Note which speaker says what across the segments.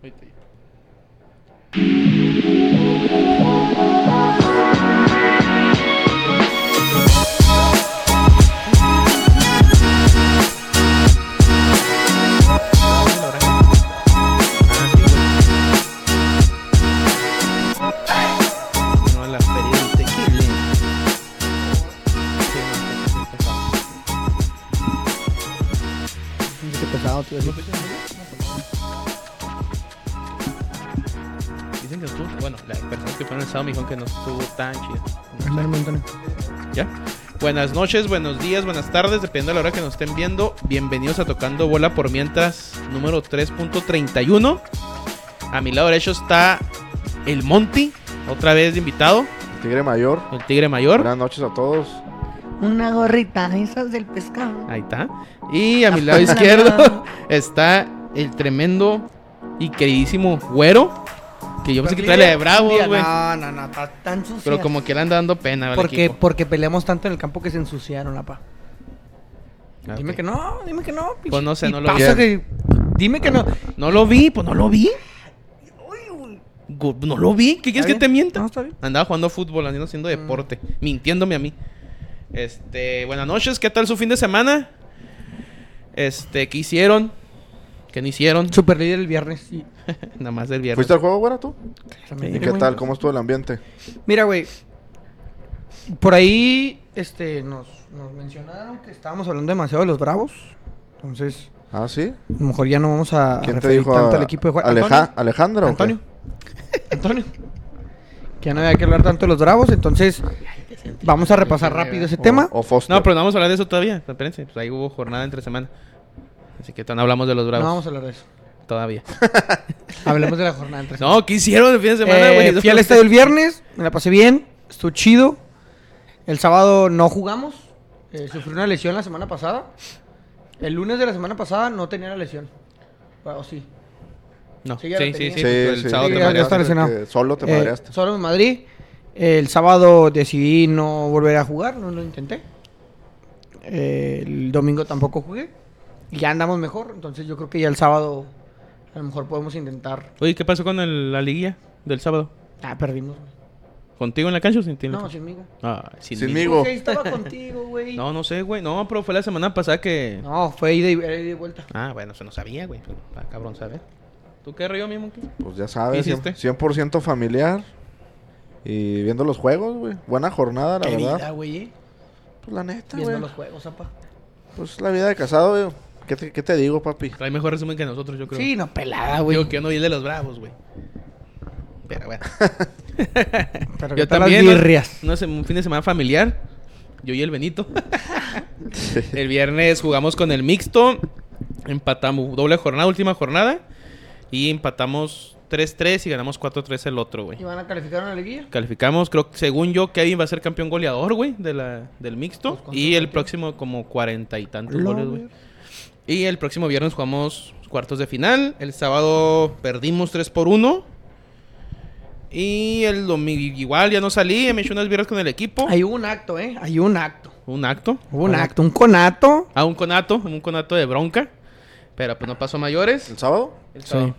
Speaker 1: Ahorita ya.
Speaker 2: No a la feria del tequila. Sí, no, está- está pesado.
Speaker 3: Qué pesado, tío.
Speaker 2: ¿No te echas mierda? Dicen que estuvo, bueno, las personas que fueron el sábado me dijeron que no estuvo tan chido.
Speaker 3: Ándale, Antonio.
Speaker 2: ¿Ya? Buenas noches, buenos días, buenas tardes, dependiendo de la hora que nos estén viendo. Bienvenidos a Tocando Bola por Mientras, número 3.31. A mi lado derecho está el Monty, otra vez de invitado,
Speaker 4: Tigre Mayor.
Speaker 2: el Tigre Mayor.
Speaker 4: Buenas noches a todos.
Speaker 3: Una gorrita, esas del pescado.
Speaker 2: Ahí está. Y a mi lado izquierdo está el tremendo y queridísimo Güero, que yo pensé Pues que traía la de Bravos, güey.
Speaker 3: No, no, no, está tan sucia.
Speaker 2: Pero como que le anda dando pena, ¿verdad?
Speaker 3: porque, porque peleamos tanto en el campo que se ensuciaron, apa. Dime que no, dime que no. pinche
Speaker 2: Pues no sé, no lo
Speaker 3: tipazo
Speaker 4: vi.
Speaker 3: que- Dime que no.
Speaker 2: No lo vi, pues no lo vi. Gu- No lo vi. ¿Qué quieres
Speaker 3: ¿Está
Speaker 2: que
Speaker 3: bien?
Speaker 2: te mienta?
Speaker 3: No, está bien.
Speaker 2: Andaba jugando fútbol, andando haciendo
Speaker 3: Mm.
Speaker 2: deporte, mintiéndome a mí. Este, buenas noches, ¿qué tal su fin de semana? Este, ¿qué hicieron? ¿Qué no hicieron?
Speaker 3: Super líder el viernes. sí.
Speaker 2: Nada más del viernes.
Speaker 4: ¿Fuiste al juego, güera, tú? ¿Y
Speaker 3: Claramente,
Speaker 4: qué
Speaker 3: güey.
Speaker 4: tal? ¿Cómo estuvo el ambiente?
Speaker 3: Mira, güey. Por ahí este, nos, nos mencionaron que estábamos hablando demasiado de los bravos. Entonces,
Speaker 4: ¿Ah, sí?
Speaker 3: a lo mejor ya no vamos a a
Speaker 4: ¿Quién te
Speaker 3: referir
Speaker 4: dijo?
Speaker 3: tanto
Speaker 4: a-
Speaker 3: al equipo de Juan.
Speaker 4: Aleja-
Speaker 3: Antonio.
Speaker 4: ¿Alejandra o qué?
Speaker 3: Antonio. Antonio. Que ya no había que hablar tanto de los bravos, entonces vamos a repasar rápido ese
Speaker 4: ¿O-
Speaker 3: tema.
Speaker 2: Oh,
Speaker 4: O Foster.
Speaker 2: No, pero no vamos a hablar de eso todavía. Espérense, pues ahí hubo jornada entre semana. Así que todavía no hablamos de los
Speaker 3: No
Speaker 2: bravos
Speaker 3: vamos a hablar de eso.
Speaker 2: todavía.
Speaker 3: Hablemos de la jornada entre
Speaker 2: No, ¿qué hicieron el fin de semana,
Speaker 3: Eh,
Speaker 2: güey? Eso
Speaker 3: fui al
Speaker 2: fue-
Speaker 3: estadio el viernes, me la pasé bien, estuvo chido. El sábado no jugamos, eh, sufrí una lesión la semana pasada. El lunes de la semana pasada no tenía la lesión. Ah, O sí.
Speaker 2: No,
Speaker 3: Sí,
Speaker 2: sí,
Speaker 3: ya lo
Speaker 2: sí, sí,
Speaker 3: tenía.
Speaker 2: pues, el sábado
Speaker 3: sí,
Speaker 2: te
Speaker 3: ya- ya
Speaker 2: mareaste.
Speaker 3: está lesionado.
Speaker 4: que Solo te
Speaker 3: Eh,
Speaker 4: madreaste.
Speaker 3: solo en Madrid. El sábado decidí no volver a jugar, no lo intenté. Eh, el domingo tampoco jugué. Y ya andamos mejor, entonces yo creo que ya el sábado a lo mejor podemos intentar.
Speaker 2: Oye, ¿qué pasó con el- la liguilla del sábado?
Speaker 3: Ah, perdimos.
Speaker 2: ¿Contigo en la cancha o sin ti en la
Speaker 3: No,
Speaker 2: cancha?
Speaker 3: sinmigo.
Speaker 2: Ah, sin
Speaker 4: Sin
Speaker 2: mí.
Speaker 4: mí. Amigo.
Speaker 3: Pues ahí estaba contigo, güey.
Speaker 2: No, no sé, güey. No, pero fue la semana pasada que.
Speaker 3: No, fue ida y, era ida y vuelta.
Speaker 2: Ah, bueno, se no sabía, güey. Pero, ah, cabrón, ¿sabes? ¿Tú qué río, mi monkey?
Speaker 4: Pues ya sabes,
Speaker 2: ¿Qué hiciste?
Speaker 4: 100% familiar. Y viendo los juegos, güey. Buena jornada, la
Speaker 3: Qué
Speaker 4: verdad.
Speaker 3: vida, güey. eh.
Speaker 4: Pues la neta,
Speaker 3: Viendo
Speaker 4: güey.
Speaker 3: los juegos, apa.
Speaker 4: Pues la vida de casado, güey. ¿Qué te, qué te digo, papi?
Speaker 2: Trae mejor resumen que nosotros, yo creo.
Speaker 3: Sí, no, pelada,
Speaker 2: Digo
Speaker 3: güey.
Speaker 2: que yo no vi el de los bravos, güey. Pero bueno. yo
Speaker 3: Pero ¿qué tal
Speaker 2: también.
Speaker 3: Las
Speaker 2: ¿no?
Speaker 3: birrias.
Speaker 2: No sé, un fin de semana familiar. Yo y el Benito. el viernes jugamos con el mixto. Empatamos doble jornada, última jornada. Y empatamos 3-3 y ganamos 4-3 el otro, güey.
Speaker 3: ¿Y van a calificar una liguilla?
Speaker 2: Calificamos, creo que según yo, Kevin va a ser campeón goleador, güey, de la, del mixto.
Speaker 3: Pues, ¿cuántos
Speaker 2: y el
Speaker 3: metió?
Speaker 2: próximo, como cuarenta y tantos
Speaker 3: Lo
Speaker 2: goles, güey. Y el próximo viernes jugamos cuartos de final. El sábado perdimos 3 por 1. Y el domingo igual ya no salí, me eché unas birras con el equipo.
Speaker 3: Hay un acto, ¿eh? Hay un acto.
Speaker 2: Un acto.
Speaker 3: Hubo un acto, un conato.
Speaker 2: A un conato, un conato de bronca. Pero pues no pasó a mayores.
Speaker 4: ¿El sábado?
Speaker 2: El sábado.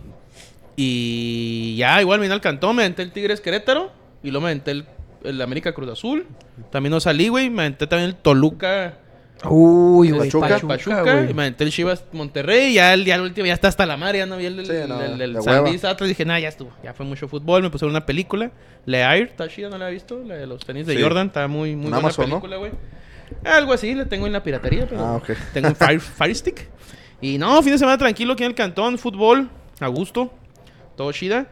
Speaker 2: Y ya, igual me vine al cantón, me aventé el Tigres Querétaro y luego me aventé el, el América Cruz Azul. También no salí, güey, me aventé también el Toluca
Speaker 3: Uy, güey.
Speaker 4: Pachuca,
Speaker 3: Pachuca,
Speaker 2: Pachuca, y
Speaker 3: güey.
Speaker 2: me aventé el Chivas Monterrey y ya el día último ya está hasta la madre, ya no vi el, el,
Speaker 4: Sí, no,
Speaker 2: el- el
Speaker 4: de
Speaker 2: San
Speaker 4: hueva.
Speaker 2: Luis Atlas, dije, nada, ya estuvo, ya fue mucho fútbol, me puse a ver una película, Le Air, está chida, no la he visto, la de los tenis de
Speaker 4: Sí.
Speaker 2: Jordan, está muy, muy
Speaker 4: En
Speaker 2: buena
Speaker 4: Amazon, ¿no?
Speaker 2: película, güey. Algo así, la tengo en la piratería, pero
Speaker 4: Ah, ok.
Speaker 2: tengo un Fire, Fire Stick. Y no, fin de semana tranquilo aquí en el cantón, fútbol, a gusto, todo chida.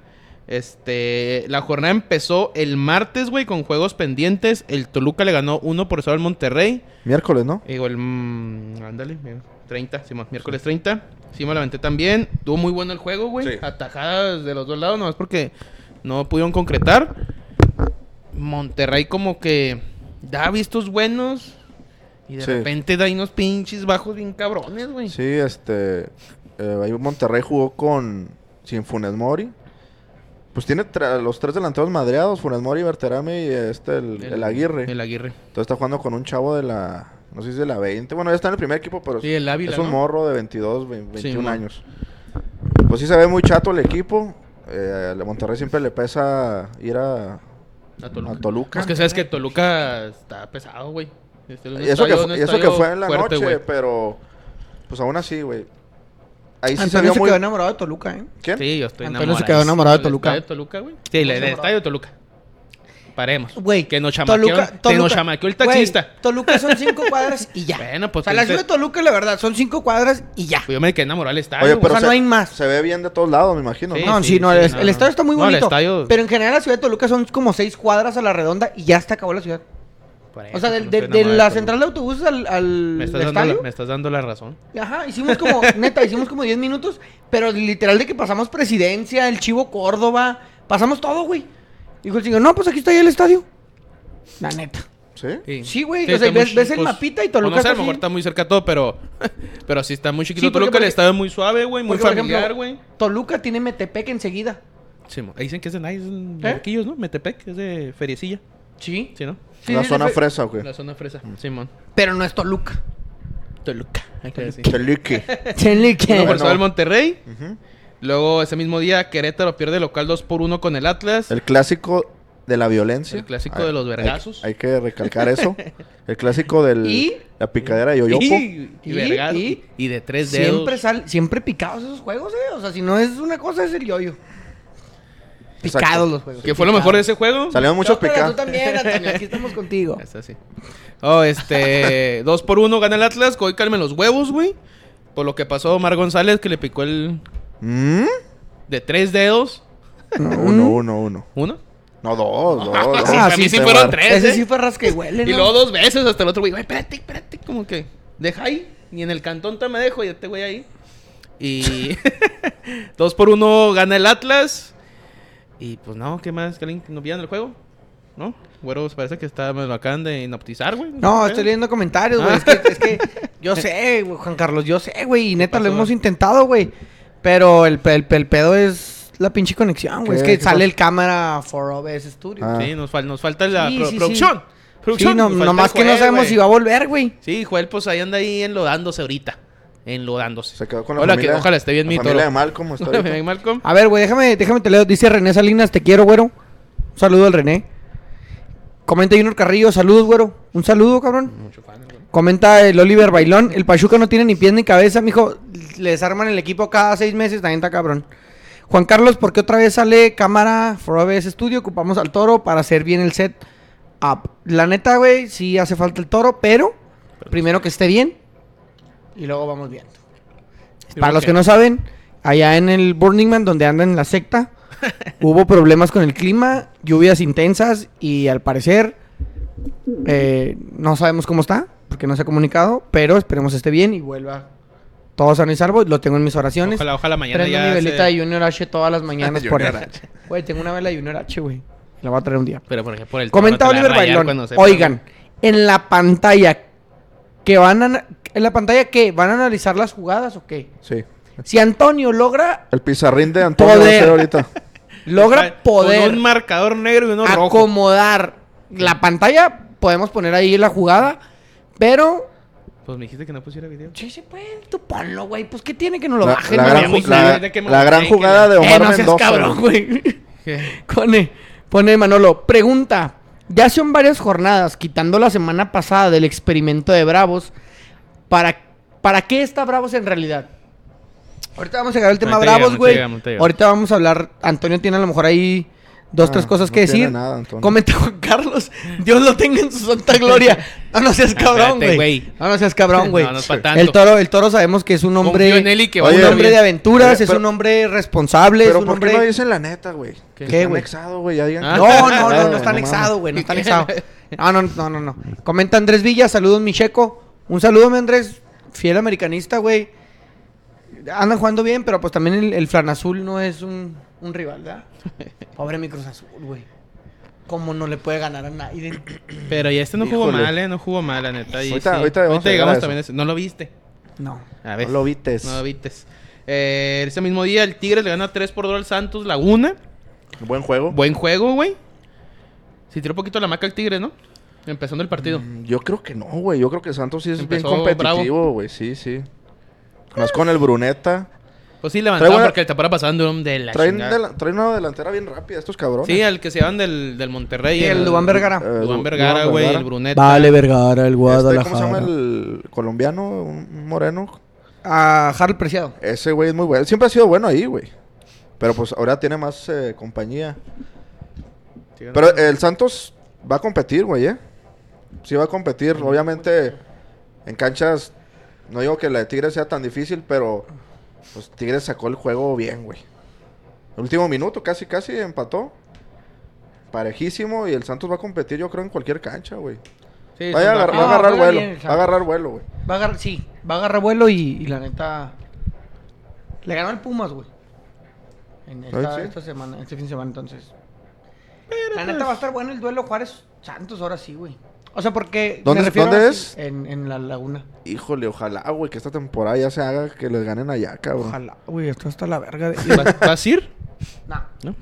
Speaker 2: Este, la jornada empezó el martes, güey, con juegos pendientes. El Toluca le ganó 1 por 0 al Monterrey.
Speaker 4: Miércoles, ¿no?
Speaker 2: Digo, el. mm, ándale, mira, 30, Simón, miércoles 30. Sí, me la aventé también. Tuvo muy bueno el juego, güey.
Speaker 4: Sí.
Speaker 2: Atajadas de los dos lados, nomás porque no pudieron concretar. Monterrey, como que da vistos buenos. Y de
Speaker 4: Sí.
Speaker 2: repente da ahí unos pinches bajos bien cabrones, güey.
Speaker 4: Sí, este. eh, ahí Monterrey jugó con. Sin Funes Mori. Pues tiene tra- los tres delanteros madreados: Funes Mori, Berterame y este, el, el Aguirre.
Speaker 2: El Aguirre.
Speaker 4: Entonces está jugando con un chavo de la. No sé si es de la 20. Bueno, ya está en el primer equipo, pero
Speaker 2: Sí, el Ávila.
Speaker 4: es un
Speaker 2: ¿no?
Speaker 4: morro de 22, ve- 21
Speaker 2: mo-
Speaker 4: años. Pues sí se ve muy chato el equipo. Eh, a Monterrey siempre le pesa ir a,
Speaker 2: A Toluca.
Speaker 4: a Toluca.
Speaker 2: Es que sabes que Toluca está pesado, güey. Este es un
Speaker 4: Y eso, que,
Speaker 2: estadio-
Speaker 4: fu-
Speaker 2: un
Speaker 4: y eso que
Speaker 2: estadio
Speaker 4: fue en la
Speaker 2: fuerte,
Speaker 4: noche,
Speaker 2: güey.
Speaker 4: pero pues aún así, güey. Ahí sí se
Speaker 3: Antonio
Speaker 4: vio
Speaker 3: se
Speaker 4: muy...
Speaker 3: quedó enamorado de Toluca, ¿eh?
Speaker 4: ¿Quién?
Speaker 2: Sí, yo estoy
Speaker 3: Antonio se quedó enamorado de Toluca.
Speaker 2: ¿El estadio de Toluca, güey? Sí, la- el,
Speaker 3: enamorado.
Speaker 2: estadio de Toluca. Paremos.
Speaker 3: Güey,
Speaker 2: Que nos chamaquearon. que nos chamaqueó el taxista.
Speaker 3: güey, Toluca son cinco cuadras y ya.
Speaker 2: Bueno, pues,
Speaker 3: O sea, la
Speaker 2: usted-
Speaker 3: ciudad de Toluca, la verdad, son cinco cuadras y ya.
Speaker 2: Pues yo me quedé enamorado del estadio.
Speaker 4: Oye,
Speaker 2: güey.
Speaker 4: pero
Speaker 3: sea,
Speaker 4: se,
Speaker 3: no hay más.
Speaker 4: se ve bien de todos lados, me imagino.
Speaker 2: Sí,
Speaker 4: ¿no?
Speaker 3: no, sí, no,
Speaker 2: sí,
Speaker 3: el,
Speaker 2: no,
Speaker 3: el
Speaker 2: no.
Speaker 3: estadio está muy
Speaker 2: No, el
Speaker 3: bonito.
Speaker 2: estadio-
Speaker 3: Pero en general la ciudad de Toluca son como seis cuadras a la redonda y ya está acabó la ciudad.
Speaker 2: Por eso,
Speaker 3: O sea,
Speaker 2: que
Speaker 3: de,
Speaker 2: pues no
Speaker 3: de-
Speaker 2: estoy
Speaker 3: de
Speaker 2: enamorado
Speaker 3: la
Speaker 2: de Toluca.
Speaker 3: central de autobuses al, al
Speaker 2: Me estás, dando
Speaker 3: estadio.
Speaker 2: la, me estás dando la razón.
Speaker 3: Ajá, hicimos como, neta, hicimos como 10 minutos, pero literal de que pasamos presidencia, el Chivo Córdoba, pasamos todo, güey. Dijo el señor, no, pues aquí está ya el estadio. La neta.
Speaker 4: ¿Sí?
Speaker 3: Sí, güey, o sea,
Speaker 2: está
Speaker 3: ves-
Speaker 2: muy-
Speaker 3: ves el mapita y Toluca
Speaker 2: No sé, a
Speaker 3: está
Speaker 2: lo mejor
Speaker 3: así.
Speaker 2: está muy cerca todo, pero. pero sí está muy chiquito
Speaker 3: Sí, porque-
Speaker 2: Toluca. El
Speaker 3: porque-
Speaker 2: estadio es muy suave, güey. Muy
Speaker 3: Porque, por ejemplo,
Speaker 2: familiar, güey.
Speaker 3: Toluca tiene Metepec enseguida.
Speaker 2: Sí, mo- ahí dicen que es de Nice, en
Speaker 3: ¿Eh?
Speaker 2: Barquillos, ¿no? Metepec, es de Feriecilla.
Speaker 3: Sí.
Speaker 2: Sí, ¿no?
Speaker 3: Sí,
Speaker 4: la
Speaker 3: sí,
Speaker 4: zona
Speaker 3: sí, fue-
Speaker 4: fresa, güey.
Speaker 2: La zona fresa. Simón.
Speaker 3: Pero no es Toluca.
Speaker 2: Toluca. Hay que decir.
Speaker 4: Chelique.
Speaker 3: Toluca.
Speaker 2: Uno por
Speaker 4: Bueno.
Speaker 2: sobre el Monterrey.
Speaker 4: Ujú.
Speaker 2: Luego, ese mismo día, Querétaro pierde local 2 por 1 con el Atlas.
Speaker 4: El clásico de la violencia.
Speaker 2: El clásico
Speaker 4: Hay-
Speaker 2: de los
Speaker 4: hay-
Speaker 2: vergazos.
Speaker 4: Hay, que recalcar eso. El clásico de
Speaker 3: Y-
Speaker 4: la picadera de
Speaker 2: Y,
Speaker 4: Yoyopo.
Speaker 2: y,
Speaker 3: Y-
Speaker 2: vergas-
Speaker 3: y-
Speaker 2: y de tres dedos.
Speaker 3: Siempre, sal, siempre picados esos juegos, eh. O sea, si no es una cosa, es el yoyo.
Speaker 4: Exacto.
Speaker 3: Picados los juegos.
Speaker 2: ¿Qué fue lo mejor de
Speaker 3: Picados.
Speaker 2: ese juego?
Speaker 4: Salieron muchos
Speaker 3: Chócala,
Speaker 4: picados.
Speaker 3: Tú también, Antonio, aquí estamos contigo.
Speaker 2: Está así. Oh, este. 2 por 1 gana el Atlas. Hoy calmen los huevos, güey. Por lo que pasó Omar González, que le picó el.
Speaker 4: ¿Mm?
Speaker 2: De tres dedos.
Speaker 4: No, uno, uno, uno.
Speaker 2: ¿Uno?
Speaker 4: No, dos, dos. dos.
Speaker 3: Ah,
Speaker 2: a mí sí
Speaker 4: Se
Speaker 2: fueron
Speaker 4: mar-
Speaker 2: tres.
Speaker 3: Ese
Speaker 2: ¿eh?
Speaker 3: sí fue rasca y huele,
Speaker 2: Y
Speaker 3: ¿no?
Speaker 2: luego dos veces hasta el otro güey, güey, espérate, espérate, como que deja ahí, ni en el cantón te me dejo y este güey ahí. Y dos por uno gana el Atlas. Y pues no, ¿qué más? ¿Que alguien nos vieron el juego? ¿No? Güero, parece que está, me lo acaban de hipnotizar, güey. ¿Eh?
Speaker 3: No,
Speaker 2: ¿Qué
Speaker 3: estoy
Speaker 2: pedo?
Speaker 3: leyendo comentarios, güey. Es que, es que yo sé, güey, Juan Carlos, yo sé, güey. Y neta,
Speaker 2: pasó,
Speaker 3: lo hemos
Speaker 2: güey?
Speaker 3: intentado, güey. Pero el, pe- el, pe- el pedo es la pinche conexión, güey. Es
Speaker 4: ¿Qué?
Speaker 3: que
Speaker 4: ¿Qué
Speaker 3: sale
Speaker 4: pasó?
Speaker 3: el cámara for OBS Studio.
Speaker 4: Ah. pues,
Speaker 2: Sí, nos, fal- nos falta la
Speaker 3: Sí,
Speaker 2: pro-
Speaker 3: sí, sí.
Speaker 2: producción.
Speaker 3: Sí,
Speaker 2: Producción.
Speaker 3: no,
Speaker 2: nos falta
Speaker 3: nomás
Speaker 2: el
Speaker 3: que no
Speaker 2: Joel,
Speaker 3: sabemos
Speaker 2: güey.
Speaker 3: si va a volver, güey.
Speaker 2: Sí, Joel, pues ahí anda ahí enlodándose ahorita. Enlodándose.
Speaker 4: Se quedó con la
Speaker 2: Hola,
Speaker 4: familia.
Speaker 2: que ojalá esté bien
Speaker 4: la
Speaker 2: mi
Speaker 4: familia
Speaker 2: toro.
Speaker 4: de Malcolm está ahorita.
Speaker 2: Hola, Malcolm.
Speaker 3: A ver, güey, déjame, déjame te leo. Dice René Salinas, te quiero, güero. Un saludo al René. Comenta Junior Carrillo, saludos, güero. Un saludo, cabrón. Comenta el Oliver Bailón, el Pachuca no tiene ni pies ni cabeza, mijo. Les arman el equipo cada seis meses, también está cabrón. Juan Carlos, ¿por qué otra vez sale cámara for OBS Studio? Ocupamos al toro para hacer bien el set up. La neta, güey, sí hace falta el toro, pero primero que esté bien y luego vamos viendo. Para los que no saben, allá en el Burning Man, donde andan en la secta, hubo problemas con el clima, lluvias intensas y al parecer eh, no sabemos cómo está, porque no se ha comunicado, pero esperemos esté bien y vuelva todo sano y salvo. Lo tengo en mis oraciones.
Speaker 2: Ojalá, ojalá mañana
Speaker 3: Prendo mi
Speaker 2: ya.
Speaker 3: velita
Speaker 2: se-
Speaker 3: de Junior H todas las mañanas por
Speaker 4: Junior
Speaker 3: ahí.
Speaker 4: H.
Speaker 3: Güey, tengo una vela de Junior H, güey. La voy a traer un día.
Speaker 2: Pero por ejemplo, por el
Speaker 3: Comenta
Speaker 2: tono te la
Speaker 3: Oliver
Speaker 2: rayar
Speaker 3: Bailón.
Speaker 2: cuando sepa,
Speaker 3: Oigan, en la pantalla que van a... ¿En la pantalla qué? ¿Van a analizar las jugadas o qué?
Speaker 4: Sí.
Speaker 3: Si Antonio logra,
Speaker 4: El pizarrín de Antonio va a
Speaker 3: Poder.
Speaker 4: ser ahorita.
Speaker 2: güey.
Speaker 3: logra
Speaker 2: Pues, Con
Speaker 3: poder
Speaker 2: un marcador negro y uno rojo.
Speaker 3: acomodar la pantalla, podemos poner ahí la jugada, pero...
Speaker 2: Pues me dijiste que no pusiera video.
Speaker 3: Sí, sí, pues, tú ponlo, güey. Pues, ¿qué tiene que no lo
Speaker 4: La,
Speaker 3: bajen?
Speaker 4: la
Speaker 3: no?
Speaker 4: gran,
Speaker 2: habíamos
Speaker 4: ju- la-
Speaker 2: sabido de qué
Speaker 4: la
Speaker 2: manera
Speaker 4: gran
Speaker 2: hay que
Speaker 4: jugada de
Speaker 2: ganar.
Speaker 3: Eh,
Speaker 4: Omar
Speaker 3: no seas
Speaker 4: Mendoza.
Speaker 3: cabrón,
Speaker 4: güey.
Speaker 3: güey. Cone, pone Manolo. Pregunta. Ya son varias jornadas, quitando la semana pasada del experimento de Bravos. ¿Para, para qué está Bravos en realidad? Ahorita vamos a llegar al tema
Speaker 2: Ahorita llegamos,
Speaker 3: Bravos, güey.
Speaker 2: ahorita llegamos, ahorita llegamos.
Speaker 3: Ahorita vamos a hablar. Antonio tiene a lo mejor ahí dos,
Speaker 4: Ah,
Speaker 3: tres cosas
Speaker 4: no
Speaker 3: que
Speaker 4: tiene
Speaker 3: decir.
Speaker 4: nada, Antonio.
Speaker 3: Comenta Juan Carlos. Dios lo tenga en su santa gloria. No, no seas cabrón,
Speaker 2: Espérate,
Speaker 3: güey.
Speaker 2: güey.
Speaker 3: No, no seas cabrón, güey.
Speaker 2: No, no es pa' tanto.
Speaker 3: el toro, el toro sabemos que es un hombre.
Speaker 2: Confío en él y que
Speaker 4: Oye,
Speaker 3: un
Speaker 4: vaya
Speaker 3: hombre de
Speaker 2: bien.
Speaker 3: aventuras,
Speaker 4: Oye,
Speaker 3: es
Speaker 4: pero-
Speaker 3: un hombre responsable, es
Speaker 4: Pero
Speaker 3: un
Speaker 4: ¿por
Speaker 3: hombre.
Speaker 4: qué no dicen la neta, güey?
Speaker 2: ¿Qué?
Speaker 4: Que
Speaker 3: ¿Qué,
Speaker 4: está
Speaker 3: güey?
Speaker 4: anexado, güey. Ya digan.
Speaker 2: Ah.
Speaker 4: que-
Speaker 3: No, no, no,
Speaker 4: Claro,
Speaker 3: no está
Speaker 4: mames.
Speaker 3: anexado, güey, no está
Speaker 2: ¿Qué?
Speaker 3: anexado. No, no, no, no, no. Comenta Andrés Villa, saludos mi checo. Un saludo, mi Andrés, fiel americanista, güey. Andan jugando bien, pero pues también el, el Flan Azul no es un, un rival, ¿verdad? Pobre mi Cruz Azul, güey. ¿Cómo no le puede ganar a nadie?
Speaker 2: Pero ya este no jugó
Speaker 4: Híjole.
Speaker 2: mal, eh. No jugó mal, la neta. Y
Speaker 4: Ahorita-
Speaker 2: sí.
Speaker 4: ahorita vamos a llegar
Speaker 2: llegamos
Speaker 4: a eso.
Speaker 2: también. a ese- No lo viste.
Speaker 3: No.
Speaker 2: A
Speaker 4: No
Speaker 2: ver.
Speaker 4: lo vites.
Speaker 2: No lo vistes. Eh, ese mismo día, el Tigres le gana 3 por 2 al Santos Laguna.
Speaker 4: Buen juego.
Speaker 2: Buen juego, güey. Se tiró un poquito la maca al Tigres, ¿no? Empezando el partido.
Speaker 4: Mm, Yo creo que no, güey. Yo creo que Santos sí es
Speaker 2: Empezó
Speaker 4: bien competitivo, güey. Sí, sí. Más con el Bruneta.
Speaker 2: Pues sí, levantaron
Speaker 4: buena-
Speaker 2: porque el tapara pasando de la
Speaker 4: Traen,
Speaker 2: chingada.
Speaker 4: dela- traen una delantera bien rápida estos cabrones. Este,
Speaker 2: Sí, el que se van del, del Monterrey.
Speaker 3: Y el Dubán
Speaker 4: Eh,
Speaker 3: Vergara.
Speaker 2: Dubán
Speaker 4: Du-
Speaker 2: Vergara,
Speaker 4: Duván
Speaker 2: güey,
Speaker 4: Vergara.
Speaker 2: el Bruneta.
Speaker 1: Vale, Vergara, el
Speaker 4: Este, ¿Cómo se llama
Speaker 1: Guadalajara.
Speaker 4: el colombiano? Un moreno.
Speaker 3: A Harold Preciado.
Speaker 4: Ese güey es muy bueno. Siempre ha sido bueno ahí, güey. Pero pues ahora tiene más eh, compañía.
Speaker 2: Sí,
Speaker 4: Pero el Santos va a competir, güey, ¿eh? Sí va a competir. Obviamente, en canchas, no digo que la de Tigres sea tan difícil, pero pues Tigres sacó el juego bien, güey. El último minuto, casi, casi empató. Parejísimo y el Santos va a competir, yo creo, en cualquier cancha, güey.
Speaker 2: sí,
Speaker 4: Vaya
Speaker 2: son
Speaker 4: a agarrar-
Speaker 2: rápidos.
Speaker 4: va a agarrar
Speaker 3: juega
Speaker 4: vuelo.
Speaker 3: bien el
Speaker 4: Va a agarrar vuelo, güey.
Speaker 3: Va a agarrar, sí, va a agarrar vuelo y, y la neta. Le ganó al Pumas, güey. En esta,
Speaker 4: Ay, sí.
Speaker 3: esta semana, este fin de semana, entonces. la neta va a estar bueno el duelo Juárez Santos, ahora sí, güey. O sea, porque.
Speaker 4: ¿Dónde-
Speaker 3: me refiero
Speaker 4: dónde
Speaker 3: ahora
Speaker 4: es?
Speaker 3: sí, En, en la laguna.
Speaker 4: Híjole, ojalá, güey, que esta temporada ya se haga que les ganen allá, cabrón.
Speaker 3: Ojalá, güey, esto está la verga de.
Speaker 2: ¿Vas, vas a ir?
Speaker 3: nah,
Speaker 2: ¿No?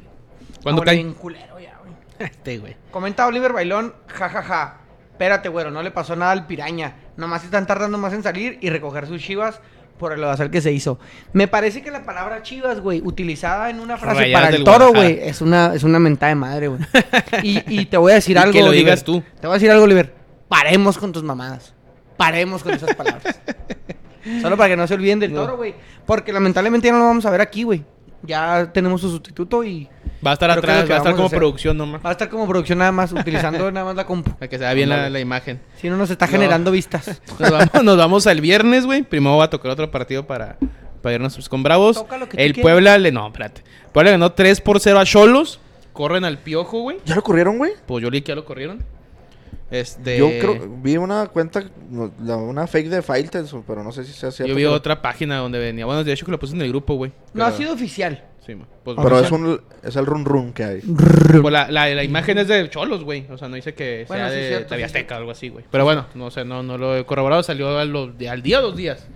Speaker 2: ¿Cuándo
Speaker 3: ahora
Speaker 2: cae?
Speaker 3: bien culero ya, güey.
Speaker 2: Este, güey.
Speaker 3: Comenta Oliver Bailón, jajaja. Espérate, güero, no le pasó nada al piraña. Nomás están tardando más en salir y recoger sus chivas por el hacer que se hizo. Me parece que la palabra chivas, güey, utilizada en una frase
Speaker 2: Rayadas
Speaker 3: para el
Speaker 2: del
Speaker 3: toro,
Speaker 2: Guadalajara.
Speaker 3: güey, es una, es una mentada de madre, güey. Y, y te voy a decir
Speaker 2: Y
Speaker 3: algo.
Speaker 2: que lo
Speaker 3: Oliver.
Speaker 2: digas tú.
Speaker 3: Te voy a decir algo, Oliver. Paremos con tus mamadas. Paremos con esas palabras. Solo para que no se olviden del toro, güey. Porque lamentablemente ya no lo vamos a ver aquí, güey. Ya tenemos su sustituto y
Speaker 2: Va a estar
Speaker 3: Creo que es lo
Speaker 2: atrás,
Speaker 3: que
Speaker 2: va a estar
Speaker 3: vamos a
Speaker 2: como
Speaker 3: hacer.
Speaker 2: producción nomás.
Speaker 3: va a estar como producción nada más, utilizando nada más la compu.
Speaker 2: Para que se vea bien la, la imagen.
Speaker 3: Si no nos está
Speaker 2: No.
Speaker 3: generando vistas.
Speaker 2: Nos vamos, nos vamos al viernes, güey. Primero va a tocar otro partido para, para irnos pues, con Bravos.
Speaker 3: Toca lo que tú
Speaker 2: El
Speaker 3: quieras.
Speaker 2: Puebla le. No, espérate. Puebla ganó 3 por 0 a Cholos. Corren al piojo, güey.
Speaker 4: ¿Ya lo corrieron, güey?
Speaker 2: Pues yo leí que ya lo corrieron. Este.
Speaker 4: Yo creo, vi una cuenta, no, la- una fake de Failtens, pero no sé si sea cierto.
Speaker 2: Yo vi
Speaker 4: pero-
Speaker 2: otra página donde venía. Bueno, de hecho que lo puse en el grupo, güey.
Speaker 3: No ha
Speaker 2: Pero-
Speaker 3: sido oficial.
Speaker 2: Sí, ma. pues,
Speaker 4: Pero
Speaker 2: bueno,
Speaker 4: es, un, es el run run que hay.
Speaker 2: pues, la, la- la imagen es de Cholos, güey. O sea, no dice que
Speaker 3: Bueno,
Speaker 2: sea
Speaker 3: sí,
Speaker 2: de
Speaker 3: cierto,
Speaker 2: TV
Speaker 3: sí,
Speaker 2: Azteca o algo así, güey. Pero bueno, no sé, no, no lo he corroborado. Salió a los- al día o dos días.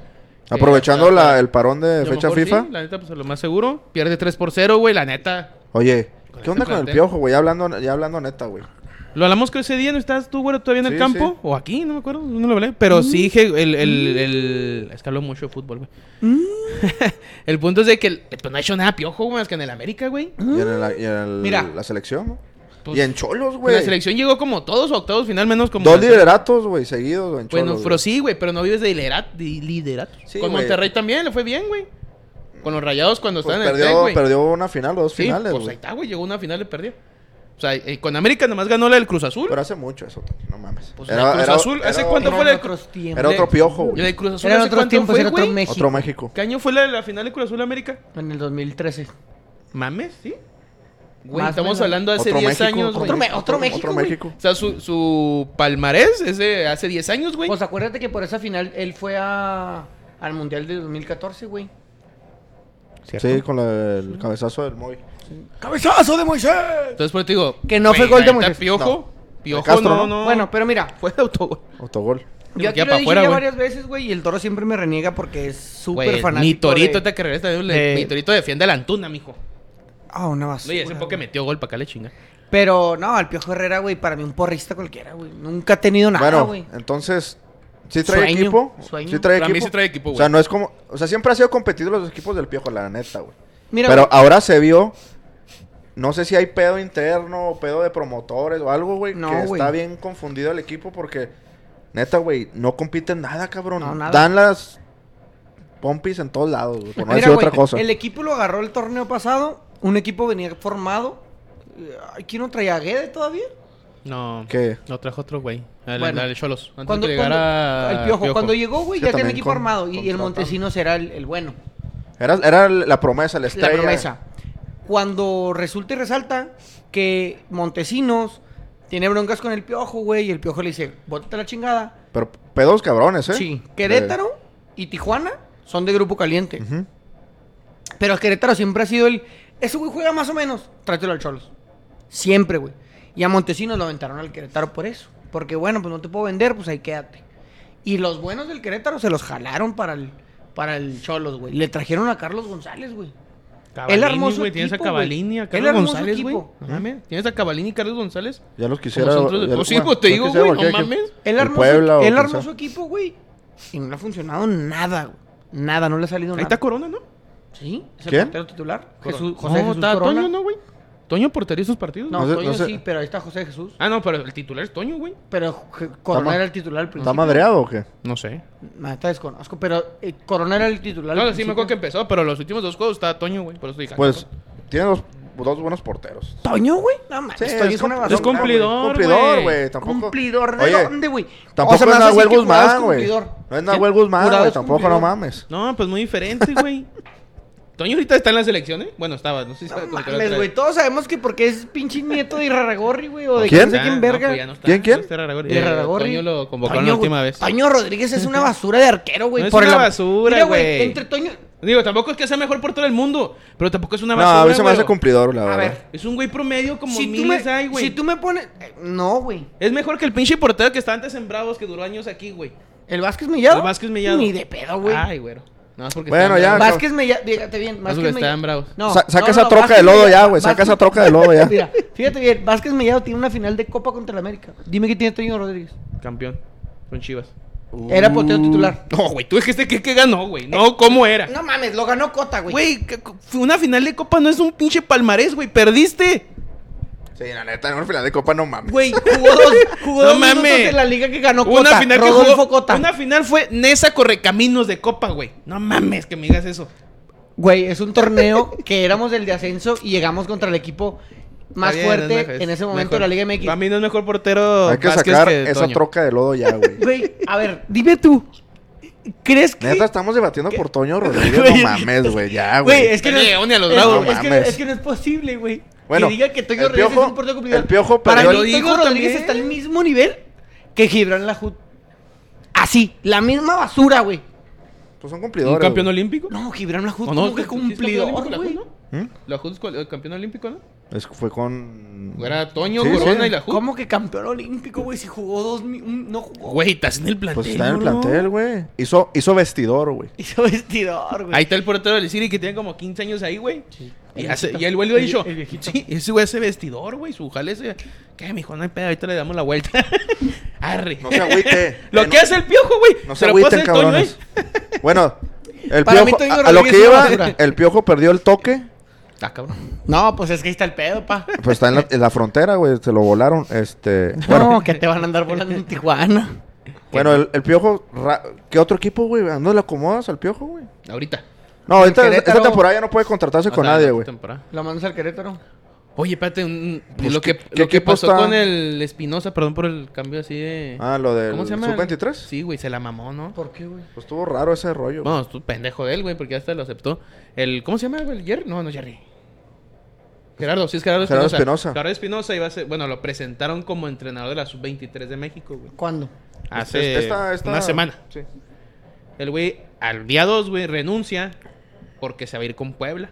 Speaker 4: Aprovechando
Speaker 2: Eh,
Speaker 4: la- el parón de
Speaker 2: A lo
Speaker 4: fecha
Speaker 2: mejor
Speaker 4: FIFA.
Speaker 2: sí, la neta, pues lo más seguro. Pierde 3 por 0, güey. La neta.
Speaker 4: Oye,
Speaker 2: Con
Speaker 4: ¿qué
Speaker 2: este
Speaker 4: onda con el
Speaker 2: plantel.
Speaker 4: piojo, güey? Ya hablando, ya hablando neta, güey.
Speaker 2: Lo hablamos que ese día, ¿no estás tú, güey, todavía en el
Speaker 4: Sí,
Speaker 2: campo?
Speaker 4: sí.
Speaker 2: O aquí, no me acuerdo, no lo hablé.
Speaker 3: Mm.
Speaker 2: Pero sí dije, el, el, el... Es que hablo mucho de fútbol, güey.
Speaker 3: Mm.
Speaker 2: el punto es de que el, pues, no ha hecho nada piojo, güey, más que en el América, güey.
Speaker 4: Y en, el- y en el-
Speaker 3: Mira.
Speaker 4: la selección, ¿no?
Speaker 2: Pues,
Speaker 4: y en Cholos,
Speaker 2: La
Speaker 4: güey.
Speaker 2: selección llegó como todos o octavos final, menos como...
Speaker 4: Dos lideratos, güey, seguidos en
Speaker 2: Bueno,
Speaker 4: Cholos.
Speaker 2: pero
Speaker 4: güey.
Speaker 2: sí, güey, pero no vives de liderat- de liderato.
Speaker 4: Sí,
Speaker 2: Con
Speaker 4: güey.
Speaker 2: Monterrey también, le fue bien, güey. Con los rayados cuando
Speaker 4: Pues
Speaker 2: estaban en el Tec,
Speaker 4: perdió,
Speaker 2: güey.
Speaker 4: perdió una final o dos
Speaker 2: Sí,
Speaker 4: finales,
Speaker 2: pues ahí
Speaker 4: güey.
Speaker 2: está, güey, llegó una final y perdió. O sea, eh, con América nomás ganó la del Cruz Azul.
Speaker 4: pero hace mucho eso, no mames.
Speaker 2: Pues la Cruz Azul, ¿hace cuánto
Speaker 4: otro-
Speaker 2: fue la-
Speaker 4: Era
Speaker 2: Le-
Speaker 4: otro piojo,
Speaker 2: La
Speaker 4: güey.
Speaker 2: del Cruz Azul
Speaker 3: Eran
Speaker 2: ¿hace
Speaker 3: otros
Speaker 2: cuánto
Speaker 3: tiempos,
Speaker 2: fue,
Speaker 3: era otro
Speaker 2: güey?
Speaker 3: México.
Speaker 4: Otro México.
Speaker 2: ¿Qué año fue la de la final de Cruz Azul América?
Speaker 3: En el 2013.
Speaker 2: ¿Mames? ¿Sí? Güey,
Speaker 3: Más
Speaker 2: estamos
Speaker 3: menos.
Speaker 2: hablando de hace 10 años, güey.
Speaker 3: otro Me- otro México, güey.
Speaker 2: O sea, su, su palmarés es de hace 10 años, güey.
Speaker 3: Pues acuérdate que por esa final él fue a, al Mundial del 2014, güey.
Speaker 4: Sí, con la- el cabezazo del Moy.
Speaker 1: ¡Cabezazo de Moisés!
Speaker 2: Entonces, por eso te digo...
Speaker 3: Que no
Speaker 2: güey,
Speaker 3: fue gol
Speaker 2: la
Speaker 3: de
Speaker 2: neta,
Speaker 3: Moisés.
Speaker 2: Piojo. Piojo,
Speaker 4: Castro,
Speaker 2: no,
Speaker 4: ¿no?
Speaker 2: no.
Speaker 3: Bueno, pero mira.
Speaker 2: Fue de autogol.
Speaker 4: Autogol.
Speaker 2: me
Speaker 3: Yo aquí
Speaker 2: queda
Speaker 3: lo
Speaker 2: pa'
Speaker 3: he dicho
Speaker 2: afuera,
Speaker 3: ya
Speaker 2: güey.
Speaker 3: varias veces, güey, y el toro siempre me reniega porque es súper
Speaker 2: Güey,
Speaker 3: fanático.
Speaker 2: Pues, mi torito,
Speaker 3: de-
Speaker 2: te que regresa, le-
Speaker 3: de-
Speaker 2: mi torito defiende a la Antuna, mijo.
Speaker 3: Ah, una basura.
Speaker 2: Oye, ese poco que metió gol para acá le chinga.
Speaker 3: Pero no, al Piojo Herrera, güey, para mí un porrista cualquiera, güey. Nunca ha tenido nada,
Speaker 4: bueno,
Speaker 3: güey.
Speaker 4: entonces, ¿sí trae
Speaker 3: Sueño,
Speaker 4: equipo?
Speaker 3: sueño.
Speaker 4: ¿Sí trae
Speaker 2: Para mí
Speaker 4: equipo?
Speaker 2: sí trae equipo,
Speaker 4: O sea,
Speaker 2: güey.
Speaker 4: no es como... O sea, siempre ha sido competido los equipos del Piojo, la neta, güey.
Speaker 3: Mira,
Speaker 4: Pero
Speaker 3: güey,
Speaker 4: ahora se vio... No sé si hay pedo interno o pedo de promotores o algo, güey.
Speaker 3: No,
Speaker 4: que
Speaker 3: güey.
Speaker 4: está bien confundido el equipo porque... Neta, güey, no compiten nada, cabrón.
Speaker 3: No, nada.
Speaker 4: Dan las pompis en todos lados, güey. Por no
Speaker 3: mira,
Speaker 4: decir
Speaker 3: güey,
Speaker 4: otra cosa.
Speaker 3: el e- equipo lo agarró el torneo pasado. Un equipo venía formado. Eh, ay, ¿Quién no traía a Guede todavía?
Speaker 2: No.
Speaker 4: ¿Qué?
Speaker 2: No trajo otro, güey. Al,
Speaker 3: Bueno.
Speaker 2: al Cholos. Antes
Speaker 3: cuando,
Speaker 2: de que
Speaker 3: cuando-
Speaker 2: llegara
Speaker 3: al piojo. Cuando llegó, güey,
Speaker 4: Es que
Speaker 3: ya tenía
Speaker 4: también
Speaker 3: equipo
Speaker 4: con-
Speaker 3: armado. Y el
Speaker 4: contratan.
Speaker 3: Montesinos era el, el bueno.
Speaker 4: Era, era la promesa, la estrella.
Speaker 3: La promesa. Cuando resulta y resalta que Montesinos tiene broncas con el piojo, güey. Y el piojo le dice, bótate la chingada.
Speaker 4: Pero pedos cabrones, ¿eh?
Speaker 3: Sí. Querétaro y Tijuana son de grupo caliente.
Speaker 4: Ujú.
Speaker 3: Pero Querétaro siempre ha sido el. Ese güey juega más o menos. Trátelo al Cholos. Siempre, güey. Y a Montesinos lo aventaron al Querétaro por eso. Porque, bueno, pues no te puedo vender, pues ahí quédate. Y los buenos del Querétaro se los jalaron para el, para el Cholos, güey. Le trajeron a Carlos González, güey.
Speaker 2: Cavalini,
Speaker 3: El hermoso
Speaker 2: güey, Tienes a
Speaker 3: equipo, güey.
Speaker 2: Cavalini, a
Speaker 3: El
Speaker 2: Carlos
Speaker 3: hermoso
Speaker 2: González, güey.
Speaker 3: equipo.
Speaker 2: No mames. Tienes a Cavalini y Carlos González.
Speaker 4: Ya los
Speaker 2: Como
Speaker 4: quisiera.
Speaker 2: centros de...
Speaker 4: ya-
Speaker 2: Pues sí,
Speaker 4: bueno,
Speaker 2: pues te
Speaker 4: los
Speaker 2: digo,
Speaker 4: quisiera
Speaker 2: güey, no
Speaker 4: cualquier equipo.
Speaker 2: mames.
Speaker 3: El
Speaker 4: El
Speaker 3: hermoso,
Speaker 4: Puebla o
Speaker 3: el
Speaker 4: quien
Speaker 3: hermoso
Speaker 4: sea.
Speaker 3: equipo, güey. Y no le ha funcionado nada, güey. Nada, no le ha salido
Speaker 2: Ahí
Speaker 3: nada.
Speaker 2: está Corona, ¿no?
Speaker 3: Sí, Sí, es el
Speaker 4: ¿Quién?
Speaker 3: portero titular. Jesús,
Speaker 2: Jesús-
Speaker 3: José
Speaker 2: no,
Speaker 3: Jesús
Speaker 2: está
Speaker 3: Corona.
Speaker 2: Toño, ¿no, güey? ¿Toño portería sus partidos?
Speaker 3: No,
Speaker 4: No sé-
Speaker 3: Toño
Speaker 4: no sé.
Speaker 3: sí, pero ahí está José Jesús.
Speaker 2: Ah, no, pero el titular es Toño, güey.
Speaker 3: Pero Je- Corona
Speaker 4: ma-
Speaker 3: era el titular al
Speaker 4: ¿Está
Speaker 3: principio.
Speaker 4: madreado o qué?
Speaker 2: No sé.
Speaker 3: Ma, te desconozco, pero eh, Corona era el titular. al
Speaker 2: No, sí me acuerdo que
Speaker 3: principio.
Speaker 2: empezó, pero los últimos dos juegos está Toño, güey. Por eso dije. ah,
Speaker 4: Pues
Speaker 2: cabrón.
Speaker 4: tiene dos, dos buenos porteros.
Speaker 3: Toño, güey. No mames,
Speaker 4: Sí,
Speaker 3: Toño es,
Speaker 4: cum-
Speaker 3: una
Speaker 2: es
Speaker 3: basura.
Speaker 2: cum- cumplidor,
Speaker 4: Cumplidor,
Speaker 2: güey.
Speaker 4: güey. eh, Tampoco.
Speaker 3: ¿Cumplidor de
Speaker 4: Oye,
Speaker 3: dónde, güey?
Speaker 4: Tampoco
Speaker 3: O sea, me
Speaker 4: es
Speaker 3: vas a decir
Speaker 4: Nahuel
Speaker 3: que Jurado es
Speaker 4: Guzmán, güey.
Speaker 3: cumplidor.
Speaker 4: No es
Speaker 3: ¿Qué?
Speaker 4: Nahuel Guzmán,
Speaker 3: Jurado
Speaker 4: güey.
Speaker 3: es
Speaker 4: Tampoco, no
Speaker 3: cumplidor.
Speaker 4: mames.
Speaker 2: No, pues muy diferente, güey. Toño ahorita está en la selección, ¿eh? Bueno, estaba, no sé si estaba
Speaker 3: No
Speaker 2: con
Speaker 3: mames, güey. Todos sabemos que porque es pinche nieto de Irarragorri, güey. O de
Speaker 4: ¿Quién?
Speaker 2: Ah,
Speaker 3: no sé quién verga.
Speaker 2: pues
Speaker 4: ¿Quién, quién?
Speaker 3: De Irarrágorri.
Speaker 2: Este Toño lo convocaron
Speaker 3: Toño,
Speaker 2: la última
Speaker 3: güey,
Speaker 2: vez.
Speaker 3: Toño Rodríguez es una basura de arquero, güey.
Speaker 2: No es
Speaker 3: por
Speaker 2: una
Speaker 3: el am-
Speaker 2: basura,
Speaker 3: Mira,
Speaker 2: güey.
Speaker 3: Entre Toño.
Speaker 2: Digo, tampoco es que sea mejor por todo el mundo, pero tampoco es una
Speaker 4: No,
Speaker 2: basura,
Speaker 4: a mí se me
Speaker 2: güey.
Speaker 4: hace ¿eh? cumplidor, la
Speaker 3: A
Speaker 4: verdad.
Speaker 3: ver.
Speaker 2: Es un güey promedio como
Speaker 3: Si tú,
Speaker 2: miles
Speaker 3: me,
Speaker 2: hay, güey.
Speaker 3: si tú me pones. eh, No, güey.
Speaker 2: Es mejor que el pinche portero que está antes en Bravos, que duró años aquí, güey.
Speaker 3: ¿El Vázquez Mellado?
Speaker 2: El Vázquez Mellado. Ah,
Speaker 3: Ni de pedo, güey.
Speaker 2: Ay, güero. No, es porque está
Speaker 4: Bueno,
Speaker 2: en
Speaker 4: ya.
Speaker 2: Bravos.
Speaker 3: Vázquez Mellado. Fíjate bien.
Speaker 2: Eso que
Speaker 3: Vázquez
Speaker 2: estaban
Speaker 3: Mellado.
Speaker 2: bravos.
Speaker 3: No,
Speaker 4: Sa- saca
Speaker 3: no,
Speaker 4: esa
Speaker 3: no,
Speaker 4: troca
Speaker 3: Vázquez
Speaker 4: de lodo
Speaker 3: Mellado-
Speaker 4: ya, güey. Saca
Speaker 3: Vázquez-
Speaker 4: esa troca de lodo ya.
Speaker 3: Mira, fíjate bien. Vázquez Mellado tiene una final de Copa contra el América. Dime qué tiene Toño Rodríguez.
Speaker 2: Campeón. Son chivas.
Speaker 3: Era portero
Speaker 4: Uh.
Speaker 3: titular.
Speaker 2: No, güey, tú dijiste que, que ganó, güey. Eh, No, ¿cómo era?
Speaker 3: No mames, lo ganó Cota, güey.
Speaker 2: Güey, que- fue una final de copa no es un pinche palmarés, güey. Perdiste.
Speaker 4: Sí, la neta, en una final de copa no mames.
Speaker 3: Güey, jugó dos, jugó
Speaker 2: No
Speaker 3: dos
Speaker 2: mames.
Speaker 3: minutos en la liga que ganó Cota.
Speaker 2: una final que
Speaker 3: Rodolfo
Speaker 2: jugó-
Speaker 3: Cota.
Speaker 2: Una final fue Nesa Correcaminos de copa, güey. No mames que me digas eso.
Speaker 3: Güey, es un torneo que éramos el de ascenso y llegamos contra el equipo más
Speaker 2: Está bien,
Speaker 3: fuerte
Speaker 2: es mejor,
Speaker 3: en ese
Speaker 2: es
Speaker 3: momento
Speaker 2: mejor.
Speaker 3: de la Liga MX.
Speaker 2: Para mí no es mejor portero
Speaker 4: Hay que
Speaker 2: Vázquez
Speaker 4: sacar
Speaker 2: que
Speaker 4: esa
Speaker 2: Toño.
Speaker 4: troca de lodo ya, güey.
Speaker 3: Güey, a ver, dime tú. ¿Crees que
Speaker 4: Neta, estamos debatiendo por Toño Rodríguez.
Speaker 3: Güey.
Speaker 4: No mames, güey. Ya,
Speaker 3: Güey, es
Speaker 2: Ya
Speaker 3: que no
Speaker 2: no
Speaker 3: es,
Speaker 2: llegó ni a los
Speaker 3: es-
Speaker 2: Bravos.
Speaker 3: es que,
Speaker 4: No mames.
Speaker 3: es que no es posible, güey.
Speaker 4: Bueno,
Speaker 3: que diga que Toño
Speaker 4: el
Speaker 3: Rodríguez
Speaker 4: Piojo-
Speaker 3: es un portero complicado.
Speaker 4: el Piojo
Speaker 3: Para mí,
Speaker 4: perdió-
Speaker 2: Lo
Speaker 3: Toño
Speaker 2: dijo
Speaker 3: Rodríguez
Speaker 2: también.
Speaker 3: está al mismo nivel que Gibran Lajut. Así, la misma basura, güey.
Speaker 4: Pues son
Speaker 2: ¿Un
Speaker 4: cumplidores.
Speaker 2: campeón
Speaker 4: güey.
Speaker 2: olímpico?
Speaker 3: No, Gibran Lajut
Speaker 2: ¿O
Speaker 3: no,
Speaker 2: no? ¿Sí
Speaker 3: que
Speaker 2: es campeón olímpico
Speaker 3: cumplidor,
Speaker 2: la
Speaker 3: güey.
Speaker 2: Jun, ¿La Jun es cual- el campeón olímpico, no?
Speaker 4: ¿Mm? Es que fue con.
Speaker 2: Era Toño,
Speaker 4: Sí,
Speaker 2: Corona
Speaker 4: sí.
Speaker 2: y la Jun.
Speaker 3: ¿Cómo que campeón olímpico, güey? Si jugó dos... mi- un- no jugó.
Speaker 2: Güey, estás en el plantel.
Speaker 4: Pues está en el
Speaker 2: bro.
Speaker 4: plantel, güey. Hizo, hizo vestidor, güey.
Speaker 3: Hizo vestidor, güey.
Speaker 2: Ahí está el portero del City que tiene como 15 años ahí, güey. Y,
Speaker 3: El
Speaker 2: hace,
Speaker 3: viejito.
Speaker 2: y el güey le ha
Speaker 3: El-
Speaker 2: dicho,
Speaker 3: el viejito.
Speaker 2: sí, ese güey ese vestidor, güey, su jale ese. ¿Qué, mijo? No hay pedo, ahorita le damos la vuelta. Arre.
Speaker 4: No se agüite.
Speaker 2: Lo
Speaker 4: Eh,
Speaker 2: que
Speaker 4: no-
Speaker 2: hace el piojo, güey.
Speaker 4: No
Speaker 2: se
Speaker 4: se
Speaker 2: lo puede hacer
Speaker 4: agüiten,
Speaker 2: el Toño,
Speaker 4: cabrones.
Speaker 2: ¿eh?
Speaker 4: Bueno, el
Speaker 3: Para mí
Speaker 4: piojo.
Speaker 3: Toño
Speaker 4: a- a lo que
Speaker 3: Rodríguez es una
Speaker 4: iba,
Speaker 3: basura.
Speaker 4: el piojo perdió el toque.
Speaker 2: Ah, cabrón.
Speaker 3: No, pues es que ahí está el pedo, pa.
Speaker 4: Pues está en la, en la frontera, güey. Se lo volaron. Este. Bueno,
Speaker 3: no, que te van a andar volando en Tijuana.
Speaker 4: bueno el, el piojo. ra- ¿Qué otro equipo, güey? ¿No le acomodas al piojo, güey?
Speaker 2: Ahorita.
Speaker 4: No, ahorita,
Speaker 3: Querétaro.
Speaker 4: esta temporada ya no puede contratarse
Speaker 2: O
Speaker 4: con
Speaker 2: sea,
Speaker 4: nadie,
Speaker 2: la
Speaker 4: güey.
Speaker 2: temporada.
Speaker 3: Lo mandas al Querétaro.
Speaker 2: Oye, espérate, un-
Speaker 4: Pues,
Speaker 2: lo que,
Speaker 4: ¿qué-
Speaker 2: lo
Speaker 4: qué
Speaker 2: que
Speaker 4: equipo
Speaker 2: pasó
Speaker 4: está?
Speaker 2: con el Espinosa, perdón por el cambio así de...
Speaker 4: Ah, lo del
Speaker 2: ¿Cómo se llama?
Speaker 4: sub-23.
Speaker 2: Sí, güey, se la mamó, ¿no?
Speaker 3: ¿Por qué, güey?
Speaker 4: Pues estuvo raro ese rollo.
Speaker 2: Bueno, tú pendejo de él, güey, porque hasta lo aceptó. El, ¿Cómo se llama, güey? ¿El Jerry? No, no, es Jerry. Gerardo, sí es Gerardo
Speaker 4: Gerardo
Speaker 2: Espinosa.
Speaker 4: Espinosa.
Speaker 2: Gerardo Espinosa iba a ser, bueno, lo presentaron como entrenador de la sub-23 de México, güey.
Speaker 3: ¿Cuándo?
Speaker 2: Hace
Speaker 4: Este, Esta- esta-
Speaker 2: una semana.
Speaker 4: Sí.
Speaker 2: El güey, al día 2, güey, renuncia porque se va a ir con Puebla.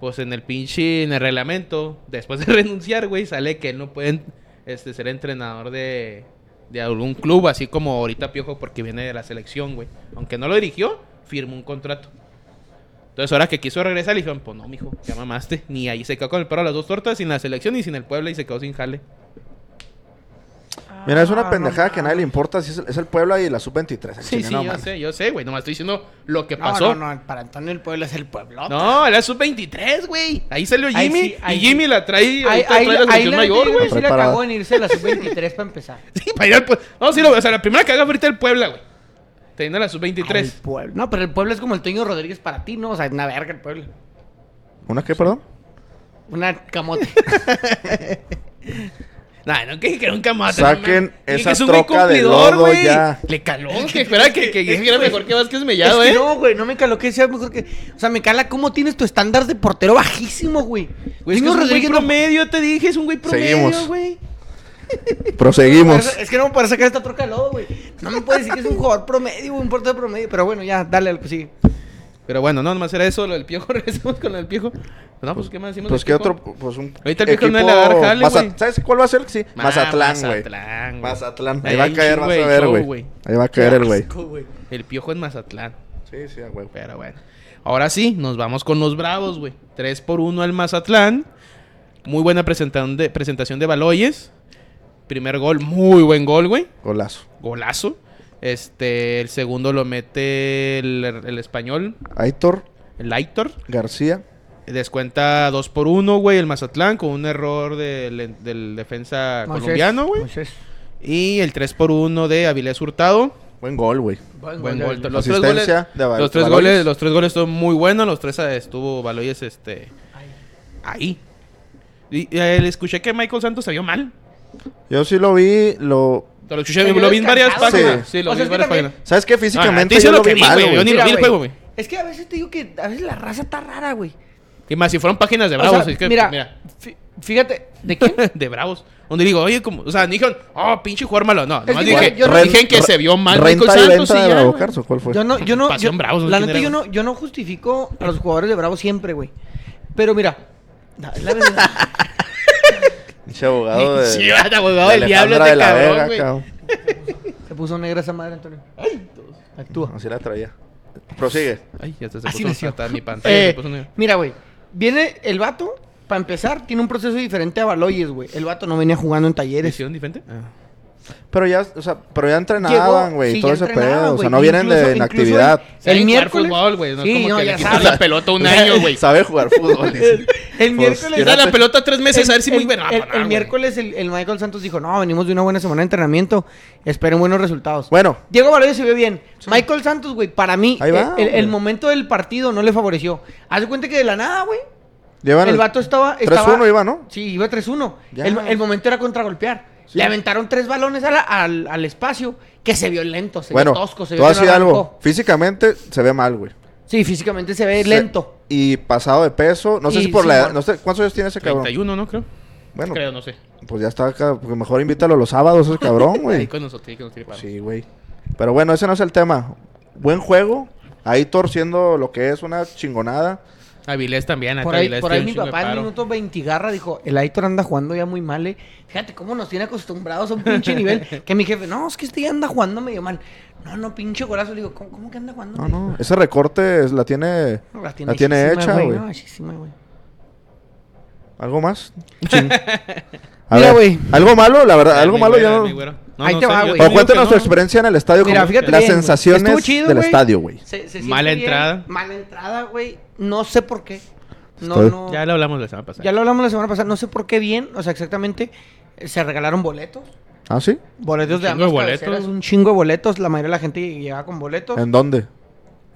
Speaker 2: Pues en el pinche, en el reglamento, después de renunciar, güey, sale que él no puede este, ser entrenador de, de algún club, así como ahorita Piojo, porque viene de la selección, güey. Aunque no lo dirigió, firmó un contrato. Entonces, ahora que quiso regresar, le dijeron, pues no, mijo, ya mamaste. Ni ahí se quedó con el perro a las dos tortas, sin la selección y sin el Puebla, y se quedó sin jale.
Speaker 4: Mira, es una
Speaker 3: Ah,
Speaker 4: pendejada
Speaker 3: no
Speaker 4: que a nadie le importa. si es, el- es el Puebla y la sub-23.
Speaker 2: Sí, sí,
Speaker 4: no,
Speaker 2: yo
Speaker 4: mames.
Speaker 2: sé, yo sé, güey. Nomás estoy diciendo lo que
Speaker 3: No,
Speaker 2: pasó.
Speaker 3: No, no, para Antonio el pueblo es el pueblo.
Speaker 2: No, era sub-23, güey. Ahí salió
Speaker 3: Ahí
Speaker 2: Jimmy
Speaker 3: sí, ahí
Speaker 2: y Jimmy
Speaker 3: sí.
Speaker 2: la trae,
Speaker 3: Ahí,
Speaker 2: ahorita
Speaker 3: ahí,
Speaker 2: trae la
Speaker 3: ahí
Speaker 2: selección
Speaker 3: la
Speaker 2: mayor, güey.
Speaker 3: sí la
Speaker 4: Preparada.
Speaker 3: cagó en irse a la sub-23 para empezar.
Speaker 2: Sí, para ir al Puebla. No, sí, lo- o sea, la primera que haga ahorita el Puebla, güey. Teniendo la
Speaker 3: Al
Speaker 2: sub-23.
Speaker 3: pueblo. No, pero el pueblo es como el Toño Rodríguez para ti, ¿no? O sea, es una verga el pueblo.
Speaker 4: ¿Una qué, perdón?
Speaker 3: Una camote.
Speaker 2: Nah, no que que era un camote.
Speaker 4: Saquen
Speaker 2: no mames. Dije
Speaker 4: esa
Speaker 2: que es un güey
Speaker 4: troca de
Speaker 2: cumplidor,
Speaker 4: lodo
Speaker 2: güey.
Speaker 4: ya.
Speaker 2: Le caló, que espera que, que era mejor que Vázquez
Speaker 3: Es
Speaker 2: Mellado,
Speaker 3: que
Speaker 2: eh.
Speaker 3: no, güey, no me caló que sea mejor que. O sea, me cala cómo tienes tu estándar de portero bajísimo, güey.
Speaker 2: Güey, es que es
Speaker 3: Toño
Speaker 2: un güey
Speaker 3: Rodríguez no-
Speaker 2: promedio, te dije, es un güey promedio,
Speaker 4: Seguimos.
Speaker 2: güey. pues,
Speaker 4: Proseguimos.
Speaker 3: Es que no me puedes sacar esta troca de lodo, güey. No me puedes decir que es un jugador promedio, güey, un portero promedio. Pero bueno, ya, dale pues al que sigue.
Speaker 2: Pero bueno, no, nomás era eso, lo del piojo, regresamos con lo del piojo. No, pues, ¿qué más decimos?
Speaker 4: Pues
Speaker 2: del
Speaker 4: qué
Speaker 2: Piojo?
Speaker 4: otro. Pues un.
Speaker 2: Ahorita el viejo no le agarra jale,
Speaker 4: Maza-
Speaker 2: güey.
Speaker 4: ¿Sabes cuál va a ser? Sí,
Speaker 2: Ah,
Speaker 4: Mazatlán, güey.
Speaker 2: Mazatlán, güey.
Speaker 4: Mazatlán.
Speaker 2: Ahí
Speaker 4: Ahí va
Speaker 2: hay
Speaker 4: a
Speaker 2: un
Speaker 4: caer,
Speaker 2: chingo
Speaker 4: vas
Speaker 2: de
Speaker 4: a ver,
Speaker 2: show,
Speaker 4: güey.
Speaker 2: güey.
Speaker 4: Ahí va a caer el güey.
Speaker 3: Asco, güey.
Speaker 2: El piojo en Mazatlán.
Speaker 4: Sí, sí, a huevo.
Speaker 2: Pero bueno. Ahora sí, nos vamos con los Bravos, güey. 3 por 1 al Mazatlán. Muy buena presentación de, presentación de Baloyes. Primer gol, muy buen gol, güey.
Speaker 4: Golazo.
Speaker 2: Golazo. Este, el segundo lo mete el, el español.
Speaker 4: Aitor
Speaker 2: el Aitor.
Speaker 4: García.
Speaker 2: Descuenta 2 por 1, güey, el Mazatlán con un error del, del defensa
Speaker 3: Moisés,
Speaker 2: colombiano, güey.
Speaker 3: Moisés.
Speaker 2: Y el 3 por 1 de Avilés Hurtado.
Speaker 4: Buen gol, güey.
Speaker 2: Buen gol.
Speaker 3: de-
Speaker 2: Los tres goles,
Speaker 4: Asistencia de Val-
Speaker 2: los tres
Speaker 4: Valoyes.
Speaker 2: goles, los tres goles estuvo muy buenos, los tres eh, estuvo Baloyes este ahí. Y eh, le escuché que Michael Santos se vio mal.
Speaker 4: Yo sí lo vi, lo...
Speaker 2: Te lo escuché,
Speaker 3: Se vio
Speaker 2: lo vi en varias
Speaker 3: descansado,
Speaker 2: páginas.
Speaker 4: sí.
Speaker 2: Sí, lo
Speaker 3: O
Speaker 2: vi en
Speaker 3: sea, es que
Speaker 2: varias
Speaker 3: también-
Speaker 2: páginas.
Speaker 4: ¿Sabes qué?
Speaker 2: Ah,
Speaker 4: Físicamente
Speaker 2: dice
Speaker 4: yo
Speaker 2: lo
Speaker 4: lo
Speaker 2: que
Speaker 4: vi
Speaker 2: vi,
Speaker 4: mal,
Speaker 2: güey, yo
Speaker 4: güey.
Speaker 2: ni- lo vi el
Speaker 3: güey,
Speaker 2: juego, güey.
Speaker 3: Es que a veces te digo que a veces la raza está rara, güey.
Speaker 2: Y más si fueron páginas de
Speaker 3: O sea,
Speaker 2: Bravos, es que,
Speaker 3: mira,
Speaker 2: mira,
Speaker 3: fí- fíjate, ¿de quién?
Speaker 2: de Bravos. Donde digo, oye, como, o sea, ni dijeron, oh, pinche jugar malo. No, nomás
Speaker 3: que
Speaker 2: dije,
Speaker 3: igual, yo-
Speaker 4: Ren-
Speaker 2: dije que se vio mal
Speaker 4: Renta
Speaker 2: Michael
Speaker 4: y
Speaker 2: Santos
Speaker 4: venta
Speaker 2: y
Speaker 4: de
Speaker 2: ya,
Speaker 4: Bravo
Speaker 2: güey.
Speaker 4: Carso, ¿cuál fue?
Speaker 3: Yo no, yo no.
Speaker 2: Pasión
Speaker 3: yo-
Speaker 2: Bravos,
Speaker 3: la
Speaker 2: ¿quién
Speaker 3: neta,
Speaker 2: era,
Speaker 3: yo no, yo no justifico a los jugadores de Bravos siempre, güey. Pero mira, la, la verdad,
Speaker 4: Pinche abogado de...
Speaker 2: Sí, vato, abogado del diablo,
Speaker 4: Alejandra
Speaker 2: este cabrón, güey.
Speaker 3: se puso negra esa madre, Antonio. Actúa.
Speaker 4: Así la traía. Prosigue.
Speaker 2: Ay, ya se
Speaker 3: Así
Speaker 2: puso
Speaker 3: nació.
Speaker 2: hasta mi pantalla.
Speaker 3: Eh,
Speaker 2: se puso negro.
Speaker 3: mira, güey. Viene el vato, para empezar, tiene un proceso diferente a Baloyes, güey. El vato no venía jugando en talleres.
Speaker 2: ¿Visión diferente? Ah.
Speaker 4: Pero ya, o sea, pero ya
Speaker 3: Llegó,
Speaker 4: entrenaban, güey,
Speaker 3: sí,
Speaker 4: todo
Speaker 3: ya
Speaker 4: ese
Speaker 3: entrenaban,
Speaker 4: pedo. O
Speaker 3: güey,
Speaker 4: sea, no vienen
Speaker 3: incluso-
Speaker 4: de en
Speaker 3: incluso
Speaker 4: actividad.
Speaker 3: El,
Speaker 2: Saben jugar
Speaker 3: miércoles.
Speaker 2: fútbol, güey. No es
Speaker 3: Sí,
Speaker 2: como
Speaker 3: no,
Speaker 2: que le
Speaker 3: ya
Speaker 2: quitas
Speaker 3: sabes.
Speaker 2: la pelota un año, güey.
Speaker 4: Sabe jugar fútbol. dice.
Speaker 3: El miércoles-
Speaker 2: Le
Speaker 4: Pues, yo
Speaker 2: da
Speaker 4: no
Speaker 2: la
Speaker 4: te-
Speaker 2: pelota tres meses Pues a ver si
Speaker 3: el,
Speaker 2: muy Ah, verá.
Speaker 3: el- el miércoles el, el Michael Santos dijo, no, venimos de una buena semana de entrenamiento, esperen buenos resultados.
Speaker 4: Bueno,
Speaker 3: Diego Valorio se vio bien. Michael Santos, güey, para mí, eh,
Speaker 4: Ahí va,
Speaker 3: el, el
Speaker 4: güey.
Speaker 3: momento del partido no le favoreció. Haz de cuenta que de la nada, güey,
Speaker 4: llevan
Speaker 3: el vato estaba... estaba
Speaker 4: 3-1 iba, ¿no?
Speaker 3: Sí, iba 3-1.
Speaker 4: Ya.
Speaker 3: El, el momento era contragolpear.
Speaker 4: Sí.
Speaker 3: Le aventaron tres balones a la- al, al espacio, que se vio lento, se
Speaker 4: Bueno,
Speaker 3: vio tosco, se
Speaker 4: tú
Speaker 3: vio que
Speaker 4: vas a
Speaker 3: no
Speaker 4: decir algo.
Speaker 3: arrancó.
Speaker 4: Físicamente se ve mal, güey.
Speaker 3: Sí, físicamente se ve
Speaker 4: Se-
Speaker 3: lento.
Speaker 4: Y pasado de peso. No sé
Speaker 3: Y
Speaker 4: si por
Speaker 3: sí,
Speaker 4: la edad.
Speaker 3: bueno.
Speaker 4: No sé, ¿Cuántos años tiene ese cabrón?
Speaker 2: 31, ¿no? Creo.
Speaker 4: Bueno,
Speaker 2: Creo, no sé.
Speaker 4: pues ya está acá. porque Mejor invítalo los sábados ese cabrón,
Speaker 2: Ahí
Speaker 4: güey.
Speaker 2: con nosotros, ahí con nosotros.
Speaker 4: Sí, güey. Pero bueno, ese no es el tema. Buen juego. Ahí torciendo lo que es una chingonada.
Speaker 2: Avilés también.
Speaker 3: Por
Speaker 2: acá
Speaker 3: ahí,
Speaker 2: Avilés
Speaker 3: por
Speaker 2: tiene
Speaker 3: ahí
Speaker 2: un
Speaker 3: mi
Speaker 2: chingo de
Speaker 3: papá en
Speaker 2: paro.
Speaker 3: minuto 20 garra dijo, el Aitor anda jugando ya muy mal, eh. Fíjate cómo nos tiene acostumbrados a un pinche nivel. Que mi jefe, no, es que este ya anda jugando medio mal. No, no, pinche golazo. Le digo, ¿cómo, cómo que anda jugando?
Speaker 4: No,
Speaker 3: medio
Speaker 4: no. Ese recorte es- la tiene.
Speaker 3: mal?"
Speaker 4: La tiene
Speaker 3: hechísima,
Speaker 4: hecha, güey.
Speaker 3: no, hechísima, güey.
Speaker 4: ¿Algo más? A
Speaker 3: Mira,
Speaker 4: ver,
Speaker 3: güey.
Speaker 4: Algo malo, la verdad.
Speaker 2: Ay,
Speaker 4: Algo
Speaker 2: mi
Speaker 4: malo
Speaker 2: güero,
Speaker 4: ya
Speaker 2: mi
Speaker 4: no.
Speaker 2: güero. No,
Speaker 3: Ahí
Speaker 2: no
Speaker 3: te
Speaker 2: sé,
Speaker 3: va,
Speaker 2: yo
Speaker 3: güey.
Speaker 2: te
Speaker 4: O
Speaker 2: digo que
Speaker 4: cuéntanos
Speaker 2: no.
Speaker 4: tu experiencia en el estadio.
Speaker 3: Mira,
Speaker 4: como-
Speaker 3: fíjate
Speaker 4: las
Speaker 3: bien, güey.
Speaker 4: sensaciones
Speaker 3: Estuvo chido,
Speaker 4: del
Speaker 3: güey.
Speaker 4: estadio, güey.
Speaker 3: Se- se
Speaker 2: Mala
Speaker 3: siente bien.
Speaker 2: entrada.
Speaker 3: Mala entrada, güey. No sé por qué. No,
Speaker 4: Estoy-
Speaker 3: no.
Speaker 2: Ya lo hablamos la semana pasada.
Speaker 3: Ya lo hablamos la semana pasada. No sé por qué bien. O sea, exactamente. eh, Se regalaron boletos.
Speaker 4: ¿Ah, sí?
Speaker 3: Boletos de
Speaker 2: chingo de
Speaker 3: ambas
Speaker 2: boletos.
Speaker 3: cabeceras, Un chingo de boletos. La mayoría de la gente llegaba con boletos.
Speaker 4: ¿En dónde?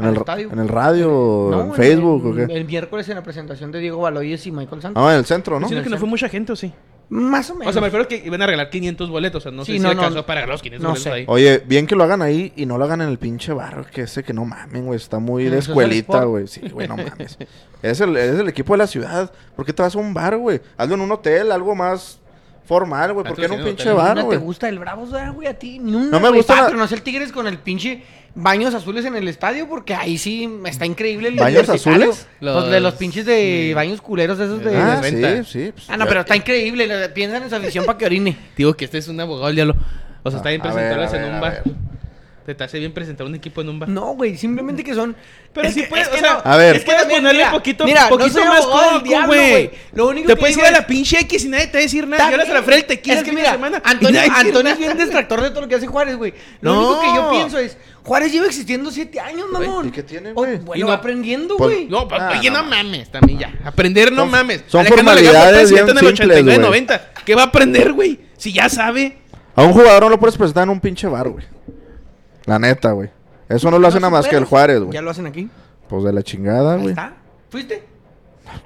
Speaker 4: ¿En
Speaker 3: Al
Speaker 4: el,
Speaker 3: estadio.
Speaker 4: en el radio? o
Speaker 3: No,
Speaker 4: ¿En Facebook?
Speaker 3: el,
Speaker 4: ¿O qué?
Speaker 3: el miércoles en la presentación de Diego Baloyes y Michael Santos.
Speaker 4: Ah, en el centro, ¿no?
Speaker 2: Sino que no fue mucha gente, ¿o sí?
Speaker 4: Ah.
Speaker 3: Más o menos.
Speaker 2: O sea, me refiero que iban a regalar 500 boletos. O sea, no
Speaker 3: Sí,
Speaker 2: sé si
Speaker 3: no, no.
Speaker 2: alcanzó para regalar los 500
Speaker 3: No
Speaker 2: boletos
Speaker 3: sé.
Speaker 2: ahí.
Speaker 4: Oye, bien que lo hagan ahí y no lo hagan en el pinche barrio, que ese que no mamen, güey. Está muy
Speaker 3: En
Speaker 4: de
Speaker 3: el Social
Speaker 4: escuelita,
Speaker 3: Sport.
Speaker 4: güey. Sí, güey, no mames. Es el, es el equipo de la ciudad. ¿Por qué te vas a un bar, güey? Hazlo en un hotel, algo más formal, güey. ¿Por qué en un
Speaker 2: Hazlo en un
Speaker 4: pinche
Speaker 2: hotel.
Speaker 4: bar,
Speaker 3: ¿No te
Speaker 4: güey?
Speaker 3: gusta el Bravos, ah, güey? A ti. Nunca,
Speaker 4: No me
Speaker 3: güey.
Speaker 4: gusta la-
Speaker 3: Patronos el Tigres con el pinche baños azules en el estadio porque ahí sí está increíble el
Speaker 4: ¿Baños
Speaker 3: universitario.
Speaker 4: azules?
Speaker 3: Los de los
Speaker 2: Los-
Speaker 3: pinches de
Speaker 2: sí.
Speaker 3: baños culeros de esos de...
Speaker 4: Ah,
Speaker 2: de
Speaker 4: sí,
Speaker 2: renta.
Speaker 4: sí. pues,
Speaker 3: Ah, no,
Speaker 4: ya-
Speaker 3: pero está increíble. le- Piensan en su afición para que orine.
Speaker 2: Digo que este es un abogado, ya lo. O sea, está bien
Speaker 4: A ver,
Speaker 2: presentarles
Speaker 4: a
Speaker 2: en
Speaker 4: ver,
Speaker 2: un
Speaker 4: a
Speaker 2: bar.
Speaker 4: ver.
Speaker 2: Te te hace bien presentar un equipo en un bar.
Speaker 3: No, güey, simplemente que son.
Speaker 2: Pero
Speaker 3: Es
Speaker 2: sí
Speaker 3: que-
Speaker 2: puedes,
Speaker 3: es
Speaker 2: o
Speaker 3: que
Speaker 2: sea,
Speaker 3: no.
Speaker 4: a ver.
Speaker 2: es
Speaker 3: Es que
Speaker 2: que puedes
Speaker 3: también,
Speaker 2: ponerle
Speaker 3: mira,
Speaker 2: poquito,
Speaker 3: mira, no
Speaker 2: poquito
Speaker 3: soy
Speaker 2: más
Speaker 3: abogado del
Speaker 2: coco,
Speaker 3: diablo,
Speaker 2: güey.
Speaker 3: güey. Lo único
Speaker 2: Te
Speaker 3: que
Speaker 2: puedes ir
Speaker 3: digo
Speaker 2: a la
Speaker 3: es-
Speaker 2: pinche X y nadie te va a decir nada.
Speaker 3: También.
Speaker 2: Yo las a la frente, te
Speaker 3: Es
Speaker 2: quiero
Speaker 3: que
Speaker 2: el fin de
Speaker 3: mira,
Speaker 2: semana. y
Speaker 3: Antonio,
Speaker 2: nadie quiere
Speaker 3: Antonio es
Speaker 2: nada.
Speaker 3: bien detractor de todo lo que hace Juárez, güey. Lo
Speaker 2: No.
Speaker 3: único que yo pienso es, Juárez lleva existiendo siete años, mamón.
Speaker 4: ¿y qué tiene,
Speaker 3: Oh,
Speaker 4: güey?
Speaker 2: Y
Speaker 3: Bueno,
Speaker 2: no-
Speaker 3: va aprendiendo,
Speaker 4: Pues,
Speaker 3: güey.
Speaker 2: No, pa-
Speaker 4: Ah,
Speaker 2: oye,
Speaker 4: no
Speaker 2: no, mames, también ya. Aprender no
Speaker 4: Son-
Speaker 2: mames.
Speaker 4: son
Speaker 2: Alejandro Legal fue
Speaker 4: formalidades bien
Speaker 2: presidente en el
Speaker 4: simples,
Speaker 2: 89,
Speaker 4: güey.
Speaker 2: 90. ¿Qué va a aprender, güey? Si ya sabe.
Speaker 4: A un jugador no lo puedes presentar en un pinche bar, güey. La neta, güey. Eso no lo hace
Speaker 3: No
Speaker 4: nada más que el
Speaker 3: superas.
Speaker 4: Juárez, güey.
Speaker 3: Ya lo hacen aquí.
Speaker 4: Pues de la chingada,
Speaker 3: Ahí
Speaker 4: güey.
Speaker 3: está. ¿Fuiste?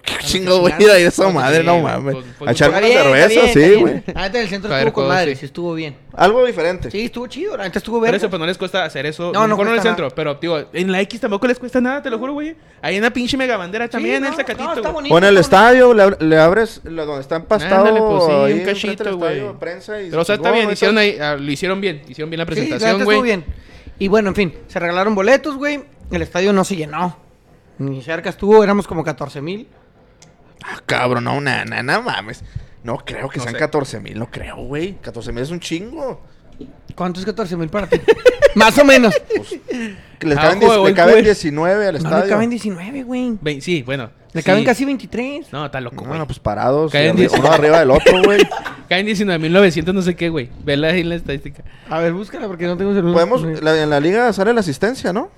Speaker 4: Qué chingo, güey. Ir a ir a esa madre, no mames.
Speaker 2: Pues- pues-
Speaker 4: A echarme
Speaker 3: Está
Speaker 4: una
Speaker 3: bien,
Speaker 4: cerveza,
Speaker 3: está bien,
Speaker 4: sí,
Speaker 3: está
Speaker 4: güey.
Speaker 3: bien. La neta, el centro
Speaker 2: A ver,
Speaker 3: estuvo con
Speaker 2: ¿cómo
Speaker 3: madre,
Speaker 2: pues, sí?
Speaker 3: sí estuvo bien.
Speaker 4: Algo diferente.
Speaker 3: Sí, estuvo chido, la neta estuvo
Speaker 2: Por
Speaker 3: bien.
Speaker 2: eso, pues no les cuesta hacer eso. No,
Speaker 3: No, no
Speaker 2: no, en el
Speaker 3: cuesta
Speaker 2: centro. Pero, digo, en la X tampoco les cuesta nada, te lo juro, güey. Ahí en la pinche megabandera también, en el Zacatito. güey.
Speaker 4: O en el estadio, le, ab- le abres la- donde está empastado.
Speaker 2: Ándale, pues sí, un
Speaker 4: ahí enfrente del
Speaker 2: cachito,
Speaker 4: estadio,
Speaker 2: güey.
Speaker 4: prensa y-
Speaker 2: Pero, o sea, está
Speaker 4: no,
Speaker 2: bien,
Speaker 4: no,
Speaker 2: hicieron
Speaker 4: está-
Speaker 2: ahí, ah, lo hicieron bien. Hicieron bien la
Speaker 3: presentación,
Speaker 2: presentación, güey.
Speaker 3: estuvo bien. Y bueno, en fin, se regalaron boletos, güey. El estadio no se llenó. Ni cerca estuvo, éramos como 14 mil.
Speaker 4: Ah, cabrón, no, na, na, na, mames. No creo que
Speaker 2: No
Speaker 4: sean
Speaker 2: sé.
Speaker 4: 14 mil, no creo, güey. 14 mil es un chingo.
Speaker 3: ¿Cuánto es 14 mil para ti? Más o menos.
Speaker 4: Pues Que Les
Speaker 2: Ah, ojo,
Speaker 4: caben, diez-
Speaker 2: de
Speaker 4: le
Speaker 2: gol,
Speaker 4: caben
Speaker 2: güey.
Speaker 4: 19 al
Speaker 3: No
Speaker 4: estadio.
Speaker 3: le caben 19, güey.
Speaker 2: Ve- sí, bueno.
Speaker 3: Le
Speaker 2: sí.
Speaker 3: caben casi 23.
Speaker 2: No, está loco, güey.
Speaker 4: Bueno, pues parados.
Speaker 2: Caen
Speaker 4: y arri-
Speaker 2: 10.
Speaker 4: uno arriba del otro, güey.
Speaker 2: Caen 19.900, no sé qué, güey. Vela ahí la estadística.
Speaker 3: A ver, búscala porque no tengo celular.
Speaker 4: Podemos, la- en la liga sale la asistencia, ¿no?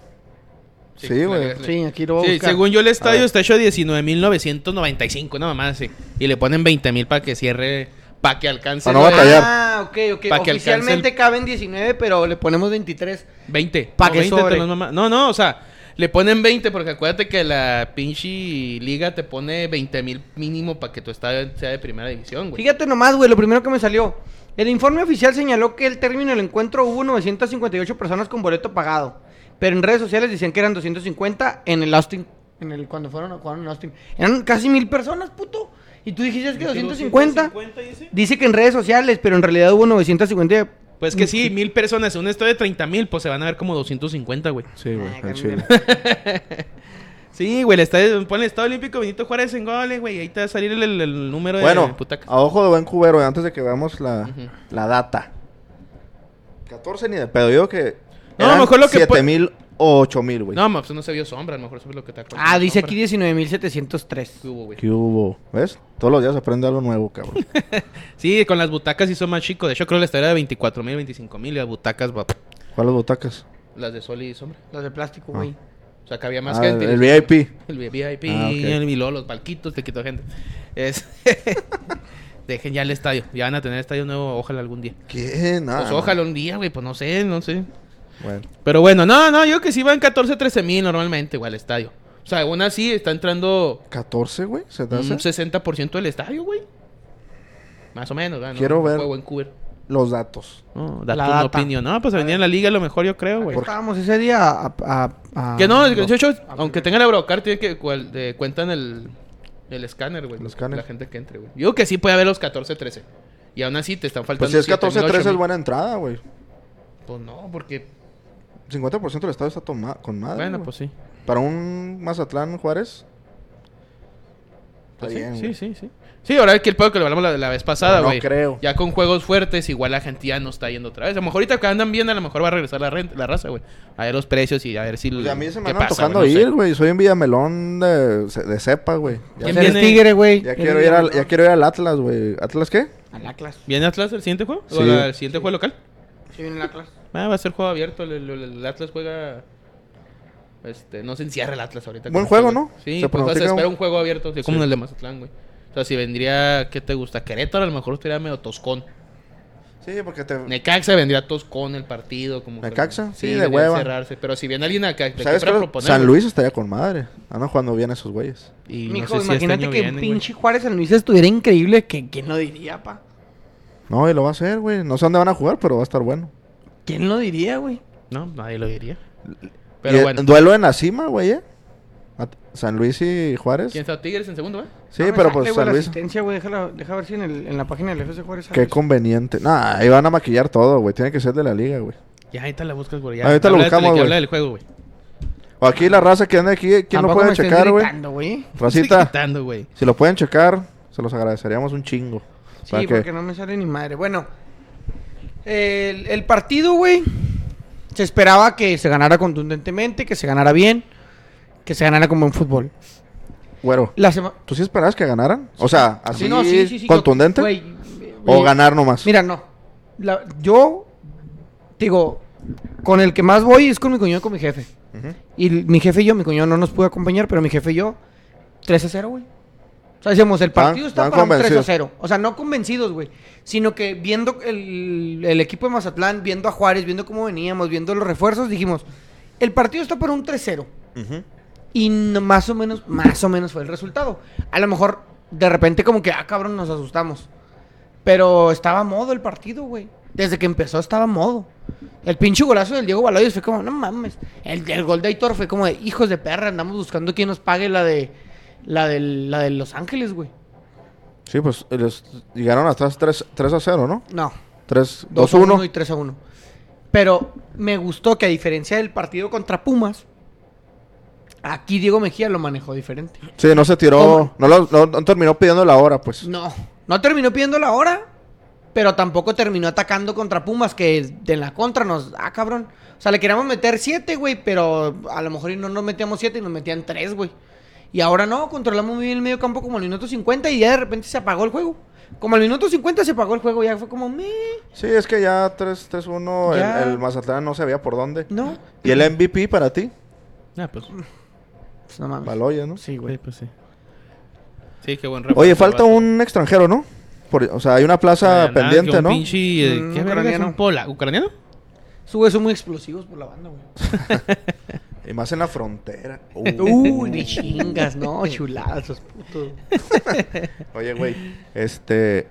Speaker 4: Sí,
Speaker 2: la
Speaker 4: güey.
Speaker 2: Galaxy League.
Speaker 3: Sí, aquí lo voy a
Speaker 2: eh, Sí,
Speaker 3: buscar.
Speaker 2: según yo el estadio
Speaker 4: ver.
Speaker 2: está hecho de 19.995, una mamá así. Y le ponen 20.000 para que cierre, para que alcance
Speaker 4: Para no
Speaker 2: el-
Speaker 4: batallar.
Speaker 3: Ah, ok, ok.
Speaker 2: Pa' que
Speaker 3: Oficialmente
Speaker 2: alcance
Speaker 3: caben 19, pero le ponemos 23.
Speaker 2: 20.
Speaker 3: Pa'
Speaker 2: no,
Speaker 3: que
Speaker 2: 20 te
Speaker 3: sobre.
Speaker 2: lo nomás- No, no, o sea, le ponen 20 porque acuérdate que la pinche liga te pone 20.000 mínimo para que tu estadio sea de primera división, güey.
Speaker 3: Fíjate nomás, güey, lo primero que me salió. El informe oficial señaló que el término del encuentro hubo 958 personas con boleto pagado. Pero en redes sociales decían que eran 250 en el Austin. En el, cuando fueron a jugar en Austin. Eran casi mil personas, puto. Y tú dijiste que 250. Dice que en redes sociales, pero en realidad hubo
Speaker 4: Ah,
Speaker 3: 950.
Speaker 2: Pues que sí, mil personas, un estadio de 30.000, pues se van a ver como 250, güey.
Speaker 4: Sí, güey,
Speaker 3: Ah,
Speaker 4: al chile.
Speaker 2: Sí, güey, el estadio, pone el Estado Olímpico Benito Juárez en goles, güey, y ahí te va a salir el, el- el número de
Speaker 4: Bueno,
Speaker 2: putacas.
Speaker 4: a ojo de buen cubero, antes de que veamos la,
Speaker 2: Ujú.
Speaker 4: la data. 14 ni de pedo, yo digo que.
Speaker 2: No, a lo
Speaker 4: eran
Speaker 2: mejor lo que
Speaker 4: 7000 o 8000, güey.
Speaker 2: No, ma, pues no se vio sombra, a lo mejor eso es lo que te acuerdas.
Speaker 3: Ah, dice
Speaker 2: Sombra.
Speaker 3: aquí 19,703.
Speaker 2: ¿Qué hubo, güey?
Speaker 4: ¿Qué hubo? ¿Ves? Todos los días aprende algo nuevo, cabrón.
Speaker 2: Sí, con las butacas hizo más chico. De hecho, creo que la estadio era de 24 mil, 25 mil. Y las butacas, va,
Speaker 4: ¿Cuáles butacas?
Speaker 2: las de sol y sombra.
Speaker 3: Los de plástico, güey.
Speaker 2: O sea, que había más
Speaker 4: Ah,
Speaker 2: gente.
Speaker 4: El VIP.
Speaker 2: El VIP,
Speaker 4: Ah, ok.
Speaker 2: y luego los palquitos, te quitó gente. Es- Dejen ya el estadio. Ya van a tener estadio nuevo, ojalá algún día.
Speaker 4: ¿Qué? Nada.
Speaker 2: pues ojalá un día, güey, pues no sé, no sé.
Speaker 4: Bueno.
Speaker 2: Pero bueno, no, no, yo creo que sí van 14, 13 mil normalmente, güey, al estadio. O sea, aún así está entrando
Speaker 4: 14, güey, se te
Speaker 2: un
Speaker 4: hace?
Speaker 2: 60% del estadio, güey. Más o menos, ¿verdad? No,
Speaker 4: Quiero
Speaker 2: no
Speaker 4: ver.
Speaker 2: fue buen cuber.
Speaker 4: Los datos.
Speaker 2: No, da
Speaker 3: La
Speaker 2: tu
Speaker 3: data.
Speaker 2: opinión. No, pues venía en la liga a lo mejor, yo creo, güey.
Speaker 3: Estábamos ese día a. a- a-
Speaker 2: Que no,
Speaker 3: a-
Speaker 2: el 18,
Speaker 3: a-
Speaker 2: aunque tenga la Eurocar, tiene que cual- de- cuentan el, el escáner, güey.
Speaker 4: El
Speaker 2: lo-
Speaker 4: escáner.
Speaker 2: La gente que entre, güey. Yo creo que sí puede haber los 14, 13. Y aún así te están faltando.
Speaker 4: Pues si es 14,
Speaker 2: 7,000,
Speaker 4: 13 es
Speaker 2: 8,000.
Speaker 4: buena entrada, güey.
Speaker 2: Pues no, porque.
Speaker 4: 50% del estado está toma- con madre.
Speaker 2: bueno,
Speaker 4: güey.
Speaker 2: pues sí.
Speaker 4: Para un Mazatlán Juárez. Está
Speaker 2: Pues sí,
Speaker 4: bien,
Speaker 2: sí,
Speaker 4: güey.
Speaker 2: sí, sí. Sí, ahora que el pedo que lo hablamos la, la vez pasada,
Speaker 4: No
Speaker 2: güey.
Speaker 4: creo.
Speaker 2: Ya con juegos fuertes, igual la gente ya no está yendo otra vez. A lo mejor ahorita que andan bien, a lo mejor va a regresar la, renta- la raza, güey. A ver los precios y a ver si.
Speaker 4: Pues a mí se me
Speaker 2: qué
Speaker 4: anda
Speaker 2: pasa,
Speaker 4: tocando
Speaker 2: güey, no sé.
Speaker 4: ir, güey. Soy un Villamelón de, de cepa, güey. Ya,
Speaker 2: ¿Quién
Speaker 3: Eres
Speaker 2: viene?
Speaker 3: tigre, güey.
Speaker 4: ya quiero ir al, ya quiero ir al Atlas, güey. ¿Atlas qué?
Speaker 3: Al Atlas.
Speaker 2: ¿Viene Atlas el siguiente juego? ¿O
Speaker 4: Sí.
Speaker 2: la- el siguiente juego local?
Speaker 3: Sí, viene el Atlas.
Speaker 2: Ah, va a ser juego abierto. El, el- el Atlas juega. Este, no se encierra el Atlas ahorita.
Speaker 4: Buen
Speaker 2: con
Speaker 4: juego,
Speaker 2: este, güey.
Speaker 4: ¿no?
Speaker 2: Sí,
Speaker 4: Se
Speaker 2: se, pues, o sea, se
Speaker 4: pronostica
Speaker 2: espera
Speaker 4: un-
Speaker 2: un juego abierto, así como
Speaker 4: Sí.
Speaker 2: el de Mazatlán, güey. O sea, si vendría, ¿qué te gusta? Querétaro, a lo mejor estaría medio toscón.
Speaker 4: Sí, porque te...
Speaker 3: pues,
Speaker 2: Necaxa vendría toscón el partido. Como que-
Speaker 4: ¿Necaxa? Sí, de
Speaker 2: deberían
Speaker 4: hueva.
Speaker 2: cerrarse. Pero si viene alguien acá, ¿de qué
Speaker 4: ¿Sabes
Speaker 2: para
Speaker 4: qué?
Speaker 2: proponer,
Speaker 4: San
Speaker 2: güey?
Speaker 4: Luis estaría con madre. Andan jugando bien esos güeyes.
Speaker 2: Y no
Speaker 3: Mijo,
Speaker 2: sé si este
Speaker 3: imagínate
Speaker 2: año
Speaker 3: que
Speaker 2: vienen, güey.
Speaker 3: pinche Juárez San Luis estuviera increíble, que quién lo diría, pa.
Speaker 4: No, y lo va a hacer, güey. No sé dónde van a jugar, pero va a estar bueno.
Speaker 3: ¿Quién lo diría, güey?
Speaker 2: No, nadie lo diría.
Speaker 4: Y,
Speaker 2: Pero
Speaker 4: eh,
Speaker 2: bueno.
Speaker 4: Duelo en la cima, güey, eh. At- San Luis y Juárez.
Speaker 2: ¿Quién está Tigres en segundo, ¿eh? güey?
Speaker 4: Sí,
Speaker 3: No me
Speaker 4: pero
Speaker 3: sale,
Speaker 4: pues
Speaker 3: güey,
Speaker 4: San
Speaker 3: la
Speaker 4: Luis.
Speaker 3: asistencia, güey, déjala- deja ver si en, el- en la página del FC Juárez. San
Speaker 4: Qué
Speaker 3: Luis.
Speaker 4: conveniente. Nah, ahí van a maquillar todo, güey. Tiene que ser de la liga, güey.
Speaker 2: Ya, ahorita la buscas, güey. ya.
Speaker 4: Ahorita lo
Speaker 2: Habla de tele-
Speaker 4: buscamos,
Speaker 2: que
Speaker 4: güey.
Speaker 2: habla del juego, güey.
Speaker 4: O aquí la raza que anda aquí, ¿quién lo
Speaker 3: Tampoco me
Speaker 4: puede
Speaker 3: estés
Speaker 4: checar, güey?
Speaker 3: gritando, güey.
Speaker 4: Racita,
Speaker 2: Quitando, güey.
Speaker 4: si lo pueden checar, se los agradeceríamos un chingo.
Speaker 3: Sí,
Speaker 4: Para que-
Speaker 3: porque no me sale ni madre. Bueno, el, el partido, güey, se esperaba que se ganara contundentemente, que se ganara bien, que se ganara como en fútbol.
Speaker 4: Güero,
Speaker 3: La semana...
Speaker 4: ¿tú sí esperabas que ganaran? O sea, así
Speaker 3: No, sí, sí, sí,
Speaker 4: contundente.
Speaker 3: yo- güey,
Speaker 4: o
Speaker 3: eh,
Speaker 4: ganar nomás.
Speaker 3: Mira, no. La- yo, digo, con el que más voy es con mi cuñado y con mi jefe.
Speaker 4: Ujú.
Speaker 3: Y l- mi jefe y yo, mi cuñado no nos pudo acompañar, pero mi jefe y yo, 3 a 0, güey. O sea, decíamos, el
Speaker 4: Van-
Speaker 3: partido está
Speaker 4: Ah, van
Speaker 3: para un 3 a
Speaker 4: convencidos.
Speaker 3: 0. O sea, no convencidos, güey. Sino que viendo el, el equipo de Mazatlán, viendo a Juárez, viendo cómo veníamos, viendo los refuerzos, dijimos, el partido está para un 3-0.
Speaker 4: Ujú.
Speaker 3: Y no- más o menos, más o menos fue el resultado. A lo mejor, de repente, como que, ah, cabrón, nos asustamos. Pero estaba a modo el partido, güey. Desde que empezó estaba a modo. El pinche golazo del Diego Baloyes fue como, no mames. El, el gol de Aitor fue como de hijos de perra, andamos buscando quién nos pague la de. La del- la de Los Ángeles, güey.
Speaker 4: Sí, pues ellos llegaron hasta 3, 3 a 0, ¿no?
Speaker 3: No.
Speaker 4: 3,
Speaker 3: 2
Speaker 4: 2
Speaker 3: a
Speaker 4: 1.
Speaker 3: 1 y 3 a 1. Pero me gustó que a diferencia del partido contra Pumas, aquí Diego Mejía lo manejó diferente.
Speaker 4: Sí, no se tiró,
Speaker 3: ¿Cómo?
Speaker 4: no, lo- no- no terminó pidiendo la hora, pues.
Speaker 3: No, no terminó pidiendo la hora, pero tampoco terminó atacando contra Pumas, que de la contra nos. Ah, cabrón. O sea, le queríamos meter siete, güey, pero a lo mejor y no nos metíamos siete y nos metían tres, güey. Y ahora no, controlamos muy bien el medio campo como al minuto 50 y ya de repente se apagó el juego. Como al minuto 50 se apagó el juego, ya fue como, me.
Speaker 4: Sí, es que ya 3, 3 1,
Speaker 3: Ya.
Speaker 4: el, el Mazatlán no se veía por dónde.
Speaker 3: No.
Speaker 4: ¿Y el MVP para ti?
Speaker 2: Ah, pues,
Speaker 3: Pues, no mames.
Speaker 4: Baloya, ¿no?
Speaker 3: Sí,
Speaker 2: sí,
Speaker 3: güey.
Speaker 2: pues sí. Sí, qué buen
Speaker 4: Oye,
Speaker 2: refuerzo,
Speaker 4: falta
Speaker 2: vato.
Speaker 4: un extranjero, ¿no? Por- o sea, hay una plaza
Speaker 2: Ah, nada, que
Speaker 4: pendiente,
Speaker 2: un
Speaker 4: ¿no?
Speaker 2: pinche, eh,
Speaker 3: Mm,
Speaker 2: ¿qué verga es
Speaker 3: ucraniano.
Speaker 2: un pola- ¿Ucraniano?
Speaker 3: Sus güeyes son muy explosivos por la banda, güey.
Speaker 4: Y más en la frontera.
Speaker 3: Uy, ni chingas, no, chuladas, esos putos.
Speaker 4: Oye, güey, este...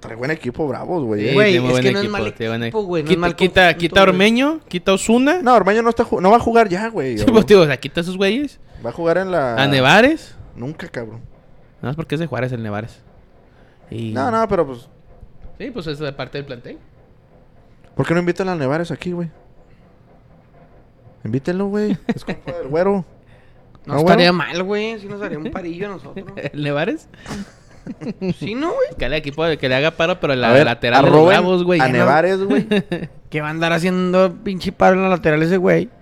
Speaker 4: Trae buen equipo, bravos, güey.
Speaker 2: Sí,
Speaker 4: eh.
Speaker 3: Güey,
Speaker 2: tiene
Speaker 3: es
Speaker 2: buen
Speaker 3: que no es mal
Speaker 2: tiene buen
Speaker 3: equipo, güey, no es
Speaker 2: Quita,
Speaker 3: mal
Speaker 2: quita,
Speaker 3: conjunto,
Speaker 2: quita
Speaker 3: güey.
Speaker 2: Ormeño, quita Osuna.
Speaker 4: No, Ormeño no, está ju- no Ah. va a jugar ya, güey.
Speaker 2: Sí,
Speaker 4: o-
Speaker 2: pues, tío, o sea, quita a esos güeyes.
Speaker 4: Va a jugar en la...
Speaker 2: A Nevares.
Speaker 4: Nunca, cabrón.
Speaker 2: Nada más porque es de Juárez el Nevares. Y...
Speaker 4: No, no, pero pues...
Speaker 2: Sí, pues es la parte del plantel.
Speaker 4: ¿Por qué no invitan a Nevares aquí, güey? Invítenlo, güey. Es compa del güero.
Speaker 3: No,
Speaker 4: Ah, bueno.
Speaker 3: estaría mal, güey. Si nos haría un parillo a nosotros.
Speaker 2: ¿El Nevares?
Speaker 3: Sí, ¿no, güey?
Speaker 2: Que le, equipo, que le haga paro, pero la
Speaker 4: a ver,
Speaker 2: lateral de los
Speaker 4: arroben
Speaker 2: Bravos, güey.
Speaker 4: A
Speaker 2: ya no-
Speaker 4: Nevares, güey.
Speaker 3: Que va a andar haciendo pinche paro en la lateral ese güey.
Speaker 4: No,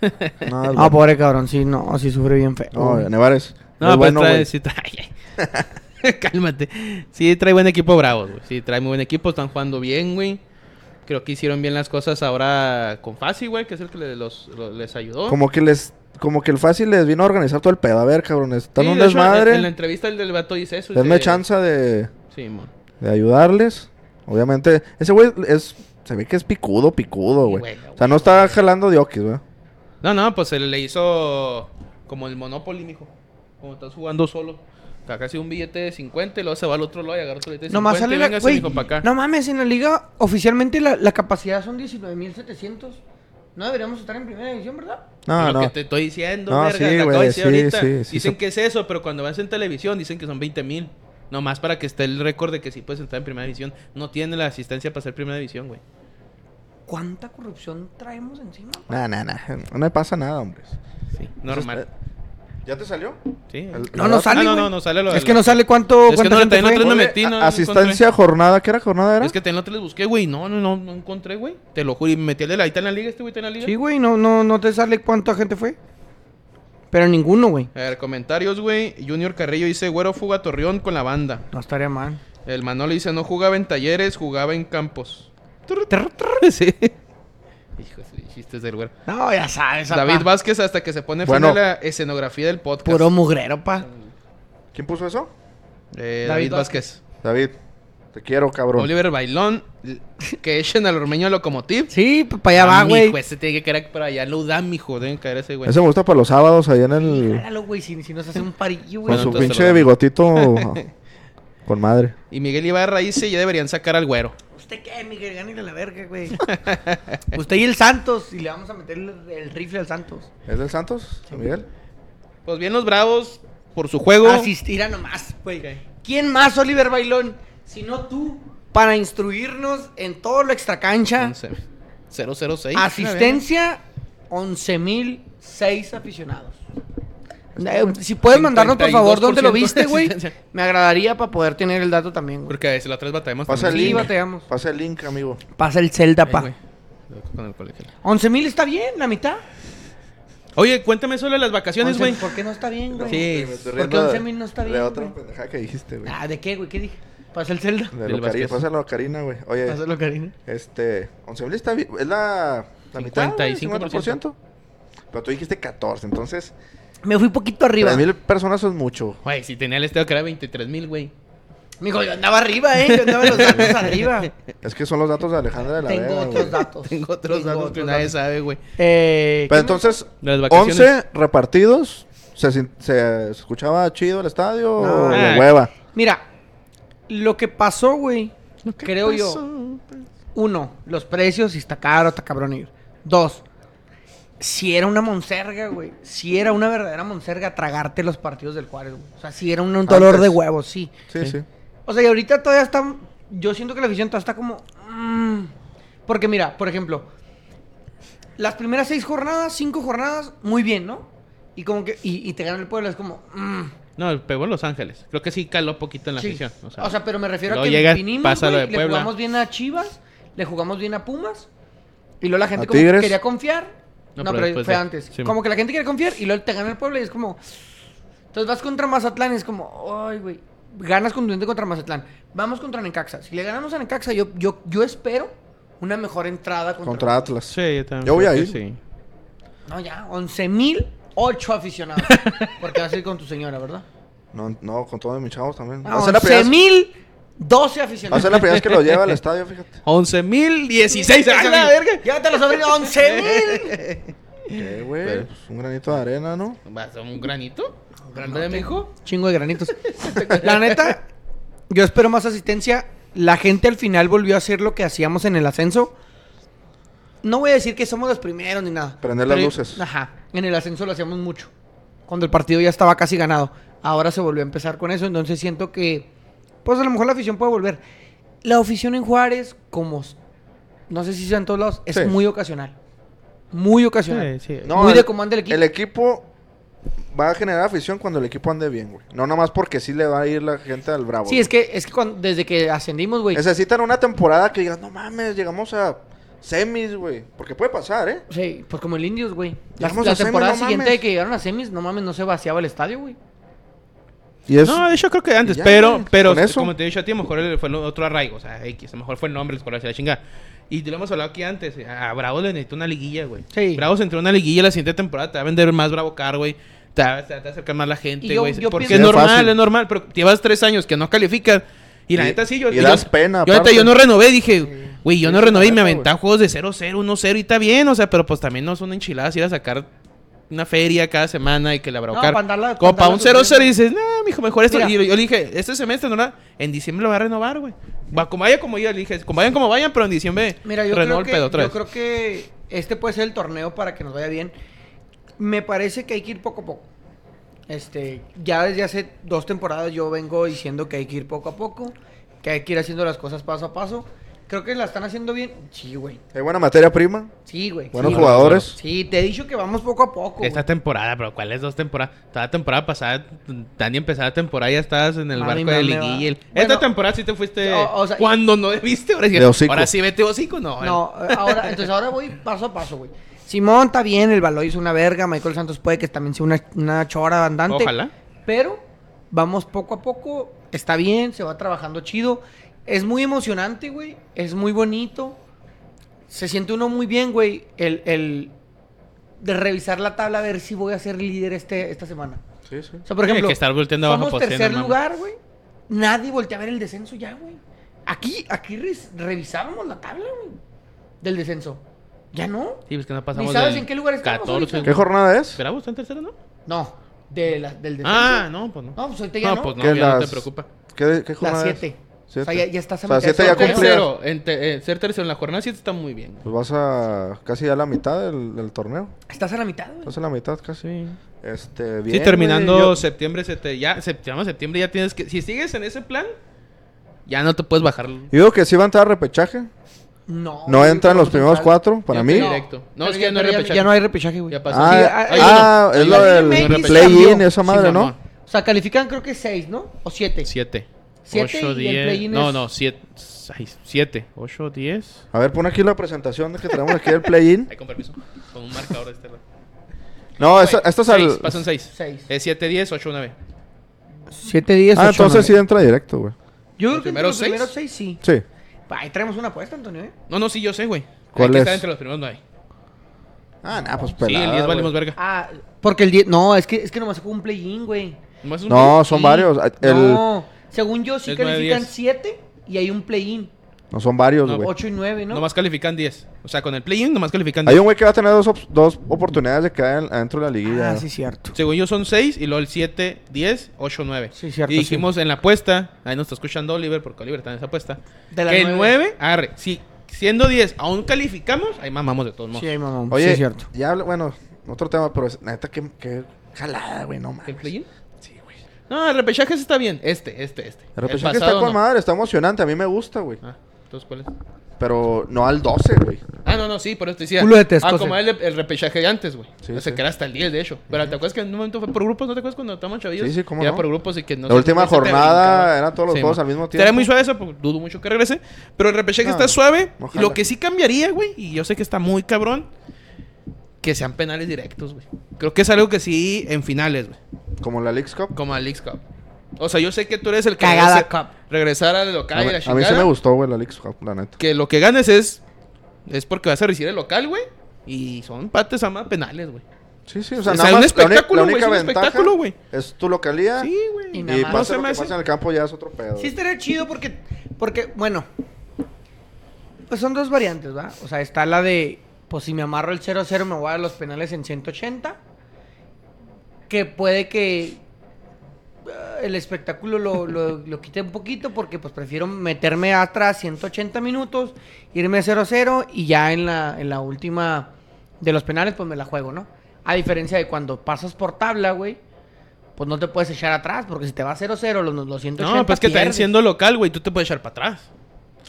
Speaker 2: Ah,
Speaker 4: es
Speaker 3: No,
Speaker 4: bueno.
Speaker 3: pobre cabrón, sí, no, sí sufre bien feo.
Speaker 4: No,
Speaker 3: güey.
Speaker 4: Nevares.
Speaker 2: pues, No,
Speaker 4: es
Speaker 2: pues
Speaker 4: bueno,
Speaker 2: trae,
Speaker 4: güey.
Speaker 2: sí trae. Cálmate. Sí, trae buen equipo Bravos, güey. Sí, trae muy buen equipo. Están jugando bien, güey. Creo que hicieron bien las cosas ahora con Fasi, güey, que es el que le- los, lo- les ayudó.
Speaker 4: Como que les... Como que el fácil les vino a organizar todo el pedo. A ver, cabrón, están
Speaker 2: Sí,
Speaker 4: un
Speaker 2: de hecho, en-
Speaker 4: desmadre.
Speaker 2: En, la entrevista el del vato dice eso.
Speaker 4: Denme
Speaker 2: dice-
Speaker 4: chance de,
Speaker 2: Sí, mon.
Speaker 4: de ayudarles. Obviamente, ese güey es... Se ve que es picudo, picudo,
Speaker 2: Sí,
Speaker 4: güey.
Speaker 2: güey,
Speaker 4: O sea, no está jalando de okis, güey.
Speaker 2: No, no, pues él le hizo como el Monopoly, mijo. Como estás jugando solo. Acá casi un billete de 50 y luego se va al otro lado y agarra otro billete de 50.
Speaker 3: Nomás sale
Speaker 2: y
Speaker 3: la,
Speaker 2: véngase,
Speaker 3: güey,
Speaker 2: mijo, pa' acá.
Speaker 3: No mames, en la liga oficialmente la, la capacidad son 19.700. No deberíamos estar en primera división, ¿verdad?
Speaker 4: No,
Speaker 2: lo
Speaker 4: no.
Speaker 2: que te estoy diciendo,
Speaker 4: No,
Speaker 2: verga,
Speaker 4: sí,
Speaker 2: te acabo
Speaker 4: güey,
Speaker 2: de decir
Speaker 4: sí,
Speaker 2: ahorita.
Speaker 4: sí, sí,
Speaker 2: dicen
Speaker 4: se-
Speaker 2: que es eso, pero cuando vas en televisión dicen que son 20 mil. Nomás para que esté el récord de que sí puedes entrar en primera división. No tiene la asistencia para ser primera división, güey.
Speaker 3: ¿Cuánta corrupción traemos encima?
Speaker 4: No, no, no. No le pasa nada, hombre.
Speaker 2: Sí, normal.
Speaker 4: ¿Ya te salió?
Speaker 2: Sí.
Speaker 4: el-
Speaker 3: No, no
Speaker 4: Ah,
Speaker 3: sale,
Speaker 2: no,
Speaker 3: güey.
Speaker 2: no, no sale lo
Speaker 3: Es
Speaker 2: de
Speaker 3: que
Speaker 2: la-
Speaker 3: no sale cuánto,
Speaker 2: Es que
Speaker 3: cuánta
Speaker 2: no le-
Speaker 3: gente
Speaker 2: también
Speaker 3: fue.
Speaker 2: no
Speaker 4: Ponle
Speaker 2: metí, no,
Speaker 4: a-
Speaker 2: no
Speaker 4: asistencia, jornada. ¿Qué era jornada era?
Speaker 2: Es que también no te les busqué, güey. No, no, no, no encontré, güey. Te lo juro. Y me metí el de la... Ahí está en la liga, este güey está en la liga.
Speaker 3: Sí, güey, no, no, no te sale cuánta gente fue. Pero ninguno, güey.
Speaker 2: A ver, comentarios, güey. Junior Carrillo dice, güero fuga a Torreón con la banda.
Speaker 3: No estaría mal.
Speaker 2: El Manolo dice, no jugaba en talleres, jugaba en campos. Trrr, trrr, trrr. Sí. Hijo, de su- chistes del güero.
Speaker 3: No, ya sabes,
Speaker 2: David
Speaker 3: va
Speaker 2: Vázquez hasta que se pone
Speaker 4: Bueno.
Speaker 2: fin a la escenografía del podcast.
Speaker 3: puro mugrero, pa.
Speaker 4: ¿Quién puso eso?
Speaker 2: Eh, David,
Speaker 3: David
Speaker 2: Vázquez.
Speaker 4: David. Te quiero, cabrón.
Speaker 2: Oliver Bailón, l- que echen al ormeño locomotiv.
Speaker 3: Sí, para allá va,
Speaker 2: Ah, mijo,
Speaker 3: güey.
Speaker 2: Este tiene que caer para allá. Lo da, mijo. Deben caer ese güey.
Speaker 4: Ese me gusta para los sábados allá en el...
Speaker 3: Jálalo, güey, si, si nos hace un
Speaker 4: Con
Speaker 3: parillo, güey.
Speaker 2: Mm. Bueno,
Speaker 4: su
Speaker 2: entonces
Speaker 4: pinche
Speaker 2: lo-
Speaker 4: bigotito con madre.
Speaker 2: Y Miguel Ibarra dice, ya deberían sacar al güero.
Speaker 3: ¿Usted qué, Miguel? Gánele la verga, güey. Usted y el Santos, y le vamos a meter el, el rifle al Santos.
Speaker 4: ¿Es del Santos, Miguel?
Speaker 2: Pues bien los bravos por su juego.
Speaker 3: Asistirá nomás, güey. ¿Quién más, Oliver Bailón? Si no tú, para instruirnos en todo lo extracancha.
Speaker 2: 006. Ah,
Speaker 3: Asistencia, 11.006 aficionados. Eh, si puedes mandarnos, por favor, dónde lo
Speaker 2: 52%
Speaker 3: viste, güey.
Speaker 2: de asistencia.
Speaker 3: Me agradaría para poder tener el dato también, güey.
Speaker 2: Porque si la tres batallamos
Speaker 4: Pasa el
Speaker 3: Sí,
Speaker 4: link.
Speaker 3: bateamos.
Speaker 4: Pasa el link, amigo.
Speaker 3: Pasa el Zelda,
Speaker 2: Eh,
Speaker 3: pa.
Speaker 2: güey. Loco con el colegial.
Speaker 3: 11.000 está bien, la mitad.
Speaker 2: Oye, cuéntame sobre las vacaciones, güey.
Speaker 3: 11,000, ¿Por qué no está bien, güey?
Speaker 2: Sí.
Speaker 3: Porque 11,000 no está
Speaker 4: De
Speaker 3: bien,
Speaker 4: otra
Speaker 3: güey.
Speaker 4: pendejada que dijiste, güey.
Speaker 3: Ah, ¿de qué, güey? ¿Qué dije? Pasa el Zelda.
Speaker 4: De
Speaker 2: Del
Speaker 4: lo Karina,
Speaker 2: Vázquez.
Speaker 4: pasa la Karina, güey. Oye,
Speaker 3: Pásalo, Karina.
Speaker 4: este... 11.000 está bien. Es la, la mitad, güey,
Speaker 2: 55%.
Speaker 4: 50%. Pero tú dijiste 14, entonces...
Speaker 3: Me fui poquito arriba.
Speaker 4: 3.000 personas son mucho.
Speaker 2: Güey, si tenía el estado que era 23 mil, güey.
Speaker 3: Mijo, yo andaba arriba, ¿eh? Yo andaba los datos arriba.
Speaker 4: Es que son los datos de Alejandra de la
Speaker 3: Tengo
Speaker 4: Vega,
Speaker 3: otros
Speaker 4: güey.
Speaker 3: datos.
Speaker 2: Tengo otros
Speaker 3: Pues Tengo
Speaker 2: datos que
Speaker 3: otros
Speaker 2: nadie
Speaker 3: datos.
Speaker 2: sabe, güey.
Speaker 3: Eh,
Speaker 4: Pero
Speaker 3: ¿qué más?
Speaker 4: entonces,
Speaker 2: Las vacaciones.
Speaker 4: 11 repartidos. Se, sin- se escuchaba chido el estadio
Speaker 3: No.
Speaker 4: o
Speaker 2: Ah.
Speaker 4: de hueva.
Speaker 3: Mira, lo que pasó, güey, creo yo. Uno, los precios, si está caro, está cabrón ir. Dos, si era una monserga, güey. Si era una verdadera monserga tragarte los partidos del Juárez, güey. O sea, si era un, un dolor
Speaker 4: Antes.
Speaker 3: de huevos, sí.
Speaker 4: Sí, sí.
Speaker 3: O sea, y ahorita todavía está. Yo siento que la afición todavía está como. mm. porque mira, por ejemplo, las primeras seis jornadas, cinco jornadas, muy bien, ¿no? Y como que. Y, y te gana el pueblo, es como. mm.
Speaker 2: No, pegó en Los Ángeles. Creo que sí caló poquito en la
Speaker 3: Sí.
Speaker 2: afición.
Speaker 3: O, sea, pero me refiero a
Speaker 2: luego
Speaker 3: que
Speaker 2: llegas,
Speaker 3: vinimos,
Speaker 2: pasa lo de
Speaker 3: güey, le
Speaker 2: Puebla.
Speaker 3: jugamos bien a Chivas, le jugamos bien a Pumas, y luego la gente
Speaker 4: ¿A
Speaker 3: como que
Speaker 4: Tigres?
Speaker 3: quería confiar.
Speaker 2: No,
Speaker 3: No,
Speaker 2: pero
Speaker 3: pero,
Speaker 2: después
Speaker 3: fue
Speaker 2: de-
Speaker 3: antes.
Speaker 2: sí,
Speaker 3: como
Speaker 2: man.
Speaker 3: que la gente quiere confiar y luego te gana el pueblo y es como... Entonces vas contra Mazatlán y es como, ay, güey, ganas contundente contra Mazatlán. Vamos contra Necaxa. Si le ganamos a Necaxa, yo, yo, yo espero una mejor entrada contra...
Speaker 4: Contra Atlas.
Speaker 2: sí, yo también.
Speaker 4: Yo voy
Speaker 2: creo
Speaker 4: a
Speaker 2: que
Speaker 4: ir.
Speaker 2: Sí.
Speaker 3: No, ya, 11.008 aficionados. Porque vas a ir con tu señora, ¿verdad?
Speaker 4: No, no, con todos mis chavos también.
Speaker 3: No,
Speaker 4: va, a ser la primera, vez-
Speaker 3: 11.012
Speaker 4: va a
Speaker 3: aficionados.
Speaker 4: ser la primera vez que lo lleva al estadio, fíjate.
Speaker 2: 11.016. ¡A la verga!
Speaker 3: Llévate los sobrinos, 11.000.
Speaker 4: ¿Qué, güey? Pues un granito de arena, ¿no?
Speaker 2: ¿Vas a un granito?
Speaker 3: Granote.
Speaker 2: mijo?
Speaker 3: Chingo de granitos. la neta, yo espero más asistencia. La gente al final volvió a hacer lo que hacíamos en el ascenso. No voy a decir que somos los primeros ni nada.
Speaker 4: Prender las luces.
Speaker 3: Ajá. En el ascenso lo hacíamos mucho. Cuando el partido ya estaba casi ganado. Ahora se volvió a empezar con eso. Entonces siento que, pues a lo mejor la afición puede volver. La afición en Juárez, como s- no sé si sea en todos lados, es
Speaker 4: Sí.
Speaker 3: muy ocasional. Muy ocasional.
Speaker 2: Sí, sí.
Speaker 4: No,
Speaker 3: muy
Speaker 4: el-
Speaker 3: de cómo anda el equipo.
Speaker 4: El equipo va a generar afición cuando el equipo ande bien, güey. No nomás porque sí le va a ir la gente al bravo.
Speaker 3: Sí, es que, es que cuando- desde que ascendimos, güey.
Speaker 4: Necesitan una temporada que digas, no mames, llegamos a semis, güey. Porque puede pasar, ¿eh?
Speaker 3: Sí, pues como el Indios, güey. La,
Speaker 4: Llegamos
Speaker 3: la
Speaker 4: a semis,
Speaker 3: temporada
Speaker 4: no
Speaker 3: siguiente
Speaker 4: mames.
Speaker 3: que llegaron a semis, no mames, no se vaciaba el estadio, güey.
Speaker 4: Y es...
Speaker 2: No, yo creo que antes,
Speaker 4: ya,
Speaker 2: pero,
Speaker 4: güey,
Speaker 2: pero
Speaker 4: con eso.
Speaker 2: como te he dicho a ti, a lo mejor el- fue el otro arraigo, o sea, X, a lo mejor fue el nombre, el color, la chingada. Y te lo hemos hablado aquí antes, eh, a Bravo le necesitó una liguilla, güey.
Speaker 3: Sí.
Speaker 2: Bravo se entró en una liguilla la siguiente temporada, te va a vender más Bravo Car, güey. Te va, te va a acercar más la
Speaker 3: Y
Speaker 2: gente,
Speaker 3: yo-
Speaker 2: güey.
Speaker 3: yo
Speaker 2: Porque es
Speaker 3: pienso-
Speaker 2: normal,
Speaker 4: Fácil.
Speaker 2: es normal, pero llevas tres años que no calificas. Y la
Speaker 4: Y-
Speaker 2: neta sí, yo...
Speaker 4: y das pena,
Speaker 2: Yo, neta,
Speaker 4: aparte.
Speaker 2: yo no renové, dije, güey, yo
Speaker 4: Sí,
Speaker 2: no
Speaker 4: sí,
Speaker 2: renové y
Speaker 4: la
Speaker 2: me
Speaker 4: neta,
Speaker 2: aventaba juegos de 0-0, 1-0 y está bien, o sea, pero pues también no son enchiladas ir a sacar una feria cada semana y que la
Speaker 3: No,
Speaker 2: Bravocar...
Speaker 3: pa' andarla-
Speaker 2: como
Speaker 3: pa'
Speaker 2: para un
Speaker 3: andarla
Speaker 2: 0-0 y dices, no, mijo, mejor esto.
Speaker 3: Mira.
Speaker 2: Y yo, yo le dije, este semestre, ¿no? la- En diciembre lo va a renovar, güey. Va, como vaya, como yo le dije, como vayan, como vayan, pero en diciembre
Speaker 3: Mira, yo,
Speaker 2: renovó
Speaker 3: creo
Speaker 2: el
Speaker 3: que,
Speaker 2: pedo otra
Speaker 3: yo
Speaker 2: vez.
Speaker 3: creo que este puede ser el torneo para que nos vaya bien. Me parece que hay que ir poco a poco. Este, ya desde hace dos temporadas yo vengo diciendo que hay que ir poco a poco, que hay que ir haciendo las cosas paso a paso. Creo que la están haciendo bien. Sí, güey.
Speaker 4: Hay buena materia prima,
Speaker 3: Sí, güey.
Speaker 4: buenos
Speaker 3: Sí, güey.
Speaker 4: jugadores.
Speaker 3: Sí, te he dicho que vamos poco a poco.
Speaker 2: Esta
Speaker 3: güey.
Speaker 2: temporada, pero ¿cuál es dos temporadas? Toda la temporada pasada, Dani empezaba la temporada y ya estabas en el
Speaker 3: Mami,
Speaker 2: barco de
Speaker 3: mami,
Speaker 2: liguilla.
Speaker 3: va.
Speaker 2: El-
Speaker 3: Bueno,
Speaker 2: Esta temporada sí te fuiste
Speaker 3: o- o sea, y-
Speaker 2: cuando no debiste. Ahora sí,
Speaker 4: De hocico.
Speaker 2: ahora sí vete hocico, no.
Speaker 3: No, eh, ahora, entonces ahora voy paso a paso, güey. Simón está bien, el Baloy es una verga, Michael Santos puede que también sea una, una chora andante.
Speaker 2: Ojalá.
Speaker 3: Pero vamos poco a poco, está bien, se va trabajando chido. Es muy emocionante, güey, es muy bonito. Se siente uno muy bien, güey, el, el de revisar la tabla a ver si voy a ser líder este, esta semana.
Speaker 4: Sí, sí.
Speaker 3: O sea, por
Speaker 2: Sí,
Speaker 3: ejemplo,
Speaker 2: que estar volteando abajo,
Speaker 3: somos
Speaker 2: pues, sí,
Speaker 3: tercer
Speaker 2: no mames.
Speaker 3: lugar, güey. Nadie voltea a ver el descenso ya, güey. Aquí, aquí res- revisábamos la tabla, güey, del descenso. Ya no.
Speaker 2: Sí, pues que no pasamos
Speaker 3: ¿Ni sabes
Speaker 2: del
Speaker 3: en qué lugar estamos
Speaker 2: 14.
Speaker 3: ahorita?
Speaker 4: ¿Qué jornada es?
Speaker 2: ¿Bravo está en tercero, no?
Speaker 3: No, de la- del descenso.
Speaker 2: Ah, no, pues no.
Speaker 3: No, pues ahorita ya
Speaker 2: no,
Speaker 3: no.
Speaker 2: pues no,
Speaker 4: Que
Speaker 2: ya no te
Speaker 4: las-
Speaker 2: preocupa.
Speaker 4: ¿Qué, qué
Speaker 3: Las
Speaker 4: jornada es?
Speaker 3: 7. O sea, ya, ya estás a
Speaker 4: O sea,
Speaker 3: mitad de
Speaker 4: siete ya
Speaker 3: torneo.
Speaker 4: cumplí.
Speaker 2: Tercero, en te- eh, ser tercero en la jornada 7 está muy bien.
Speaker 4: Pues vas a casi a la mitad del, del torneo.
Speaker 3: Estás a la mitad, güey.
Speaker 4: Estás a la mitad casi.
Speaker 2: Sí.
Speaker 4: Este, bien.
Speaker 2: Sí, terminando
Speaker 4: güey, yo-
Speaker 2: septiembre, se te, ya, septiembre, septiembre ya tienes que... Si sigues en ese plan, ya no te puedes bajar.
Speaker 4: Yo digo que sí va a entrar a repechaje.
Speaker 3: No.
Speaker 4: No
Speaker 3: güey,
Speaker 4: entran
Speaker 3: pero
Speaker 4: los primeros
Speaker 3: total.
Speaker 4: cuatro, para
Speaker 2: Ya
Speaker 4: mí.
Speaker 2: te diré. Directo. No,
Speaker 3: pero
Speaker 2: es que ya no hay
Speaker 3: pero
Speaker 2: repechaje.
Speaker 3: Ya no hay repechaje, güey.
Speaker 2: Ya pasó.
Speaker 4: Ah,
Speaker 2: Sí,
Speaker 4: ah,
Speaker 2: hay
Speaker 4: ah,
Speaker 2: uno.
Speaker 4: es
Speaker 2: Hay
Speaker 4: lo
Speaker 2: uno.
Speaker 4: del
Speaker 2: Hay un
Speaker 3: MX
Speaker 2: repechaje.
Speaker 4: play-in,
Speaker 3: cambió.
Speaker 4: esa madre,
Speaker 2: Sí,
Speaker 4: ¿no?
Speaker 2: mamón.
Speaker 3: O sea, califican creo que 6, ¿no? O 7.
Speaker 2: 7.
Speaker 3: Siete
Speaker 2: 8,
Speaker 3: y el
Speaker 2: 10.
Speaker 3: play-in
Speaker 2: No,
Speaker 3: es-
Speaker 2: no, 7. 7. 8, 10.
Speaker 4: A ver, pon aquí la presentación que tenemos aquí del play-in.
Speaker 2: Ahí con permiso. Con un marcador de este lado.
Speaker 4: No, esta, esta es
Speaker 2: Seis,
Speaker 4: al. Ah,
Speaker 2: Pasan 6.
Speaker 3: Seis.
Speaker 2: Es 7, 10, 8, 9.
Speaker 3: 7, 10,
Speaker 4: Ah, entonces sí entra directo, güey.
Speaker 2: ¿Los
Speaker 3: Yo creo que entre
Speaker 2: primeros
Speaker 3: los
Speaker 2: seis?
Speaker 3: primeros 6 sí.
Speaker 4: Sí.
Speaker 3: Ahí traemos una apuesta, Antonio, ¿eh?
Speaker 2: No, no, sí, yo sé, güey.
Speaker 4: ¿Cuál
Speaker 2: Hay que
Speaker 4: es?
Speaker 2: estar entre los primeros 9.
Speaker 4: Ah, nada, pues
Speaker 2: Sí,
Speaker 4: pelada,
Speaker 2: el 10
Speaker 4: güey.
Speaker 2: valimos verga.
Speaker 3: Ah, porque el 10. No, es que, es que nomás se jugó un play-in, güey.
Speaker 2: ¿Nomás es un
Speaker 4: No,
Speaker 2: play-in?
Speaker 4: son
Speaker 2: Sí.
Speaker 4: varios. Ah, el- no.
Speaker 3: No, según yo sí
Speaker 2: Es nueve,
Speaker 3: califican
Speaker 2: diez.
Speaker 3: 7 y hay un play-in.
Speaker 4: son varios,
Speaker 2: No,
Speaker 4: güey.
Speaker 3: 8 y 9, ¿no?
Speaker 2: Nomás califican 10. O sea, con el play-in nomás califican
Speaker 4: Hay
Speaker 2: 10.
Speaker 4: un güey que va a tener dos, op- dos oportunidades de quedar en- adentro de la liguilla.
Speaker 3: Ah, sí, cierto.
Speaker 2: Según yo son 6 y luego el 7, 10, 8, 9.
Speaker 3: Sí, cierto,
Speaker 2: Y dijimos en la apuesta, ahí nos está escuchando Oliver, porque Oliver está en esa apuesta.
Speaker 3: De la
Speaker 2: que el
Speaker 3: nueve.
Speaker 2: 9, arre, si siendo 10 aún calificamos, ahí mamamos de todos modos.
Speaker 3: Sí, mamá.
Speaker 4: Oye,
Speaker 3: sí, cierto.
Speaker 4: ya habla- bueno, otro tema, pero es, neta, qué, qué jalada, güey, no mames.
Speaker 2: ¿El play-in?
Speaker 4: Sí, güey.
Speaker 2: No, el repechaje sí está bien. Este, este, este.
Speaker 4: El repechaje está
Speaker 2: pasado
Speaker 4: con
Speaker 2: no.
Speaker 4: madre, está emocionante, a mí me gusta, güey.
Speaker 2: Ah, entonces, ¿cuál es?
Speaker 4: Pero no al 12, güey.
Speaker 2: Ah, no, no, sí, por eso te decía.
Speaker 3: Culo de Texcoco.
Speaker 2: Ah, como el, el repechaje de antes, güey.
Speaker 4: Sí,
Speaker 2: o sea,
Speaker 4: sí.
Speaker 2: que era hasta el 10, de hecho. Pero ¿te acuerdas que en un momento fue por grupos? ¿No te acuerdas cuando estábamos chavillos?
Speaker 4: Sí, sí, cómo
Speaker 2: Era
Speaker 4: no.
Speaker 2: por grupos y que no
Speaker 4: La última
Speaker 2: se te
Speaker 4: jornada
Speaker 2: brincaba.
Speaker 4: eran todos los juegos
Speaker 2: ma.
Speaker 4: al mismo
Speaker 2: Estaría
Speaker 4: tiempo.
Speaker 2: muy suave eso, porque dudo mucho que regrese. Pero el repechaje
Speaker 4: No,
Speaker 2: está suave.
Speaker 4: ojalá.
Speaker 2: Lo que sí cambiaría, güey, y yo sé que está muy cabrón, que sean penales directos, güey. Creo que es algo que sí en finales, güey.
Speaker 4: Como la Leagues Cup.
Speaker 2: Como al Leagues Cup. O sea, yo sé que tú eres el que
Speaker 3: Cagada
Speaker 2: regresa- regresar al local
Speaker 4: a,
Speaker 2: y
Speaker 4: mí,
Speaker 2: la
Speaker 4: a mí
Speaker 2: chingada
Speaker 4: sí me gustó, güey, la Leagues Cup, la neta.
Speaker 2: que lo que ganes es es porque vas a recibir el local, güey. Y son empates a más penales, güey.
Speaker 4: Sí, sí, o sea,
Speaker 2: O sea, un
Speaker 4: nada más la uni-
Speaker 2: espectáculo,
Speaker 4: la
Speaker 2: güey,
Speaker 4: única
Speaker 2: es un
Speaker 4: ventaja
Speaker 2: espectáculo, güey.
Speaker 4: es tu localidad
Speaker 2: Sí,
Speaker 3: Y
Speaker 2: güey.
Speaker 4: Ah.
Speaker 2: Eh,
Speaker 4: y
Speaker 3: nada más.
Speaker 2: No
Speaker 4: pase
Speaker 2: se
Speaker 4: lo
Speaker 2: me
Speaker 4: que
Speaker 2: hace-
Speaker 4: pase en el campo ya es otro pedo.
Speaker 3: Sí estaría chido porque, porque, bueno, pues son dos variantes, ¿va? O sea, está la de, pues si me amarro el 0-0 me voy a los penales en 180, que puede que eh, el espectáculo lo, lo- lo quite un poquito porque pues prefiero meterme atrás 180 minutos, irme 0-0 y ya en la, en la última de los penales pues me la juego, ¿no? A diferencia de cuando pasas por tabla, güey, pues no te puedes echar atrás porque si te va 0-0 los, los 180
Speaker 2: No, pues que también
Speaker 3: pierdes.
Speaker 2: siendo local, güey, tú te puedes echar para atrás.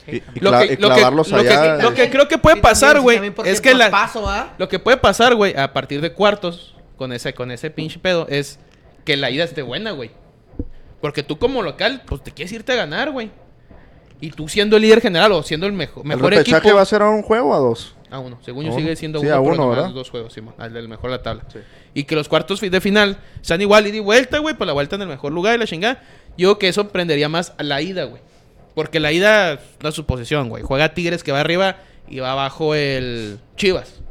Speaker 4: Y, y
Speaker 2: Lo
Speaker 4: cla-
Speaker 2: que-
Speaker 4: y
Speaker 2: lo que-
Speaker 4: clavarlos
Speaker 2: lo que-
Speaker 4: allá.
Speaker 2: lo
Speaker 4: eh,
Speaker 2: que- creo puede
Speaker 3: Sí,
Speaker 2: pasar,
Speaker 3: también,
Speaker 2: güey,
Speaker 3: también porque
Speaker 2: es que la-
Speaker 3: traspaso, ¿ah?
Speaker 2: Lo que puede pasar, güey, a partir de cuartos, con ese, con ese pinche pedo, es que la ida esté buena, güey. Porque tú como local, pues te quieres irte a ganar, güey. Y tú siendo el líder general o siendo el mejo-
Speaker 4: ¿El
Speaker 2: mejor
Speaker 4: repechaje
Speaker 2: equipo.
Speaker 4: va a ser a un juego o a dos?
Speaker 2: A uno. Según yo
Speaker 4: A uno.
Speaker 2: sigue siendo
Speaker 4: Sí,
Speaker 2: uno,
Speaker 4: a
Speaker 2: pero
Speaker 4: uno,
Speaker 2: nomás
Speaker 4: ¿verdad?
Speaker 2: dos juegos, Simón. Al del mejor de la tabla.
Speaker 4: Sí.
Speaker 2: Y que los cuartos fi- de final sean igual ida y vuelta, güey. Pues la vuelta en el mejor lugar y la chingada. Yo creo que eso prendería más a la ida, güey. Porque la ida es la suposición, güey. Juega Tigres que va arriba y va abajo el Chivas.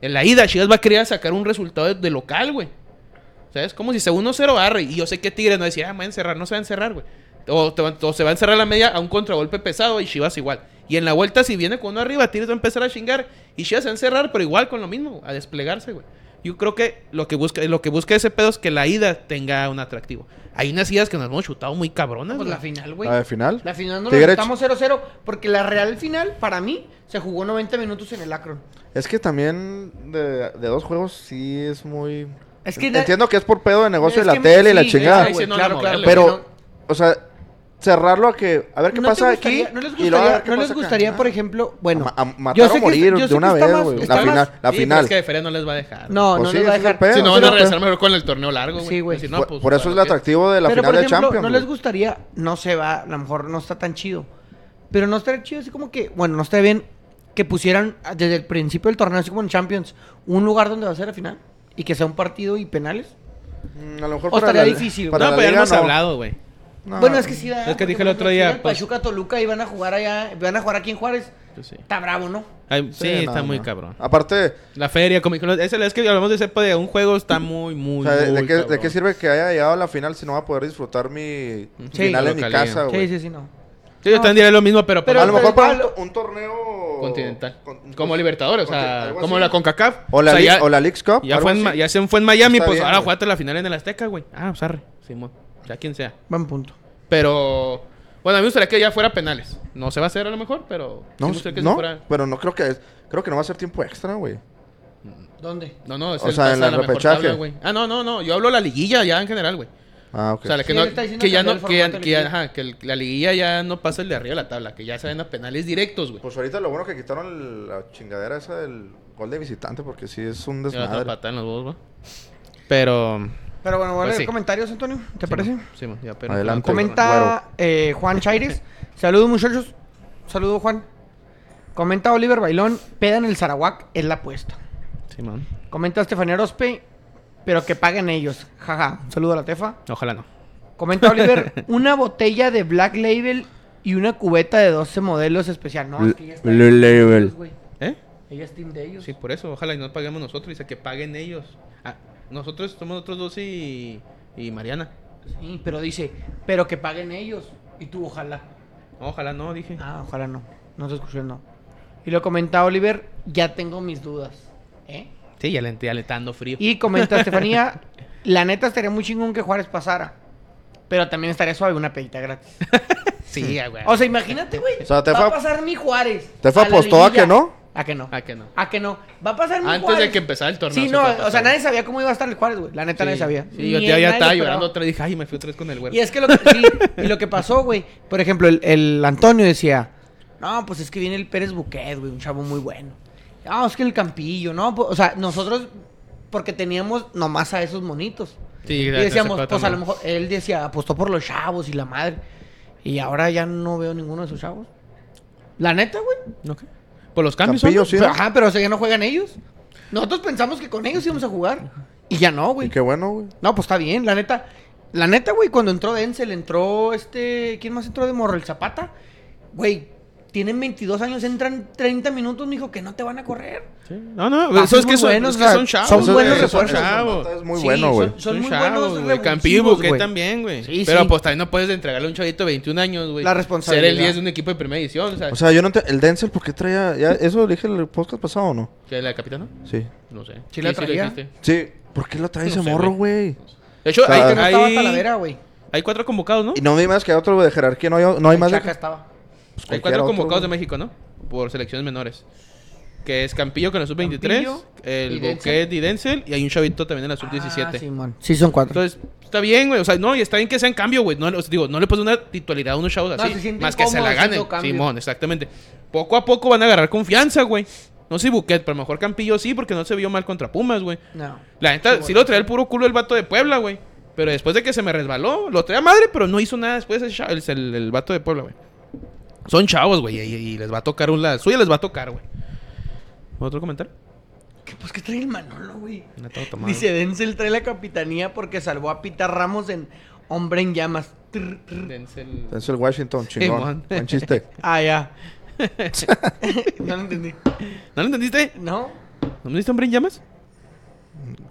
Speaker 2: En la ida, Chivas va a querer sacar un resultado de, de local, güey. ¿Sabes? Como si se 1-0 barre. Y yo sé que Tigres no va a decir, ah, me va a encerrar. No se va a encerrar, güey. O, te va- o se va a encerrar la media a un contragolpe pesado y Chivas igual. Y en la vuelta, si viene con uno arriba, Tigres va a empezar a chingar. Y Chivas se va a encerrar, pero igual con lo mismo, a desplegarse, güey. Yo creo que lo que busca, lo que busca ese pedo es que la ida tenga un atractivo. Hay unas idas que nos hemos chutado muy cabronas,
Speaker 3: Pues
Speaker 2: güey.
Speaker 3: la final, güey.
Speaker 4: ¿La de final?
Speaker 3: La final no
Speaker 4: Tigres-
Speaker 3: la estamos 0-0 porque la real final, para mí, se jugó 90 minutos en el Akron.
Speaker 4: Es que también de, de dos juegos sí es muy...
Speaker 3: Es que-
Speaker 4: Entiendo que es por pedo de negocio
Speaker 3: Es
Speaker 4: de la
Speaker 3: que-
Speaker 4: tele y la
Speaker 3: sí,
Speaker 4: chingada.
Speaker 3: esa, güey,
Speaker 2: Sí, no,
Speaker 3: claro,
Speaker 2: no,
Speaker 3: claro,
Speaker 2: no,
Speaker 4: pero,
Speaker 3: no-
Speaker 4: o sea, cerrarlo a que... A ver qué
Speaker 3: ¿no te
Speaker 4: pasa
Speaker 3: gustaría-
Speaker 4: aquí.
Speaker 3: No les
Speaker 4: y luego a
Speaker 3: gustaría,
Speaker 4: ver qué
Speaker 3: no les
Speaker 4: pasa acá.
Speaker 3: gustaría, por
Speaker 4: Ah.
Speaker 3: ejemplo, bueno.
Speaker 4: A- a matar
Speaker 3: yo
Speaker 4: o
Speaker 3: sé que-
Speaker 4: morir
Speaker 3: yo sé
Speaker 4: de
Speaker 3: que
Speaker 4: una
Speaker 3: está
Speaker 4: vez,
Speaker 3: más-
Speaker 4: güey. La
Speaker 3: está más-
Speaker 4: final, la
Speaker 2: Sí, pero
Speaker 4: final.
Speaker 2: es que de feria no les va a dejar.
Speaker 3: No,
Speaker 4: Pues
Speaker 3: no
Speaker 4: sí,
Speaker 3: les
Speaker 4: ese
Speaker 3: va a
Speaker 4: es el
Speaker 3: dejar.
Speaker 4: pedo.
Speaker 2: Si no, van a
Speaker 4: pero-
Speaker 2: regresar mejor con el torneo largo, güey.
Speaker 3: Sí, güey.
Speaker 2: Decir, no,
Speaker 4: Por,
Speaker 2: pues,
Speaker 4: por eso es el
Speaker 2: bueno, que-
Speaker 4: atractivo de la
Speaker 3: pero,
Speaker 4: final
Speaker 3: por ejemplo,
Speaker 4: de Champions.
Speaker 3: no les
Speaker 4: güey.
Speaker 3: gustaría, no se va, a lo mejor no está tan chido. Pero no estaría chido así como que, bueno, no estaría bien que pusieran ah, desde el principio del torneo, así como en Champions, un lugar donde va a ser la final y que sea un partido y penales.
Speaker 4: Mm, A lo mejor
Speaker 3: O
Speaker 4: para
Speaker 3: estaría
Speaker 4: la-
Speaker 3: difícil,
Speaker 2: No,
Speaker 4: para la
Speaker 2: pero ya
Speaker 4: liga
Speaker 2: hemos
Speaker 4: no.
Speaker 2: hablado, güey.
Speaker 4: No.
Speaker 3: Bueno, es que sí, ¿verdad?
Speaker 2: Es que
Speaker 3: Porque,
Speaker 2: dije
Speaker 3: por
Speaker 2: el
Speaker 3: ejemplo,
Speaker 2: otro
Speaker 3: si
Speaker 2: día,
Speaker 3: llega el
Speaker 2: pues-
Speaker 3: Pachuca Toluca y van a jugar allá, van a jugar aquí en Juárez.
Speaker 2: Yo sí.
Speaker 3: Está bravo, ¿no?
Speaker 2: Ay, sí, está
Speaker 4: no,
Speaker 2: muy
Speaker 4: no.
Speaker 2: cabrón.
Speaker 4: Aparte,
Speaker 2: La feria, como dijeron, esa es que hablamos de ese de un juego, está muy,
Speaker 4: o
Speaker 2: muy,
Speaker 4: sea, de, de
Speaker 2: muy
Speaker 4: qué, de
Speaker 2: cabrón.
Speaker 4: qué sirve que haya llegado a la final si no va a poder disfrutar mi
Speaker 2: Sí,
Speaker 4: final
Speaker 2: la
Speaker 4: en mi
Speaker 2: localía.
Speaker 4: casa, Ah, güey?
Speaker 3: Sí, sí, sí, no.
Speaker 2: Sí, yo también diré lo mismo, pero,
Speaker 3: Pero-
Speaker 4: a lo
Speaker 2: para-
Speaker 4: mejor para un,
Speaker 3: igual-
Speaker 4: to- un torneo...
Speaker 2: continental.
Speaker 4: con-
Speaker 2: como Libertadores, o
Speaker 4: conti-
Speaker 2: sea,
Speaker 4: algo
Speaker 2: como
Speaker 4: así.
Speaker 2: la CONCACAF.
Speaker 4: O la,
Speaker 2: sea,
Speaker 4: League-
Speaker 2: ya,
Speaker 4: o la Leagues Cup.
Speaker 2: ya
Speaker 4: algo
Speaker 2: fue en,
Speaker 4: así.
Speaker 2: Ma- ya se fue en Miami,
Speaker 4: Está
Speaker 2: pues
Speaker 4: bien,
Speaker 2: ahora
Speaker 4: güey.
Speaker 2: jugate la final en el Azteca, güey. Ah, pues arre, Simón. Ya quien sea.
Speaker 3: Buen punto.
Speaker 2: Pero, bueno, a mí me gustaría que ya fuera penales. No se va a hacer a lo mejor, pero sí
Speaker 4: No,
Speaker 2: me gustaría que se
Speaker 4: no,
Speaker 2: fuera-
Speaker 4: pero no creo que... es- Creo que no va a ser tiempo extra, güey.
Speaker 3: ¿Dónde?
Speaker 2: No, no, es
Speaker 4: O
Speaker 2: el
Speaker 4: sea,
Speaker 2: pase
Speaker 4: en la
Speaker 2: a la mejor
Speaker 4: repechaje.
Speaker 2: tabla, güey. Ah, no, no, no. Yo hablo la liguilla ya en general, güey.
Speaker 4: Ah, ok.
Speaker 2: O sea, la que,
Speaker 3: Sí,
Speaker 2: no,
Speaker 3: él está diciendo
Speaker 2: que ya
Speaker 3: cambiar
Speaker 2: no,
Speaker 3: el
Speaker 2: que, ya-
Speaker 3: formato de
Speaker 2: que ya-
Speaker 3: liguilla.
Speaker 2: ajá, que el- la liguilla ya no pasa el de arriba de la tabla, que ya se ven a penales directos, güey.
Speaker 4: Pues ahorita lo bueno que quitaron el- la chingadera esa del gol de visitante porque sí es un
Speaker 2: Y la otra
Speaker 4: desmadre.
Speaker 2: patada en los huevos, güey. Pero.
Speaker 3: Pero bueno, voy a
Speaker 2: Pues
Speaker 3: leer
Speaker 2: sí.
Speaker 3: comentarios, Antonio. ¿Te parece?
Speaker 2: Sí, mo, ya, pero.
Speaker 4: Adelante.
Speaker 3: Comenta eh, Juan Chaires. Saludos, muchachos. Saludos, Juan. Comenta Oliver Bailón. Peda en el Sarawak es la apuesta.
Speaker 2: Sí, mo.
Speaker 3: Comenta Estefanía Orozpe. Pero que paguen ellos. Jaja. Un saludo a la Tefa.
Speaker 2: Ojalá no.
Speaker 3: Comenta Oliver. una botella de Black Label y una cubeta de 12 modelos especial. No, es que ya está.
Speaker 1: Blue Label.
Speaker 3: güey.
Speaker 2: ¿Eh?
Speaker 3: Ella es team de ellos.
Speaker 2: Sí, por eso. Ojalá y no paguemos nosotros. Dice que paguen ellos. Ah, nosotros somos otros dos y. Y Mariana.
Speaker 3: Sí, pero dice, pero que paguen ellos. Y tú, ojalá.
Speaker 2: No, ojalá no, dije.
Speaker 3: Ah, ojalá no. No se escuchó el no. Y lo comenta Oliver, ya tengo mis dudas. ¿Eh?
Speaker 2: Sí, ya le, ya le está dando frío.
Speaker 3: Y comenta Estefanía, la neta estaría muy chingón que Juárez pasara. Pero también estaría suave una pedita gratis.
Speaker 2: Sí, ah, güey.
Speaker 3: O sea, imagínate, güey.
Speaker 4: O sea, te
Speaker 3: va
Speaker 4: fue-
Speaker 3: a pasar mi Juárez.
Speaker 4: te fue
Speaker 3: a la
Speaker 4: apostó a
Speaker 3: liguilla.
Speaker 4: que no.
Speaker 3: A que no.
Speaker 2: Ah, que no.
Speaker 3: A que no. Va a pasar mi
Speaker 2: Antes
Speaker 3: Juárez.
Speaker 2: de que empezara el torneo.
Speaker 3: Sí,
Speaker 2: se
Speaker 3: no,
Speaker 2: fue a
Speaker 3: o sea,
Speaker 2: pasar.
Speaker 3: nadie sabía cómo iba a estar el Juárez, güey. La neta
Speaker 2: Sí,
Speaker 3: nadie sabía.
Speaker 2: Sí, yo
Speaker 3: Ni
Speaker 2: ya, ya
Speaker 3: él, nadie lo
Speaker 2: estaba
Speaker 3: esperaba.
Speaker 2: llorando otra vez. Dije, ay, me fui otra vez con el güero.
Speaker 3: Y es que lo que, sí, y lo que pasó, güey, por ejemplo, el, el Antonio decía, no, pues es que viene el Pérez Buquet, güey, un chavo muy bueno. Ah, es que el Campillo, ¿no? pues, o sea, nosotros, porque teníamos nomás a esos monitos.
Speaker 2: Sí,
Speaker 3: y
Speaker 2: ya te
Speaker 3: decíamos,
Speaker 2: sacó
Speaker 3: pues a
Speaker 2: también.
Speaker 3: lo mejor, él decía, apostó por los chavos y la madre. Y ahora ya no veo ninguno de esos chavos. La neta, güey.
Speaker 2: ¿No qué? Por los cambios.
Speaker 4: Campillo,
Speaker 2: ¿no?
Speaker 4: sí.
Speaker 3: Pero, Ajá, pero o sea, ya no juegan ellos. Nosotros pensamos que con ellos íbamos a jugar. Y ya no, güey.
Speaker 4: Y qué bueno, güey.
Speaker 3: No, pues está bien, la neta. La neta, güey, cuando entró Denzel, entró este. ¿Quién más entró de morro? El Zapata. Güey, tienen 22 años, entran 30 minutos, mijo, que no te van a correr.
Speaker 2: No, no,
Speaker 3: Ah,
Speaker 2: eso es
Speaker 3: son
Speaker 2: que
Speaker 3: muy
Speaker 2: son,
Speaker 3: buenos,
Speaker 2: es que
Speaker 3: o sea,
Speaker 2: son chavos.
Speaker 3: Ah, son
Speaker 2: güey,
Speaker 3: buenos
Speaker 2: son
Speaker 3: refuerzos,
Speaker 2: chavos.
Speaker 4: Es muy
Speaker 3: Sí,
Speaker 4: bueno, güey.
Speaker 3: son- son muy
Speaker 2: chavos,
Speaker 3: buenos
Speaker 2: güey. Campillo y
Speaker 3: revulsivos,
Speaker 2: Buquet
Speaker 3: güey.
Speaker 2: también, güey.
Speaker 3: Sí,
Speaker 2: Pero
Speaker 3: sí.
Speaker 2: pues también no puedes entregarle a un chavito de 21 años, güey.
Speaker 3: La responsabilidad.
Speaker 2: Ser el 10 de un equipo de primera edición, o sea,
Speaker 4: O sea, yo no entiendo. El Denzel, ¿por qué traía.? Ya, ¿Eso lo dije en el podcast pasado o no?
Speaker 2: ¿que la capitana?
Speaker 4: Sí.
Speaker 2: No sé.
Speaker 3: Sí la
Speaker 2: lo
Speaker 3: traía.
Speaker 2: dijiste.
Speaker 4: Sí. ¿Por qué lo trae
Speaker 2: No
Speaker 4: ese
Speaker 2: sé,
Speaker 4: morro, güey?
Speaker 2: De hecho,
Speaker 4: O sea,
Speaker 2: hay,
Speaker 3: Que no estaba
Speaker 2: hay-
Speaker 3: Talavera, güey.
Speaker 2: hay cuatro convocados, ¿no?
Speaker 4: Y no me digas que hay otro de jerarquía. No hay, no hay
Speaker 3: El
Speaker 4: más de.
Speaker 3: Chaca estaba.
Speaker 4: pues,
Speaker 2: Hay
Speaker 4: cualquier
Speaker 2: cuatro
Speaker 4: otro,
Speaker 2: convocados de
Speaker 4: güey.
Speaker 2: México, ¿no? Por selecciones menores. Que es Campillo con la sub-23,
Speaker 3: Campillo y
Speaker 2: el
Speaker 3: Denzel.
Speaker 2: Boquet y Denzel, y hay un chavito también en la sub-17.
Speaker 3: Ah, Simón. sí, son cuatro.
Speaker 2: Entonces, está bien, güey. O sea, no, y está bien que sean cambio, güey. No, le- o sea, digo, no le pones una titularidad a unos chavos
Speaker 3: No,
Speaker 2: así.
Speaker 3: se sienten
Speaker 2: más que se la
Speaker 3: cómodos
Speaker 2: ganen.
Speaker 3: haciendo cambios.
Speaker 2: Simón, exactamente. Poco a poco van a agarrar confianza, güey. No sé si Buquet, pero a lo mejor Campillo sí, porque no se vio mal contra Pumas, güey.
Speaker 3: no.
Speaker 2: La neta, sí lo traía el puro culo el vato de Puebla, güey. Pero después de que se me resbaló, lo traía madre, pero no hizo nada después el, cha- el, el- el vato de Puebla, güey. Son chavos, güey, y, y les va a tocar un lado. Suya les va a tocar, güey. ¿Otro comentario?
Speaker 3: ¿Qué, pues, ¿qué trae el Manolo, güey?
Speaker 2: Una toda tomada.
Speaker 3: Dice Denzel trae la capitanía porque salvó a Pita Ramos en Hombre en Llamas. Trr, trr.
Speaker 2: Denzel-
Speaker 4: Denzel Washington,
Speaker 2: Simón.
Speaker 4: chingón. Buen chiste.
Speaker 3: Ah, ya. no lo entendí.
Speaker 2: ¿No lo entendiste?
Speaker 3: ¿No?
Speaker 2: ¿No me diste hombre en llamas?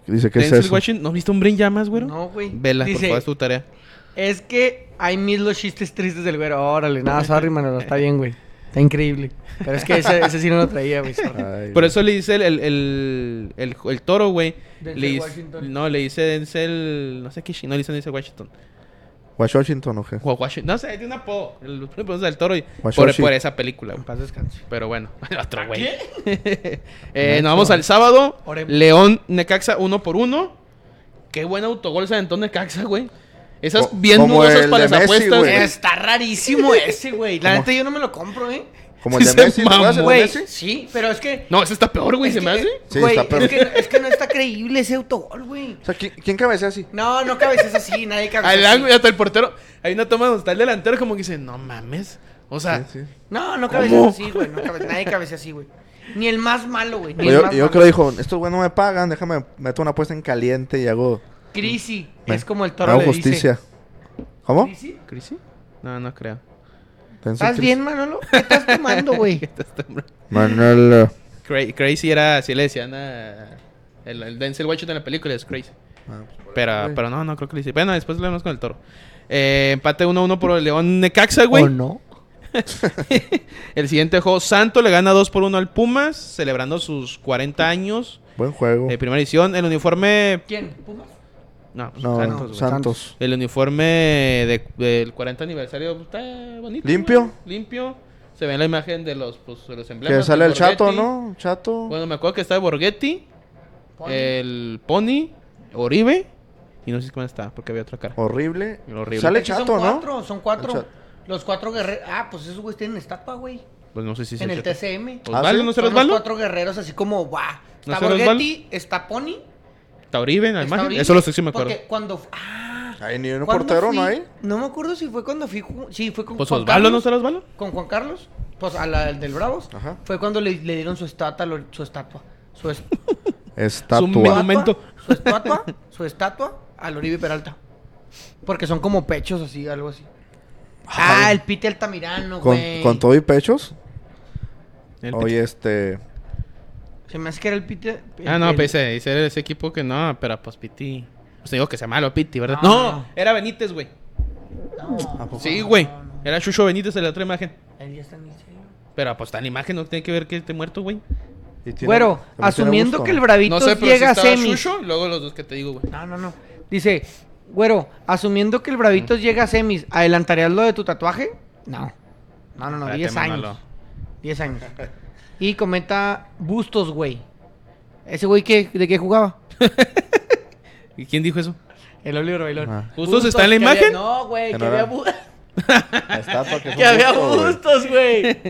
Speaker 4: Dice, ¿qué
Speaker 2: Denzel
Speaker 4: es eso?
Speaker 2: Washington, ¿No viste hombre en llamas, güero?
Speaker 3: No, güey.
Speaker 2: Vela, por
Speaker 3: Dice,
Speaker 2: favor, es tu tarea.
Speaker 3: Es que hay mil los chistes tristes del güero. Órale, nada, sorry, Manolo. Está bien, güey. Está increíble. Pero es que ese, ese sí no lo traía, güey. sorry.
Speaker 4: Ay,
Speaker 2: Por
Speaker 4: güey.
Speaker 2: eso le dice el, el, el, el- el toro, güey.
Speaker 3: Denzel
Speaker 2: Le dice-
Speaker 3: Washington.
Speaker 2: No, le dice Denzel. No sé qué chi- no le dicen, dice Washington.
Speaker 4: Wash Washington, ¿o qué?
Speaker 2: O Washington. No sé, tiene un apodo. El- Le ponemos del toro y- por,
Speaker 4: Washoshi.
Speaker 2: por esa película, güey.
Speaker 3: Paz descanso.
Speaker 2: Pero bueno, otro güey. Eh, nos vamos al sábado.
Speaker 3: Oremos.
Speaker 2: León Necaxa uno por uno. Qué buen autogol se aventó Necaxa, güey. Esas
Speaker 4: Co-
Speaker 2: bien
Speaker 4: como
Speaker 2: nudosas
Speaker 4: el
Speaker 2: para
Speaker 4: de
Speaker 2: las
Speaker 4: Messi,
Speaker 2: apuestas,
Speaker 4: güey.
Speaker 2: güey.
Speaker 3: Está rarísimo ese, güey. La
Speaker 4: ¿Cómo?
Speaker 3: neta yo no me lo compro, ¿eh?
Speaker 4: Como el de
Speaker 2: Se
Speaker 4: Messi. ¿te acuerdas el de
Speaker 2: mamó.
Speaker 3: Güey,
Speaker 4: Messi?
Speaker 3: sí, pero es que...
Speaker 2: No, ese está peor, güey,
Speaker 3: es
Speaker 2: se
Speaker 3: que-
Speaker 2: me hace.
Speaker 4: Sí,
Speaker 3: güey,
Speaker 4: está
Speaker 3: es,
Speaker 4: peor.
Speaker 3: que, es que no está creíble ese autogol, güey.
Speaker 4: O sea, ¿qui- ¿quién cabecea así?
Speaker 3: No, no cabezas así, nadie cabecea
Speaker 2: Al
Speaker 3: así.
Speaker 2: ángulo, y hasta el portero. Hay una toma donde está el delantero como que dice, no mames. O sea,
Speaker 4: Sí, sí.
Speaker 3: No, no cabeceas así, güey. No cabe- nadie cabecea así, güey. Ni el más malo, güey. Ni el
Speaker 4: Yo,
Speaker 3: más
Speaker 4: yo
Speaker 3: malo.
Speaker 4: creo dijo, estos güey no me pagan, déjame, meto una apuesta en caliente y hago,
Speaker 3: Crisi.
Speaker 4: Me-
Speaker 3: Es como el toro
Speaker 4: hago
Speaker 3: le
Speaker 4: justicia.
Speaker 3: dice.
Speaker 4: ¿Cómo?
Speaker 3: ¿Crisi?
Speaker 2: ¿Crisi? No, no creo.
Speaker 4: Denzel
Speaker 3: ¿Estás
Speaker 4: Cris-
Speaker 3: bien, Manolo? ¿Qué estás tomando, güey?
Speaker 4: Manuel.
Speaker 2: Cra- Crazy era, así le decían a... El, el Denzel Washington en la película es Crazy.
Speaker 4: Ah,
Speaker 2: Pero, pero no, no creo que le hice. Bueno, después lo vemos con el toro. Eh, empate 1-1 por el León Necaxa, güey.
Speaker 4: Oh,
Speaker 3: ¿O no?
Speaker 2: El siguiente juego, Santo le gana 2 por 1 al Pumas, celebrando sus 40 años
Speaker 4: Buen juego.
Speaker 2: de primera edición. El uniforme...
Speaker 3: ¿Quién? ¿Pumas?
Speaker 2: No, pues,
Speaker 4: no,
Speaker 2: Santos,
Speaker 4: Santos.
Speaker 2: güey.
Speaker 4: Santos.
Speaker 2: El uniforme de- del 40 aniversario pues, está bonito.
Speaker 4: Limpio.
Speaker 2: güey. Limpio. Se ve la imagen de los, pues, de los emblemas.
Speaker 4: Que sale
Speaker 2: de
Speaker 4: el chato,
Speaker 2: Borghetti.
Speaker 4: ¿no? Chato.
Speaker 2: Bueno, me acuerdo que está Borghetti,
Speaker 3: Pony.
Speaker 2: el Pony, Oribe y no sé cómo está, porque había otra cara.
Speaker 4: Horrible.
Speaker 2: Horrible.
Speaker 4: Sale
Speaker 3: Es que
Speaker 4: chato,
Speaker 3: son
Speaker 4: ¿no?
Speaker 3: cuatro, son cuatro.
Speaker 4: El Chato.
Speaker 3: Los cuatro guerreros. Ah, pues esos güeyes tienen estatua, güey.
Speaker 2: Pues no sé si
Speaker 3: en
Speaker 2: se
Speaker 3: el TCM.
Speaker 4: Ah,
Speaker 2: Osvaldo,
Speaker 4: ¿sí?
Speaker 2: ¿no
Speaker 3: Son
Speaker 2: será
Speaker 3: los
Speaker 2: Osvaldo?
Speaker 3: cuatro guerreros así como, guau.
Speaker 2: ¿No
Speaker 3: Está
Speaker 2: será
Speaker 3: Borghetti, está Pony.
Speaker 2: Está Oribe en la
Speaker 3: está
Speaker 2: imagen.
Speaker 3: Oribe.
Speaker 2: Ah, Eso lo sé si me acuerdo.
Speaker 3: Porque cuando... Ah,
Speaker 4: Hay ni un
Speaker 3: ¿cuándo
Speaker 4: portero, ¿no
Speaker 3: fui?
Speaker 4: hay?
Speaker 3: No me acuerdo si fue cuando fui... ju- Sí, fue con
Speaker 2: Pues
Speaker 3: Juan
Speaker 2: Osvaldo, ¿no
Speaker 3: Carlos.
Speaker 2: será Osvaldo?
Speaker 3: con Juan Carlos, pues a la del Bravos,
Speaker 4: Ajá.
Speaker 3: fue cuando le, le dieron su estatua, lo- su estatua, su, es-
Speaker 2: Buen
Speaker 4: Estatua.
Speaker 2: menú. momento.
Speaker 3: su estatua, su estatua al Oribe Peralta. Porque son como pechos así, algo así. Ah, el Pite Altamirano,
Speaker 4: Con,
Speaker 3: güey.
Speaker 4: con todo y pechos.
Speaker 2: El-
Speaker 4: Oye, este.
Speaker 3: Se me hace que era el Pite. el-
Speaker 2: Ah, no,
Speaker 3: el-
Speaker 2: pensé, dice ese equipo que no, pero pues Piti. Pues digo que sea malo Piti, ¿verdad?
Speaker 3: No,
Speaker 2: No,
Speaker 3: no, no.
Speaker 2: era Benítez, güey.
Speaker 3: No,
Speaker 2: Sí, güey. Era Chucho Benítez en la otra imagen.
Speaker 3: él Ah, ya está en el cielo.
Speaker 2: Pero pues tan imagen no tiene que ver que esté muerto, güey.
Speaker 4: y tiene-
Speaker 3: Güero,
Speaker 4: también tiene
Speaker 3: asumiendo
Speaker 4: gusto,
Speaker 3: que el
Speaker 4: ¿no?
Speaker 3: Bravito
Speaker 2: No sé, pero si
Speaker 3: llega a
Speaker 2: estaba
Speaker 3: semis.
Speaker 2: Chucho, luego los dos que te digo, güey.
Speaker 3: No, no, no. Dice, güero, asumiendo que el
Speaker 4: Mm.
Speaker 3: Bravitos llega a semis, ¿adelantarías lo de tu tatuaje? No. No, no, no,
Speaker 2: Espérate,
Speaker 3: 10
Speaker 2: Manolo.
Speaker 3: años. 10 años. Y comenta Bustos, güey. ¿Ese güey qué, de qué jugaba?
Speaker 2: ¿Y quién dijo eso?
Speaker 3: El Oliver Bailón.
Speaker 4: Ah.
Speaker 2: ¿Bustos está en la
Speaker 3: que había-
Speaker 2: imagen?
Speaker 3: no, güey,
Speaker 4: Que
Speaker 3: que
Speaker 4: no era-
Speaker 3: había, bu-
Speaker 4: La estatua que, es
Speaker 3: que
Speaker 4: un
Speaker 3: había
Speaker 4: gusto, güey.
Speaker 3: Bustos, güey.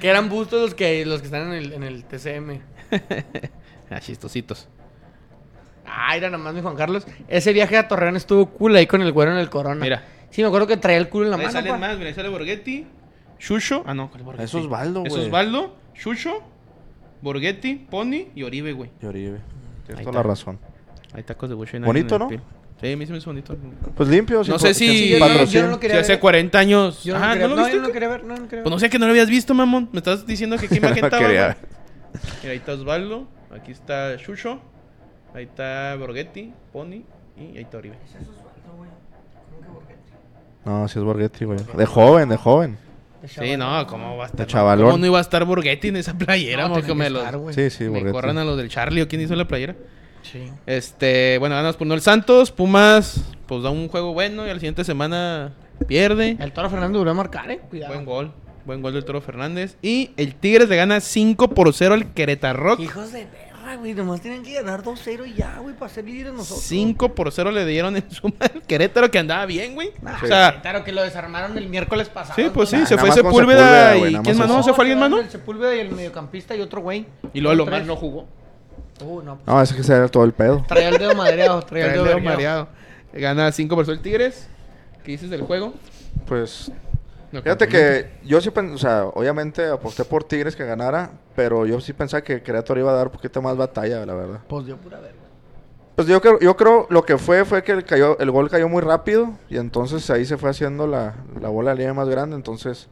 Speaker 3: que eran Bustos los que, los que están en el, en el TCM.
Speaker 2: Ah, chistositos.
Speaker 3: Ay, Ah, era nomás mi Juan Carlos. Ese viaje a Torreón estuvo cool ahí con el güero en el corona.
Speaker 2: Mira.
Speaker 3: Sí, me acuerdo que traía el culo en la
Speaker 2: Ahí
Speaker 3: mano. pues.
Speaker 2: salen
Speaker 3: pa.
Speaker 2: más, mira, ahí sale Borghetti, Chucho. Ah, no, ¿cuál Borghetti?
Speaker 4: Es Osvaldo, güey.
Speaker 2: Es Osvaldo, Chucho, Borghetti, Pony y Oribe, güey.
Speaker 4: Y Oribe. Tienes
Speaker 2: Ahí
Speaker 4: toda la
Speaker 2: está.
Speaker 4: razón.
Speaker 2: Hay tacos de Bush
Speaker 4: Bonito, ¿no?
Speaker 2: Sí, me hizo muy bonito.
Speaker 4: Pues limpio. sin
Speaker 2: No sé
Speaker 4: pro-
Speaker 2: si-
Speaker 4: sin
Speaker 2: Yo no- yo no
Speaker 4: patrocinio.
Speaker 3: lo que-
Speaker 2: Si
Speaker 3: quería
Speaker 2: hace
Speaker 3: ver-
Speaker 2: 40 años.
Speaker 3: Yo no,
Speaker 2: ah,
Speaker 3: quería,
Speaker 2: ¿no
Speaker 3: no,
Speaker 2: lo
Speaker 3: yo
Speaker 2: viste?
Speaker 3: no quería ver, no, no quería ver.
Speaker 2: Pues no sé que no lo habías visto, mamón. Me estás diciendo que qué imagen
Speaker 4: No
Speaker 2: estaba.
Speaker 4: quería ver.
Speaker 2: güey. Mira, ahí está Osvaldo. Aquí está Shusho. Ahí está Borghetti, Pony. Y ahí está Oribe.
Speaker 4: No, si es Borghetti, güey. De joven, de joven.
Speaker 2: Sí, no, ¿cómo va a estar?
Speaker 4: De
Speaker 2: no?
Speaker 4: chavalón.
Speaker 2: ¿Cómo no iba a estar Borghetti en esa playera,
Speaker 3: No,
Speaker 2: mo, que
Speaker 3: tenía
Speaker 2: me,
Speaker 3: que
Speaker 2: los-
Speaker 3: estar, güey.
Speaker 4: Sí, sí,
Speaker 2: me
Speaker 4: Borghetti.
Speaker 2: corran a los del Charlie o quién hizo la playera.
Speaker 3: Sí.
Speaker 2: Este, bueno, ganas por no el Santos. Pumas, pues da un juego bueno y al siguiente semana pierde.
Speaker 3: El Toro Fernando duró a marcar, eh. Cuidado.
Speaker 2: Buen gol. Buen gol del Toro Fernández. Y el Tigres le gana 5 por 0 al Querétaro.
Speaker 3: Hijos de perra, güey. Nomás tienen que ganar 2-0 y ya, güey, para ser líderes nosotros.
Speaker 2: 5 por 0 le dieron en suma al Querétaro que andaba bien, güey.
Speaker 3: Nah,
Speaker 2: O sea,
Speaker 3: Claro que lo desarmaron el miércoles pasado.
Speaker 2: sí, pues sí,
Speaker 4: Nah,
Speaker 2: se
Speaker 4: nada
Speaker 2: fue
Speaker 4: más con
Speaker 2: Sepúlveda,
Speaker 4: Sepúlveda, güey,
Speaker 2: y
Speaker 4: nada
Speaker 2: ¿quién
Speaker 4: más
Speaker 2: más? ¿No
Speaker 4: eso.
Speaker 2: se fue alguien más, no?
Speaker 3: El Sepúlveda y el mediocampista y otro güey.
Speaker 2: Y luego lo más
Speaker 3: Tres.
Speaker 2: no jugó.
Speaker 3: Uh, no, pues,
Speaker 4: No, ese que se era todo el pedo.
Speaker 3: Traía el dedo madreado, traía el
Speaker 2: Trae
Speaker 3: dedo,
Speaker 2: el dedo mareado.
Speaker 3: vergueado.
Speaker 2: Gana 5 por 0 el Tigres. ¿Qué dices del juego?
Speaker 4: Pues
Speaker 2: No,
Speaker 4: Fíjate
Speaker 2: complemento.
Speaker 4: que yo sí pensé, o sea, obviamente aposté por Tigres que ganara, pero yo sí pensaba que Querétaro iba a dar un poquito más batalla, la verdad.
Speaker 3: Pues dio pura verga.
Speaker 4: Pues yo creo, yo creo lo que fue fue que el, cayó, el gol cayó muy rápido y entonces ahí se fue haciendo la, la bola de nieve más grande, entonces...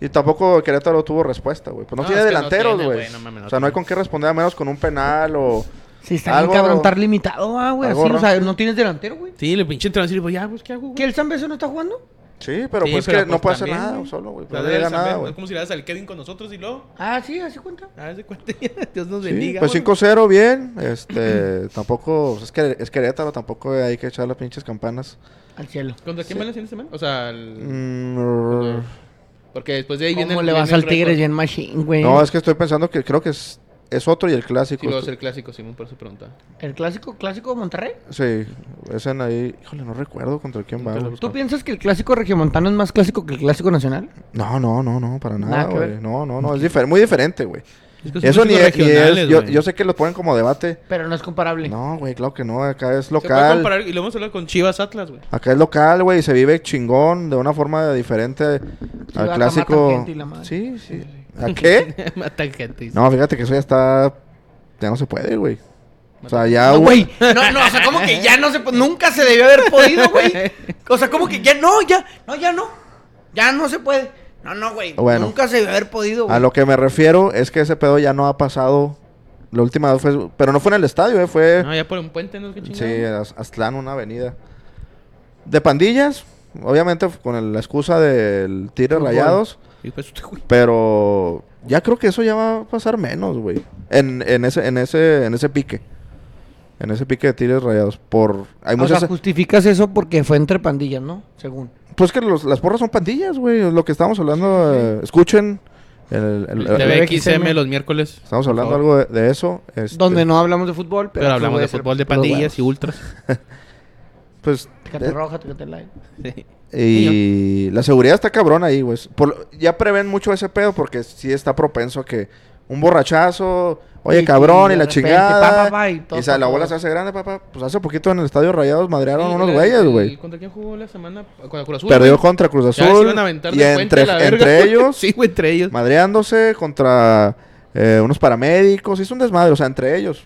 Speaker 4: Y tampoco Querétaro tuvo respuesta, güey. Pues no,
Speaker 2: No,
Speaker 4: tiene
Speaker 2: es que no
Speaker 4: delanteros,
Speaker 2: tiene,
Speaker 4: güey.
Speaker 2: güey, no mames, no
Speaker 4: o sea, no hay
Speaker 2: tiene.
Speaker 4: con qué responder a menos con un penal o...
Speaker 3: Sí, está bien
Speaker 4: Algo-
Speaker 3: cabrón, estar limitado, ah, güey. Así,
Speaker 4: algo
Speaker 3: o sea,
Speaker 4: raro.
Speaker 3: no tienes delantero, güey.
Speaker 2: Sí, le pinche entrenador y dijo, ya, pues, ¿qué hago, güey?
Speaker 3: ¿Que el San Beso no está jugando?
Speaker 4: Sí, pero
Speaker 2: Sí,
Speaker 4: pues
Speaker 2: pero
Speaker 4: que no
Speaker 2: pues
Speaker 4: puede hacer
Speaker 2: también,
Speaker 4: nada
Speaker 2: güey.
Speaker 4: solo, güey.
Speaker 2: O
Speaker 4: Pues
Speaker 2: sea,
Speaker 4: no le
Speaker 2: dale
Speaker 4: llega
Speaker 2: al San
Speaker 4: nada,
Speaker 2: Ben-
Speaker 4: güey.
Speaker 2: Es como si le das al Kevin con nosotros y luego.
Speaker 3: Ah, sí, así cuenta.
Speaker 2: A ver, de cuenta. Dios nos
Speaker 4: Sí,
Speaker 2: bendiga.
Speaker 4: pues
Speaker 2: vámonos.
Speaker 4: 5-0, bien. Este, tampoco, es que es Querétaro, tampoco hay que echar las pinches campanas.
Speaker 3: Al cielo.
Speaker 2: ¿Contra quién van la siguiente semana? O sea, el-
Speaker 4: Mm,
Speaker 2: porque después de ahí viene.
Speaker 3: ¿Cómo le vas al Tigres y
Speaker 2: ya?
Speaker 3: en Machine, güey?
Speaker 4: no, es que estoy pensando que creo que es, es otro y el clásico.
Speaker 2: Sí, va a ser clásico, Simón, por su pregunta.
Speaker 3: ¿El clásico, clásico de Monterrey?
Speaker 4: Sí, es en ahí. Híjole, no recuerdo contra quién va.
Speaker 2: Nunca lo
Speaker 4: güey.
Speaker 2: busqué.
Speaker 3: ¿Tú piensas que el clásico regiomontano es más clásico que el clásico nacional?
Speaker 4: No, no, no, no, para nada,
Speaker 3: Nada que
Speaker 4: güey.
Speaker 3: ver.
Speaker 4: No, no, no, es difer- muy diferente, güey.
Speaker 2: Es que son
Speaker 4: Eso ni
Speaker 2: clásicos
Speaker 4: es, ni es-
Speaker 2: regionales,
Speaker 4: yo,
Speaker 2: güey.
Speaker 4: yo sé que lo ponen como debate.
Speaker 3: Pero no es comparable.
Speaker 4: No, güey, claro que no, acá es
Speaker 2: Se puede
Speaker 4: local.
Speaker 2: comparar, y lo hemos hablado con Chivas Atlas, güey.
Speaker 4: Acá es local, güey, y se vive chingón de una forma diferente al
Speaker 3: matan
Speaker 4: clásico.
Speaker 3: gente y la madre.
Speaker 4: Sí, sí. ¿A qué?
Speaker 2: Mata gente.
Speaker 4: No, fíjate que eso ya está. Ya no se puede, güey. O sea, ya.
Speaker 3: No,
Speaker 4: hubo-
Speaker 3: güey. No, no, o sea, como que ya no se... po- Nunca se debió haber podido, güey. O sea, como que ya no, ya... No, ya no. Ya no se puede. No, no, güey.
Speaker 4: Bueno.
Speaker 3: Nunca se debió haber podido, güey.
Speaker 4: A lo que me refiero es que ese pedo ya no ha pasado. La última vez fue. Pero no fue en el estadio, eh, fue.
Speaker 2: No, ya por un puente, ¿no? Qué
Speaker 4: sí,
Speaker 2: chingado.
Speaker 4: Az- Aztlán, una avenida. De pandillas, obviamente f- con el- la excusa del tiro de
Speaker 3: Fútbol.
Speaker 4: rayados.
Speaker 2: Y pues, güey.
Speaker 4: Pero ya creo que eso ya va a pasar menos, güey. En, en ese, en ese, en ese pique. En ese pique de tiros rayados. Por. Hay
Speaker 3: O
Speaker 4: muchas.
Speaker 3: sea, justificas eso porque fue entre pandillas, ¿no? Según.
Speaker 4: Pues que los- las porras son pandillas, güey. es Lo que estábamos hablando. eh, escuchen. el- el-
Speaker 2: El
Speaker 4: el-
Speaker 2: TVXM los miércoles.
Speaker 4: estamos hablando
Speaker 2: Por
Speaker 4: algo de, de eso. este,
Speaker 3: Donde no hablamos de fútbol, pero...
Speaker 2: Pero hablamos de
Speaker 3: puede ser
Speaker 2: fútbol de
Speaker 3: puros
Speaker 2: pandillas y
Speaker 3: huevos.
Speaker 2: ultras.
Speaker 4: Pues.
Speaker 3: Tecate
Speaker 4: de-
Speaker 3: roja, tecate light.
Speaker 2: Sí.
Speaker 4: y la seguridad está cabrón ahí, güey. Por- ya prevén mucho ese pedo porque sí está propenso a que un borrachazo. Oye,
Speaker 3: Y-
Speaker 4: cabrón, y,
Speaker 3: y de
Speaker 4: la
Speaker 3: repente,
Speaker 4: chingada.
Speaker 3: pa, pa, pa, y
Speaker 4: y
Speaker 3: todo
Speaker 4: se- la
Speaker 3: pa'
Speaker 4: bola
Speaker 3: fuera.
Speaker 4: se hace grande, papá. Pues hace poquito en el estadio Rayados madrearon
Speaker 2: Sí,
Speaker 4: unos
Speaker 2: el-
Speaker 4: güeyes,
Speaker 2: el-
Speaker 4: güey.
Speaker 2: ¿Contra quién jugó la semana? Contra Cruz Azul.
Speaker 4: Perdió
Speaker 2: güey.
Speaker 4: contra Cruz
Speaker 2: Ya se
Speaker 4: Azul.
Speaker 2: iban a aventar
Speaker 4: Y
Speaker 2: de puente
Speaker 4: entre,
Speaker 2: a la verga,
Speaker 4: entre
Speaker 2: güey.
Speaker 4: ellos.
Speaker 2: Sí, güey, entre ellos.
Speaker 4: madreándose contra eh, unos paramédicos. Hizo un desmadre, o sea, entre ellos.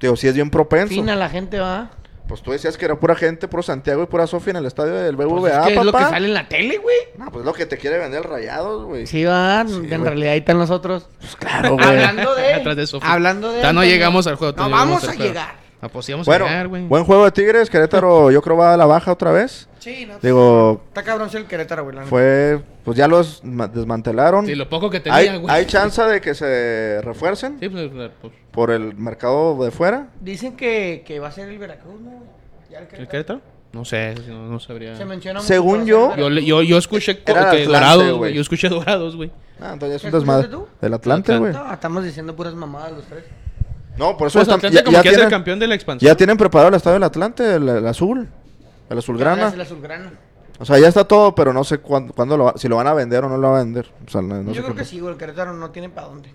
Speaker 4: Digo, sí es bien propenso.
Speaker 3: Fina la gente, va.
Speaker 4: Pues tú decías que era pura gente, puro Santiago y pura Sofía en el estadio del BBVA,
Speaker 3: Pues es que
Speaker 4: papá.
Speaker 3: es lo que sale en la tele, güey.
Speaker 4: No, pues es lo que te quiere vender rayados, güey.
Speaker 3: Sí, va.
Speaker 4: Sí,
Speaker 3: en
Speaker 4: güey.
Speaker 3: realidad ahí están nosotros.
Speaker 4: Pues claro, güey.
Speaker 3: Hablando de.
Speaker 2: Atrás de Sofi.
Speaker 3: Hablando de.
Speaker 2: Ya no
Speaker 3: Antonio.
Speaker 2: llegamos al juego.
Speaker 3: No
Speaker 2: todavía
Speaker 3: vamos a
Speaker 2: hacer pedo.
Speaker 3: llegar.
Speaker 2: Ah, pues sí, vamos
Speaker 4: bueno,
Speaker 2: a llegar, güey.
Speaker 4: buen juego de Tigres. Querétaro, yo creo va a la baja otra vez.
Speaker 3: Sí, no.
Speaker 4: Digo,
Speaker 3: Está cabrón ser el Querétaro, güey. la neta.
Speaker 4: fue. Pues ya los ma- desmantelaron.
Speaker 2: Sí, lo poco que tenía,
Speaker 4: hay,
Speaker 2: güey.
Speaker 4: hay chance de que se refuercen
Speaker 2: Sí, pues, pues,
Speaker 4: por el mercado de fuera.
Speaker 3: Dicen que, que va a ser el Veracruz, ¿no, güey? Ya el
Speaker 2: ¿El
Speaker 3: Querétaro.
Speaker 2: Querétaro? No sé, eso sí, no, no sabría.
Speaker 3: Se menciona mucho
Speaker 4: Según
Speaker 3: que va a ser
Speaker 4: yo-
Speaker 3: el Veracruz.
Speaker 2: Yo, le- yo, yo escuché co-
Speaker 4: Era el
Speaker 2: que
Speaker 4: Atlante,
Speaker 2: dorados,
Speaker 4: güey.
Speaker 2: güey. Yo escuché dorados, güey.
Speaker 4: Ah, entonces es un
Speaker 3: ¿Qué escuchaste
Speaker 4: desmadre.
Speaker 3: tú?
Speaker 4: Del Atlante, güey.
Speaker 3: No, estamos diciendo puras mamadas los tres.
Speaker 4: No, por eso
Speaker 2: Pues
Speaker 4: están-
Speaker 2: Atlante como que es el
Speaker 4: tienen-
Speaker 2: campeón de la expansión.
Speaker 4: Ya tienen preparado el estadio del Atlante, el, el azul, el
Speaker 3: Ahora es
Speaker 4: azulgrana.
Speaker 3: El azulgrana.
Speaker 4: O sea, ya está todo, pero no sé cuándo, cuándo lo va- si lo van a vender o no lo van a vender. O sea, no, no sé
Speaker 3: yo creo
Speaker 4: qué
Speaker 3: que
Speaker 4: pasa.
Speaker 3: sí, güey. El Querétaro no tiene para dónde.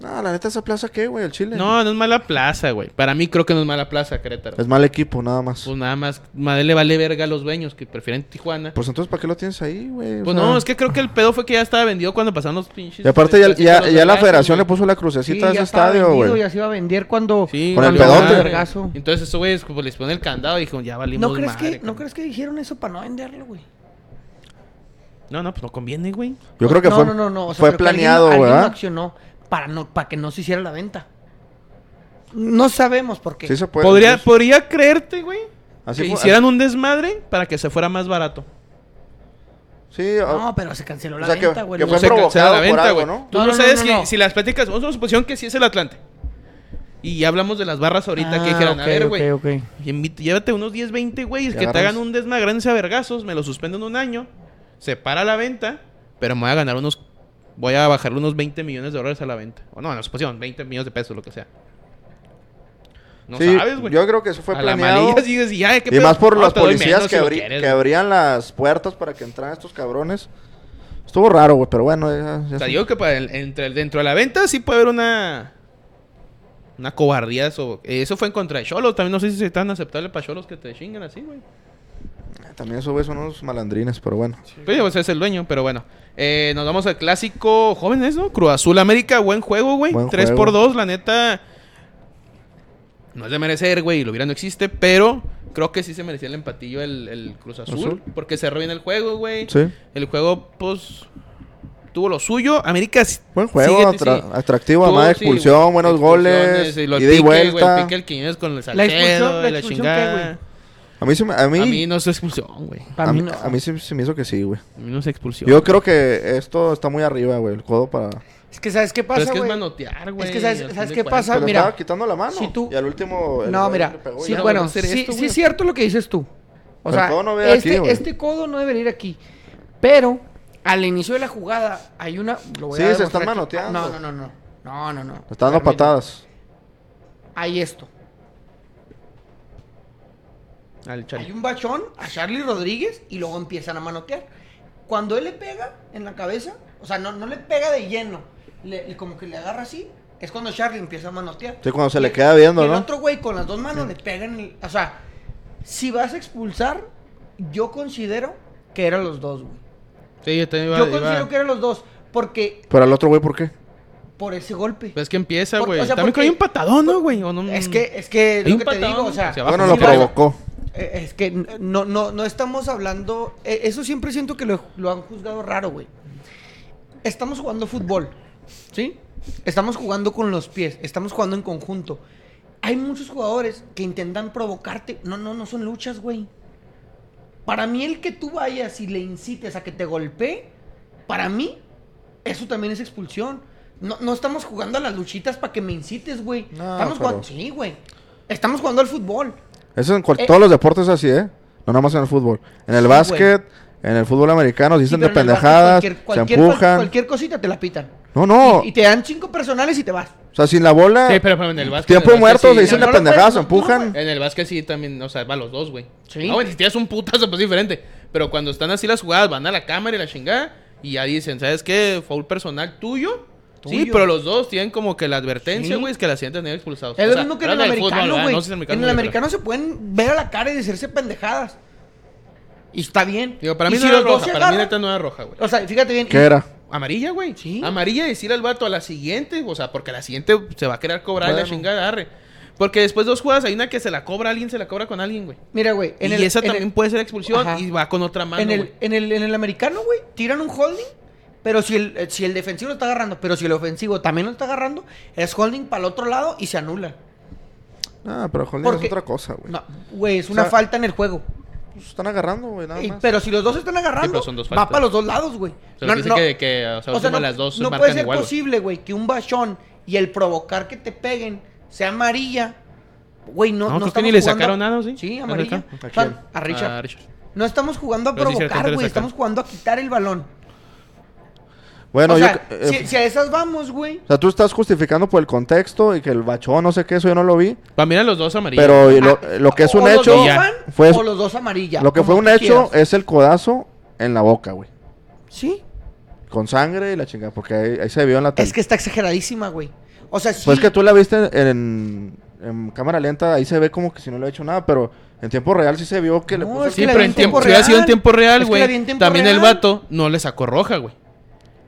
Speaker 4: No, la neta, esa plaza qué, güey, el Chile.
Speaker 2: No, no es mala plaza, güey. Para mí creo que no es mala plaza, Querétaro.
Speaker 4: Es mal equipo, nada más.
Speaker 2: Pues nada más, Madre le vale verga a los dueños que prefieren Tijuana. Pues,
Speaker 4: Pues entonces, ¿para qué lo tienes ahí, güey?
Speaker 3: pues,
Speaker 4: O sea,
Speaker 2: no, es que creo que el pedo fue que ya estaba vendido cuando pasaron los pinches.
Speaker 4: Y aparte, ya, ya-
Speaker 2: los
Speaker 4: ya la
Speaker 2: vergazos,
Speaker 4: federación le
Speaker 2: güey.
Speaker 4: puso la crucecita a
Speaker 3: ya
Speaker 4: ese
Speaker 3: estaba
Speaker 4: estadio,
Speaker 3: vendido,
Speaker 4: güey.
Speaker 3: Ya se iba a vender cuando...
Speaker 2: Sí,
Speaker 4: Con el
Speaker 2: valió
Speaker 4: pedote.
Speaker 2: madre.
Speaker 3: Vergazo.
Speaker 2: Entonces, eso, güey, es como les ponen el candado y dijeron, ya valimos
Speaker 3: ¿No crees,
Speaker 2: madre,
Speaker 3: que, ¿No
Speaker 2: cabrón.
Speaker 3: crees que dijeron eso para no venderlo, güey?
Speaker 2: No, no, pues no conviene, güey.
Speaker 4: Yo creo que
Speaker 3: no,
Speaker 4: fue,
Speaker 3: no, no, no, o sea,
Speaker 4: fue
Speaker 3: pero que alguien-
Speaker 4: planeado,
Speaker 3: alguien lo
Speaker 4: ¿verdad?
Speaker 3: accionó para, no, para que no se hiciera la venta. No sabemos por qué.
Speaker 4: Sí se puede.
Speaker 2: podría,
Speaker 4: entonces.
Speaker 2: podría creerte, güey,
Speaker 4: Pues,
Speaker 3: pues,
Speaker 4: Así
Speaker 2: que
Speaker 4: fue-
Speaker 2: hicieran un desmadre para que se fuera más barato.
Speaker 4: Sí, ah,
Speaker 3: No, pues, pero se canceló la
Speaker 4: o sea, que-
Speaker 3: venta, güey.
Speaker 4: que
Speaker 3: no
Speaker 4: fue
Speaker 3: sé.
Speaker 2: se cancela
Speaker 4: provocado
Speaker 2: la
Speaker 4: por
Speaker 2: venta,
Speaker 4: algo,
Speaker 2: güey.
Speaker 4: ¿no?
Speaker 2: Tú
Speaker 3: No,
Speaker 2: no,
Speaker 3: no, no,
Speaker 2: sabes
Speaker 3: no,
Speaker 2: que-
Speaker 3: no.
Speaker 2: si las pláticas, vamos a suponer que sí es el Atlante. Y ya hablamos de las barras ahorita
Speaker 3: Ah,
Speaker 2: que dijeron,
Speaker 3: ok,
Speaker 2: a ver, güey,
Speaker 3: ok, ok.
Speaker 2: invi- llévate unos 10, 20 güeyes
Speaker 4: Te
Speaker 2: que te
Speaker 4: agarras.
Speaker 2: hagan un desmagranza a vergazos, me lo suspenden un año, se para la venta, pero me voy a ganar unos, voy a bajarle unos 20 millones de dólares a la venta. O no, en la suposición, 20 millones de pesos, lo que sea. No
Speaker 4: Sí,
Speaker 2: sabes, güey.
Speaker 4: Yo creo que eso fue
Speaker 2: a la
Speaker 4: planeado.
Speaker 2: amarilla sigues y ya, ¿qué
Speaker 4: Y
Speaker 2: pedo?
Speaker 4: más por
Speaker 2: No,
Speaker 4: las
Speaker 2: te doy
Speaker 4: policías
Speaker 2: menos
Speaker 4: que,
Speaker 2: si lo
Speaker 4: abrí-
Speaker 2: quieres,
Speaker 4: que
Speaker 2: güey.
Speaker 4: abrían las puertas para que entraran estos cabrones. Estuvo raro, güey, pero bueno. ya- ya
Speaker 2: O sea,
Speaker 4: se-
Speaker 2: digo que para el- entre, el- dentro de la venta sí puede haber una. Una cobardía. Eso, eso fue en contra de Cholos. También no sé si es tan aceptable para Cholos que te chingan así, güey.
Speaker 4: También esos güey son unos malandrines, pero bueno.
Speaker 2: Pero pues, es el dueño, pero bueno. Eh, nos vamos al clásico jóvenes, ¿no? Cruz Azul América, buen juego, güey.
Speaker 4: Buen
Speaker 2: 3
Speaker 4: juego.
Speaker 2: por 2 la neta. No es de merecer, güey. Lo hubiera no existe, pero creo que sí se merecía el empatillo el, el Cruz Azul,
Speaker 4: Azul.
Speaker 2: Porque cerró bien el juego, güey.
Speaker 4: Sí.
Speaker 2: El juego, pues. Tuvo lo suyo. América. s-
Speaker 4: Buen juego,
Speaker 2: sigue- sí.
Speaker 4: atra- atractivo,
Speaker 2: Tuvo,
Speaker 4: más
Speaker 2: sí,
Speaker 4: expulsión,
Speaker 2: güey,
Speaker 4: buenos
Speaker 2: expulsiones,
Speaker 4: goles,
Speaker 2: y lo
Speaker 4: ida y
Speaker 2: pique, güey, el
Speaker 4: vuelta.
Speaker 2: pique el Quiñones con el
Speaker 3: La expulsión-
Speaker 2: Salcedo,
Speaker 3: la
Speaker 2: y la
Speaker 3: expulsión,
Speaker 2: chingada.
Speaker 4: A mí se me, a mí,
Speaker 2: A mí no es expulsión, güey.
Speaker 3: Para mí no.
Speaker 4: a mí se, se me hizo que sí, güey.
Speaker 2: A mí no es expulsión.
Speaker 4: Yo creo que esto está muy arriba, güey, el codo para...
Speaker 3: Es que ¿sabes qué
Speaker 2: Pero es
Speaker 3: pasa,
Speaker 2: que es
Speaker 3: güey?
Speaker 2: manotear, güey.
Speaker 3: que ¿sabes-
Speaker 2: al fin
Speaker 3: sabes
Speaker 2: de
Speaker 3: qué
Speaker 2: cuentas.
Speaker 3: pasa?
Speaker 4: Pero
Speaker 3: mira,
Speaker 4: estaba quitando la mano
Speaker 3: si tú-
Speaker 4: y al último... el
Speaker 3: No,
Speaker 4: güey
Speaker 3: mira,
Speaker 4: le pegó
Speaker 2: sí,
Speaker 4: y
Speaker 3: sí,
Speaker 2: bueno,
Speaker 4: ya, güey.
Speaker 3: bueno,
Speaker 2: hacer
Speaker 3: sí,
Speaker 2: esto,
Speaker 3: sí
Speaker 2: güey.
Speaker 3: es cierto lo que dices tú. O
Speaker 4: Pero
Speaker 3: sea,
Speaker 4: codo no ve
Speaker 3: este,
Speaker 4: aquí, güey.
Speaker 3: este codo no debe venir aquí. Pero al inicio de la jugada hay una... lo voy
Speaker 4: Sí,
Speaker 3: a
Speaker 4: se
Speaker 3: demostrar
Speaker 4: están
Speaker 3: aquí.
Speaker 4: manoteando.
Speaker 3: No, no, no, no. No, no, no.
Speaker 4: Le Está dando
Speaker 3: Permíteme.
Speaker 4: patadas.
Speaker 3: Hay esto.
Speaker 2: Al chale.
Speaker 3: Hay un bachón a Charlie Rodríguez y luego empiezan a manotear. Cuando él le pega en la cabeza, o sea, no, no le pega de lleno, le- le- como que le agarra así, es cuando Charlie empieza a manotear.
Speaker 4: Sí, cuando se
Speaker 3: Y
Speaker 4: le
Speaker 3: el-
Speaker 4: queda viendo,
Speaker 3: y el
Speaker 4: ¿no?
Speaker 3: otro güey con las dos manos le pega en el- O sea, si vas a expulsar, yo considero que eran los dos, güey.
Speaker 2: Sí, yo también iba,
Speaker 3: yo
Speaker 2: iba-
Speaker 3: considero que eran los dos, porque
Speaker 4: Pero al otro güey, ¿por qué?
Speaker 3: por ese golpe.
Speaker 2: Pues Es que empieza,
Speaker 3: Por-
Speaker 2: güey.
Speaker 3: o sea,
Speaker 2: también
Speaker 3: porque-
Speaker 2: creo que hay un patadón, ¿no, güey? ¿O no?
Speaker 3: Es que, es que,
Speaker 2: Hay
Speaker 3: lo
Speaker 2: un
Speaker 3: que te
Speaker 2: patadón,
Speaker 3: digo, o sea,
Speaker 2: hacia abajo.
Speaker 4: Ah, Bueno,
Speaker 2: sí,
Speaker 4: lo
Speaker 3: vas a-
Speaker 4: provocó.
Speaker 3: Eh, Es que no, no, no estamos hablando. eh, Eso siempre siento que lo, lo han juzgado raro, güey. Estamos jugando fútbol, ¿sí? Estamos jugando con los pies, estamos jugando en conjunto. Hay muchos jugadores que intentan provocarte. No, no, no son luchas, güey. Para mí, el que tú vayas y le incites a que te golpee, para mí, eso también es expulsión. No, no estamos jugando a las luchitas para que me incites, güey.
Speaker 4: No,
Speaker 3: estamos
Speaker 4: pero-
Speaker 3: jugando. Sí, güey. Estamos jugando al fútbol.
Speaker 4: Eso en cual-
Speaker 3: Eh.
Speaker 4: todos los deportes es así, ¿eh? No nada más en el fútbol. En el
Speaker 3: Sí,
Speaker 4: básquet, en el fútbol americano, se
Speaker 3: Sí,
Speaker 4: dicen de
Speaker 3: pero en el barco
Speaker 4: pendejadas,
Speaker 3: cualquier-
Speaker 4: se
Speaker 3: cualquier-
Speaker 4: empujan.
Speaker 3: Cualquier cosita te la pitan.
Speaker 4: No, no.
Speaker 3: Y, y te dan cinco personales y te vas.
Speaker 4: O sea, sin la bola.
Speaker 2: Sí, pero, pero en el básquet.
Speaker 4: Tiempo
Speaker 2: en el básquet
Speaker 4: muerto,
Speaker 2: sí,
Speaker 4: se dicen
Speaker 2: no,
Speaker 4: de
Speaker 3: no lo
Speaker 4: pendejadas, se
Speaker 3: puedes- no,
Speaker 4: empujan.
Speaker 2: mm. En el básquet sí también, o sea, va a los dos, güey.
Speaker 3: Sí.
Speaker 2: No, güey, si tienes un putazo, pues diferente. Pero cuando están así las jugadas, van a la cámara y la chingada. Y ya dicen, ¿sabes qué? Foul personal tuyo. Sí,
Speaker 3: Tuyo.
Speaker 2: pero los dos tienen como que la advertencia,
Speaker 3: Sí.
Speaker 2: güey, es que la siguiente tener expulsados.
Speaker 3: Es
Speaker 2: O
Speaker 3: lo
Speaker 2: sea,
Speaker 3: mismo que en el
Speaker 2: hablando del fútbol,
Speaker 3: americano,
Speaker 2: ¿verdad?
Speaker 3: güey.
Speaker 2: No sé si
Speaker 3: en el
Speaker 2: no,
Speaker 3: americano se pueden ver a la cara y decirse pendejadas. Y está bien.
Speaker 2: pero- Digo, para
Speaker 3: Y
Speaker 2: mí
Speaker 3: si
Speaker 2: no era
Speaker 3: los dos
Speaker 2: roja.
Speaker 3: se
Speaker 2: Para mí
Speaker 3: agarran-
Speaker 2: neta no era roja, güey.
Speaker 3: O sea, fíjate bien.
Speaker 4: ¿Qué era?
Speaker 2: Amarilla, güey.
Speaker 3: Sí.
Speaker 2: Amarilla y decirle al vato a la siguiente, o sea, porque la siguiente se va a querer cobrar y la
Speaker 4: Bueno.
Speaker 2: chingada, arre. Porque después dos jugadas hay una que se la cobra alguien, se la cobra con alguien, güey.
Speaker 3: Mira, güey. en
Speaker 2: Y
Speaker 3: el-
Speaker 2: esa
Speaker 3: en el-
Speaker 2: también puede ser expulsión
Speaker 3: Ajá.
Speaker 2: y va con otra mano,
Speaker 3: en el,
Speaker 2: güey.
Speaker 3: en, el, en el americano, güey, tiran un holding. Pero si el, eh, si el defensivo lo está agarrando, pero si el ofensivo también lo está agarrando, es holding para el otro lado y se anula.
Speaker 4: Ah, pero Holding
Speaker 3: Porque-
Speaker 4: es otra cosa, güey.
Speaker 3: No, güey, es una
Speaker 4: O sea,
Speaker 3: falta en el juego.
Speaker 4: Pues están agarrando, güey, nada
Speaker 3: Y-
Speaker 4: más.
Speaker 3: pero si los dos están
Speaker 2: Sí,
Speaker 3: agarrando,
Speaker 2: pero son dos
Speaker 3: va
Speaker 2: faltas.
Speaker 3: para los dos lados, güey.
Speaker 2: O sea, dice que, que, o sea,
Speaker 3: o sea,
Speaker 2: última
Speaker 3: no-
Speaker 2: las dos
Speaker 3: no
Speaker 2: marcan
Speaker 3: puede ser
Speaker 2: igual, güey.
Speaker 3: posible, güey, que un bachón y el provocar que te peguen sea amarilla. Güey, no,
Speaker 2: No,
Speaker 3: no,
Speaker 2: creo que
Speaker 3: estamos
Speaker 2: ni le
Speaker 3: jugando-
Speaker 2: sacaron nada, ¿sí?
Speaker 3: Sí,
Speaker 2: ¿A
Speaker 3: amarilla.
Speaker 2: Richard?
Speaker 4: ¿A
Speaker 3: O sea,
Speaker 4: quién?
Speaker 3: a Richard.
Speaker 2: Ah, Richard.
Speaker 3: No estamos jugando a
Speaker 2: Pero sí, sí,
Speaker 3: provocar,
Speaker 2: Argentina le
Speaker 3: güey.
Speaker 2: sacaron.
Speaker 3: Estamos jugando a quitar el balón.
Speaker 4: Bueno,
Speaker 3: o
Speaker 4: yo.
Speaker 3: sea,
Speaker 4: eh,
Speaker 3: si, si a esas vamos, güey.
Speaker 4: O sea, tú estás justificando por el contexto y que el bachón, no sé qué, eso yo no lo vi.
Speaker 2: Para mí eran los dos amarillos.
Speaker 4: Pero y lo, lo que es
Speaker 3: Ah, o
Speaker 4: un
Speaker 3: los
Speaker 4: hecho.
Speaker 3: dos
Speaker 2: ya.
Speaker 3: van,
Speaker 4: Fue,
Speaker 3: o los dos amarilla.
Speaker 4: lo que
Speaker 3: como
Speaker 4: fue un
Speaker 3: tú
Speaker 4: hecho eh,
Speaker 3: quieras.
Speaker 4: es el codazo en la boca, güey.
Speaker 3: Sí.
Speaker 4: Con sangre y la chingada, porque ahí, ahí se vio en la tele.
Speaker 3: Es que está exageradísima, güey. O sea, sí.
Speaker 4: Pues que tú la viste en, en cámara lenta, ahí se ve como que si no le ha hecho nada, pero en tiempo real sí se vio que le
Speaker 3: No,
Speaker 4: puso
Speaker 3: es
Speaker 2: Sí,
Speaker 3: que la
Speaker 2: pero
Speaker 3: vi en
Speaker 2: en tiempo,
Speaker 3: tiempo
Speaker 2: si hubiera sido en
Speaker 3: real.
Speaker 2: tiempo real,
Speaker 3: Es que
Speaker 2: güey.
Speaker 3: la vi en tiempo
Speaker 2: también el
Speaker 3: real.
Speaker 2: vato no le sacó roja, güey.